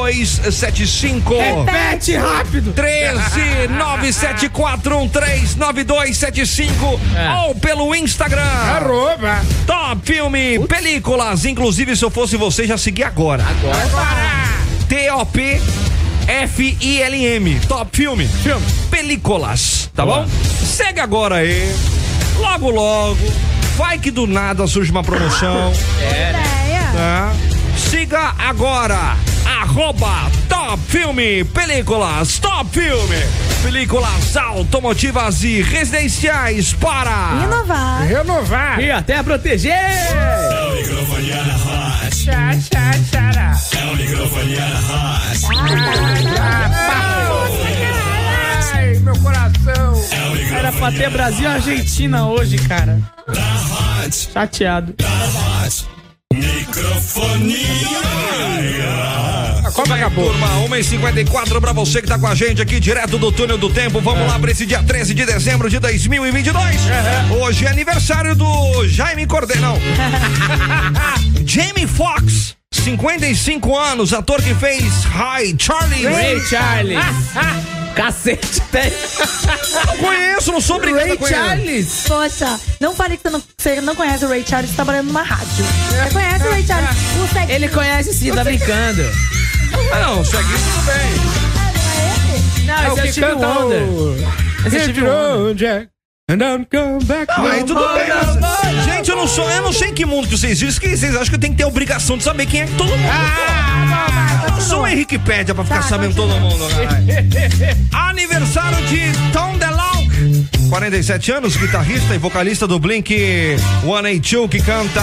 [SPEAKER 1] 139275.
[SPEAKER 3] Repete rápido.
[SPEAKER 1] 13 974 139275 ou pelo Instagram.
[SPEAKER 3] Arroba.
[SPEAKER 1] Top filme, películas. Inclusive, se eu fosse você, já segui agora. T-O-P. F-I-L-M, top filme. filme. Películas, tá bom? Segue agora aí. Logo, logo. Vai que do nada surge uma
[SPEAKER 3] [laughs]
[SPEAKER 1] promoção.
[SPEAKER 4] Ideia.
[SPEAKER 1] tá? Siga agora. Arroba Top Filme Películas Top Filme Películas automotivas e residenciais para
[SPEAKER 4] Inovar.
[SPEAKER 3] Renovar.
[SPEAKER 14] E até proteger.
[SPEAKER 5] Microfonia na voz.
[SPEAKER 3] Tchá, tchá, tchará.
[SPEAKER 5] É o microfonia na voz.
[SPEAKER 3] Ai, meu coração.
[SPEAKER 14] Era pra ter Brasil e Argentina hoje, cara.
[SPEAKER 5] Na voz.
[SPEAKER 14] Chateado.
[SPEAKER 5] Na voz. Microfonia.
[SPEAKER 1] Como acabou? Turma, 1h54 pra você que tá com a gente aqui direto do túnel do tempo.
[SPEAKER 14] É.
[SPEAKER 1] Vamos lá pra esse dia 13 de dezembro de 2022. Hoje é aniversário do Jaime Cordeiro.
[SPEAKER 14] [laughs]
[SPEAKER 1] Não. Jamie Foxx, 55 anos, ator que fez Hi Charlie.
[SPEAKER 14] Ray Charles. [laughs] Cacete.
[SPEAKER 1] Não conheço, não sou obrigado a
[SPEAKER 14] Ray
[SPEAKER 1] conhecer.
[SPEAKER 14] Charles.
[SPEAKER 4] Poxa, não fale que você não, você não conhece o Ray Charles tá trabalhando numa rádio. Você conhece o Ray Charles? O sexy-
[SPEAKER 14] Ele conhece sim, tá brincando.
[SPEAKER 1] Ah, não, segue tudo bem.
[SPEAKER 14] Não,
[SPEAKER 3] É
[SPEAKER 14] esse é
[SPEAKER 3] o
[SPEAKER 14] o
[SPEAKER 3] que
[SPEAKER 14] Steve
[SPEAKER 3] canta
[SPEAKER 14] Wonder.
[SPEAKER 3] o... um
[SPEAKER 14] Esse é o Steve Wonder.
[SPEAKER 3] Onde é? And I'm come back.
[SPEAKER 1] Não, aí
[SPEAKER 3] no
[SPEAKER 1] tudo
[SPEAKER 3] more.
[SPEAKER 1] bem, mas... Gente, eu não sou, eu não sei em que mundo que vocês vivem, que vocês acham que eu tenho que ter a obrigação de saber quem é que todo mundo. Ah, eu não Tá, sou uma Henriquipédia é pra ficar sabendo todo mundo, [laughs] cara. Aniversário de Tom DeLonge. 47 anos, guitarrista e vocalista do Blink 182 que canta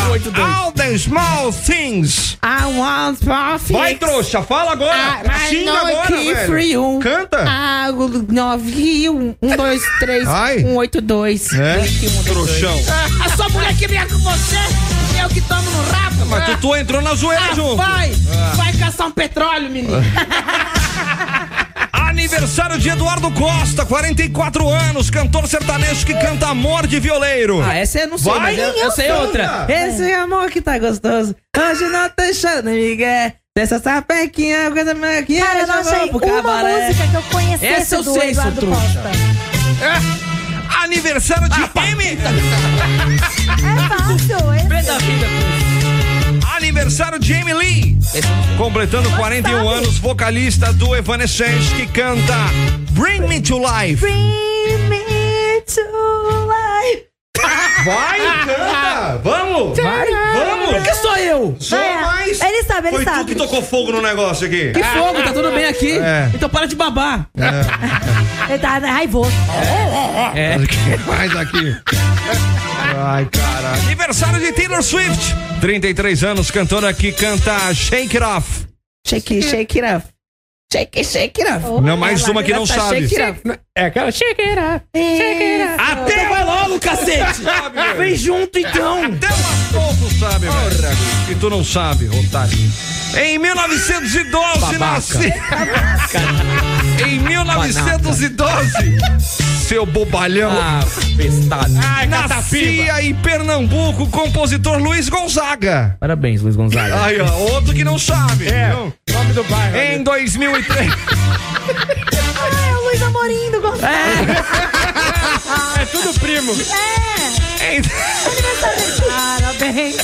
[SPEAKER 1] All the Small Things.
[SPEAKER 6] I want small things.
[SPEAKER 1] Vai, trouxa, fala agora.
[SPEAKER 6] I- I
[SPEAKER 1] Xinga
[SPEAKER 6] know
[SPEAKER 1] agora,
[SPEAKER 6] it
[SPEAKER 1] velho.
[SPEAKER 6] for you.
[SPEAKER 1] Canta.
[SPEAKER 6] Ah, o nove, um, um, dois, três,
[SPEAKER 1] Ai.
[SPEAKER 6] um, oito, dois.
[SPEAKER 1] É?
[SPEAKER 6] Dois, um, dois,
[SPEAKER 1] Trouxão.
[SPEAKER 6] dois. Ah, a sua mulher que briga com você, eu que tomo no rabo.
[SPEAKER 1] Mas tu, tu entrou na zoeira
[SPEAKER 6] Ah,
[SPEAKER 1] junto.
[SPEAKER 6] Vai,
[SPEAKER 1] Ah.
[SPEAKER 6] vai caçar um petróleo, menino.
[SPEAKER 1] Aniversário de Eduardo Costa, 44 anos, cantor sertanejo que canta Amor de Violeiro.
[SPEAKER 14] Ah, essa eu não sei, mas eu, eu sei
[SPEAKER 1] canta.
[SPEAKER 14] outra.
[SPEAKER 6] Esse amor que tá gostoso, hoje não tá deixando Miguel. Dessa sapequinha, coisa minha que
[SPEAKER 4] Cara, eu não achei uma música que eu conhecesse
[SPEAKER 6] é Essa eu
[SPEAKER 4] do
[SPEAKER 6] sei,
[SPEAKER 4] Eduardo
[SPEAKER 6] seu trouxa.
[SPEAKER 4] Costa.
[SPEAKER 1] É. Aniversário de M.
[SPEAKER 4] É fácil, esse.
[SPEAKER 1] Aniversário de Jamie Lee.
[SPEAKER 4] é
[SPEAKER 1] Completando 41 anos, vocalista do Evanescence que canta Bring Me to Life.
[SPEAKER 4] Bring me to life.
[SPEAKER 1] Vai,
[SPEAKER 4] Ah,
[SPEAKER 1] canta! Vamos!
[SPEAKER 4] Vai,
[SPEAKER 1] vamos!
[SPEAKER 14] Por que sou eu?
[SPEAKER 1] Sou
[SPEAKER 4] É,
[SPEAKER 1] mais!
[SPEAKER 4] Ele sabe, ele
[SPEAKER 1] Foi
[SPEAKER 4] sabe.
[SPEAKER 1] tu que tocou fogo no negócio aqui.
[SPEAKER 14] Que fogo, tá tudo bem aqui.
[SPEAKER 1] É.
[SPEAKER 14] Então para de babar.
[SPEAKER 4] Ele tá raivoso.
[SPEAKER 14] É.
[SPEAKER 1] Mais aqui. Ai, cara. Aniversário de Taylor Swift. 33 anos, cantora que canta Shake It Off.
[SPEAKER 6] Shake it, shake it up. Shake it, shake it up.
[SPEAKER 1] Não, mais uma que não
[SPEAKER 6] Essa
[SPEAKER 1] sabe.
[SPEAKER 6] Shake it up.
[SPEAKER 3] É aquela shake it up, shake it up.
[SPEAKER 1] Até
[SPEAKER 14] Então vai logo, cacete. Vem junto, então.
[SPEAKER 1] Até o povo sabe, velho. E tu não sabe, otário. Em 1912
[SPEAKER 14] Babaca.
[SPEAKER 1] nasceu. [laughs] em 1912, seu bobalhão.
[SPEAKER 14] Ah, bestado.
[SPEAKER 1] Nascia em Pernambuco o compositor Luiz Gonzaga.
[SPEAKER 14] Parabéns, Luiz Gonzaga.
[SPEAKER 1] Aí, ó, outro que não sabe.
[SPEAKER 3] É,
[SPEAKER 1] viu?
[SPEAKER 3] nome do bairro.
[SPEAKER 1] Em 2003.
[SPEAKER 4] Ah, é o Luiz Amorim do Gonçalo.
[SPEAKER 3] [laughs] É tudo primo.
[SPEAKER 1] em...
[SPEAKER 4] É, Parabéns.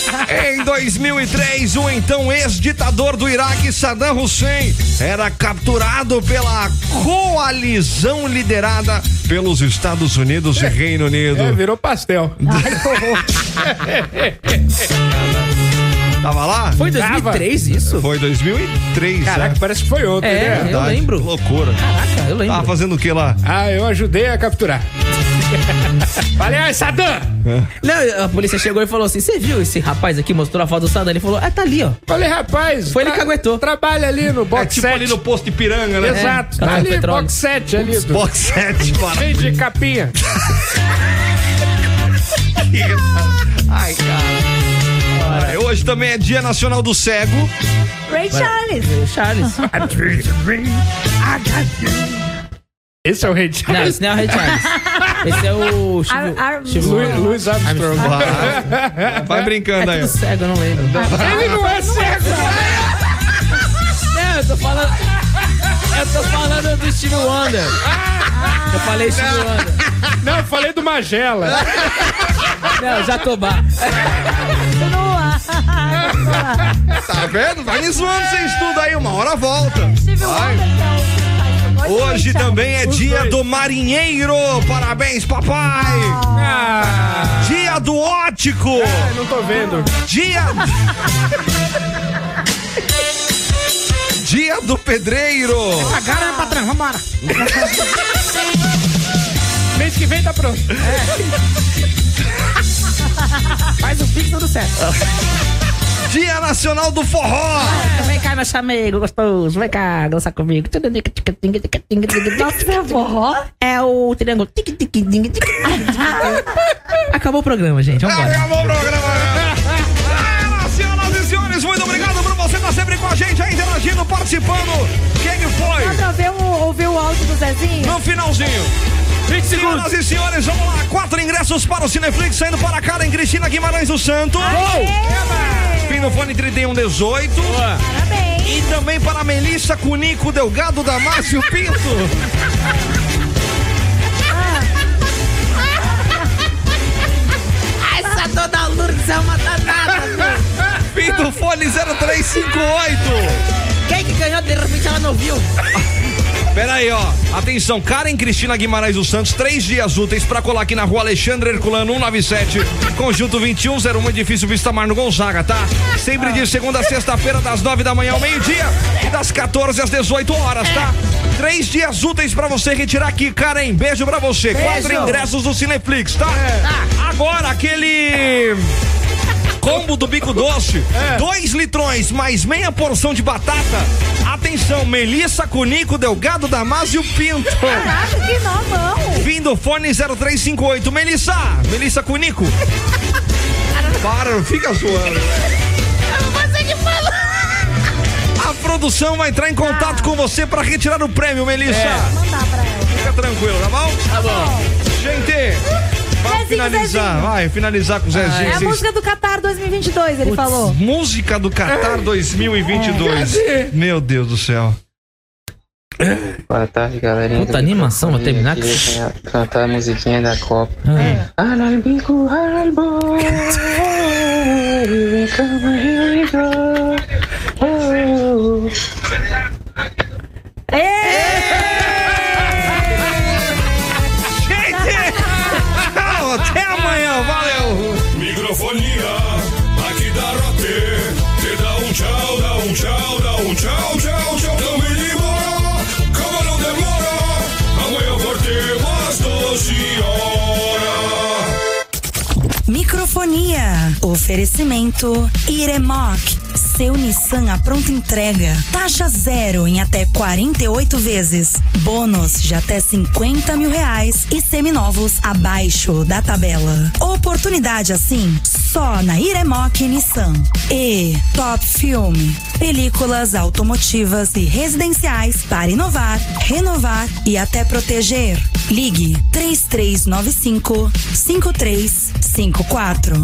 [SPEAKER 1] Em 2003, o então ex-ditador do Iraque, Saddam Hussein, era capturado pela coalizão liderada pelos Estados Unidos e Reino
[SPEAKER 3] É,
[SPEAKER 1] Unido.
[SPEAKER 3] virou pastel.
[SPEAKER 1] Tava lá?
[SPEAKER 14] Foi em 2003 isso?
[SPEAKER 1] Foi 2003.
[SPEAKER 3] Caraca,
[SPEAKER 1] né?
[SPEAKER 3] parece que foi ontem,
[SPEAKER 14] É,
[SPEAKER 3] né?
[SPEAKER 14] eu
[SPEAKER 1] Verdade.
[SPEAKER 14] lembro.
[SPEAKER 1] Loucura.
[SPEAKER 14] Caraca, eu
[SPEAKER 1] Tava
[SPEAKER 14] lembro.
[SPEAKER 1] fazendo o que lá?
[SPEAKER 3] Ah, eu ajudei a capturar. [laughs] Valeu, Saddam!
[SPEAKER 14] Não, a polícia chegou e falou assim: Você viu esse rapaz aqui? Mostrou a foto do Saddam. Ele falou: Ah, tá ali, ó.
[SPEAKER 3] Falei, rapaz. tá
[SPEAKER 14] Foi ele que aguentou.
[SPEAKER 3] Trabalha ali no
[SPEAKER 1] É
[SPEAKER 3] box
[SPEAKER 1] tipo
[SPEAKER 3] 7.
[SPEAKER 1] ali no posto de piranga, né?
[SPEAKER 3] Exato. Tá
[SPEAKER 14] Catar
[SPEAKER 3] ali,
[SPEAKER 14] petróleo.
[SPEAKER 3] box 7 ali. Do...
[SPEAKER 1] Box [laughs] 7, mano.
[SPEAKER 3] Cheio de capinha.
[SPEAKER 1] Ai, cara. Olha, Hoje também é Dia Nacional do Cego.
[SPEAKER 4] Ray Charles.
[SPEAKER 14] Charles.
[SPEAKER 3] Esse é o Rei
[SPEAKER 14] Não,
[SPEAKER 3] Charles.
[SPEAKER 14] esse não é o Ray Charles. Esse é o. Chivo-
[SPEAKER 4] Ar- Ar-
[SPEAKER 14] Chivo-
[SPEAKER 3] Lu- Louis Armstrong.
[SPEAKER 1] Vai brincando
[SPEAKER 14] É
[SPEAKER 1] aí.
[SPEAKER 14] tudo cego, eu não lembro.
[SPEAKER 3] Ele não é cego.
[SPEAKER 14] Não, eu tô falando. Eu tô falando do Steve Wonder. Eu falei Steve Wonder.
[SPEAKER 3] Não, eu falei do Magela. [laughs]
[SPEAKER 14] Não, Jatobá.
[SPEAKER 4] Continua.
[SPEAKER 1] Tá vendo? Vai me zoando, você estuda aí, uma hora volta.
[SPEAKER 4] Steve Wonder, que é o- Gosto do Ray
[SPEAKER 1] Hoje
[SPEAKER 4] Charles.
[SPEAKER 1] também é
[SPEAKER 3] Os
[SPEAKER 1] dia
[SPEAKER 3] dois.
[SPEAKER 1] do marinheiro. Parabéns, papai.
[SPEAKER 3] Ah, É.
[SPEAKER 1] Dia do ótico.
[SPEAKER 3] eu não tô vendo.
[SPEAKER 1] Dia. Dia do pedreiro.
[SPEAKER 6] Agora, patrão, vambora.
[SPEAKER 3] Mês que vem tá pronto.
[SPEAKER 6] Faz o fixo tudo certo.
[SPEAKER 1] Dia nacional do forró.
[SPEAKER 6] Vem cá, meu chamego gostoso. Vem cá, dançar comigo.
[SPEAKER 4] Nossa, é forró?
[SPEAKER 6] É o triângulo. Tic, tic, tic, tic, tic. Acabou o programa, gente. Vambora.
[SPEAKER 1] Acabou o programa. Ah, senhoras e senhores, muito obrigado por você estar sempre com a gente, aí interagindo, participando. Quem foi?
[SPEAKER 4] Dá pra ver o- ouvir o áudio do Zezinho?
[SPEAKER 1] No finalzinho. 20 Senhoras e senhores, vamos lá. Quatro ingressos para o Cineflix, saindo para Karen Cristina Guimarães do Santo. Eba! Fim no fone 3118.
[SPEAKER 4] Parabéns.
[SPEAKER 1] E também para Melissa Cunico Delgado Damásio Pinto.
[SPEAKER 6] Essa dona Lourdes é uma danada. viu?
[SPEAKER 1] Fim do fone 0358.
[SPEAKER 6] Quem que ganhou, de repente, ela não viu.
[SPEAKER 1] Peraí, ó. Atenção, Karen Cristina Guimarães dos Santos, três dias úteis pra colar aqui na rua Alexandre Herculano 197, conjunto 2101, edifício Vista Mar no Gonzaga, tá? Sempre de segunda a sexta-feira, das nove da manhã ao meio-dia e das 14 às 18 horas, tá? Três dias úteis pra você retirar aqui, Karen. Beijo pra você.
[SPEAKER 16] Beijo.
[SPEAKER 1] Quatro ingressos do Cineflix, tá? Agora aquele. Combo do bico doce, dois litrões mais meia porção de batata. Atenção, Melissa Cunico, Delgado Damasio Pinto.
[SPEAKER 17] Caraca, que não,
[SPEAKER 1] Fim do fone 0358. Melissa, Melissa Cunico. [laughs] Para, não fica zoando. né?
[SPEAKER 16] Você que falou.
[SPEAKER 1] A produção vai entrar em contato com você para retirar o prêmio, Melissa. Fica tranquilo, tá bom? É. Tá bom. Gente, vai finalizar, vai finalizar com o Zezinho.
[SPEAKER 17] É a
[SPEAKER 1] vocês-
[SPEAKER 17] música do Qatar 2022, ele
[SPEAKER 1] Putz,
[SPEAKER 17] falou.
[SPEAKER 1] Música do Qatar 2022.
[SPEAKER 17] É.
[SPEAKER 1] Meu Deus do céu.
[SPEAKER 9] Boa tarde, galerinha.
[SPEAKER 2] Puta animação, vou terminar
[SPEAKER 9] Queria can- cantar a musiquinha da Copa.
[SPEAKER 16] Arnold Bingo, Arnold Boy. Here we come, here we go. Oh.
[SPEAKER 1] Até amanhã, valeu!
[SPEAKER 5] Microfonia, aqui da Rote. Te dá um tchau, dá um tchau, dá um tchau, tchau, tchau. Não me demora, calma, não demora. Amanhã voltemos às 12 horas.
[SPEAKER 4] Microfonia. Oferecimento Iremoc. Seu Nissan a pronta entrega. Taxa zero em até 48 vezes. Bônus de até 50 mil reais e seminovos abaixo da tabela. Oportunidade assim só na Iremoc Nissan. E Top Filme. Películas automotivas e residenciais para inovar, renovar e até proteger. Ligue 3395 5354.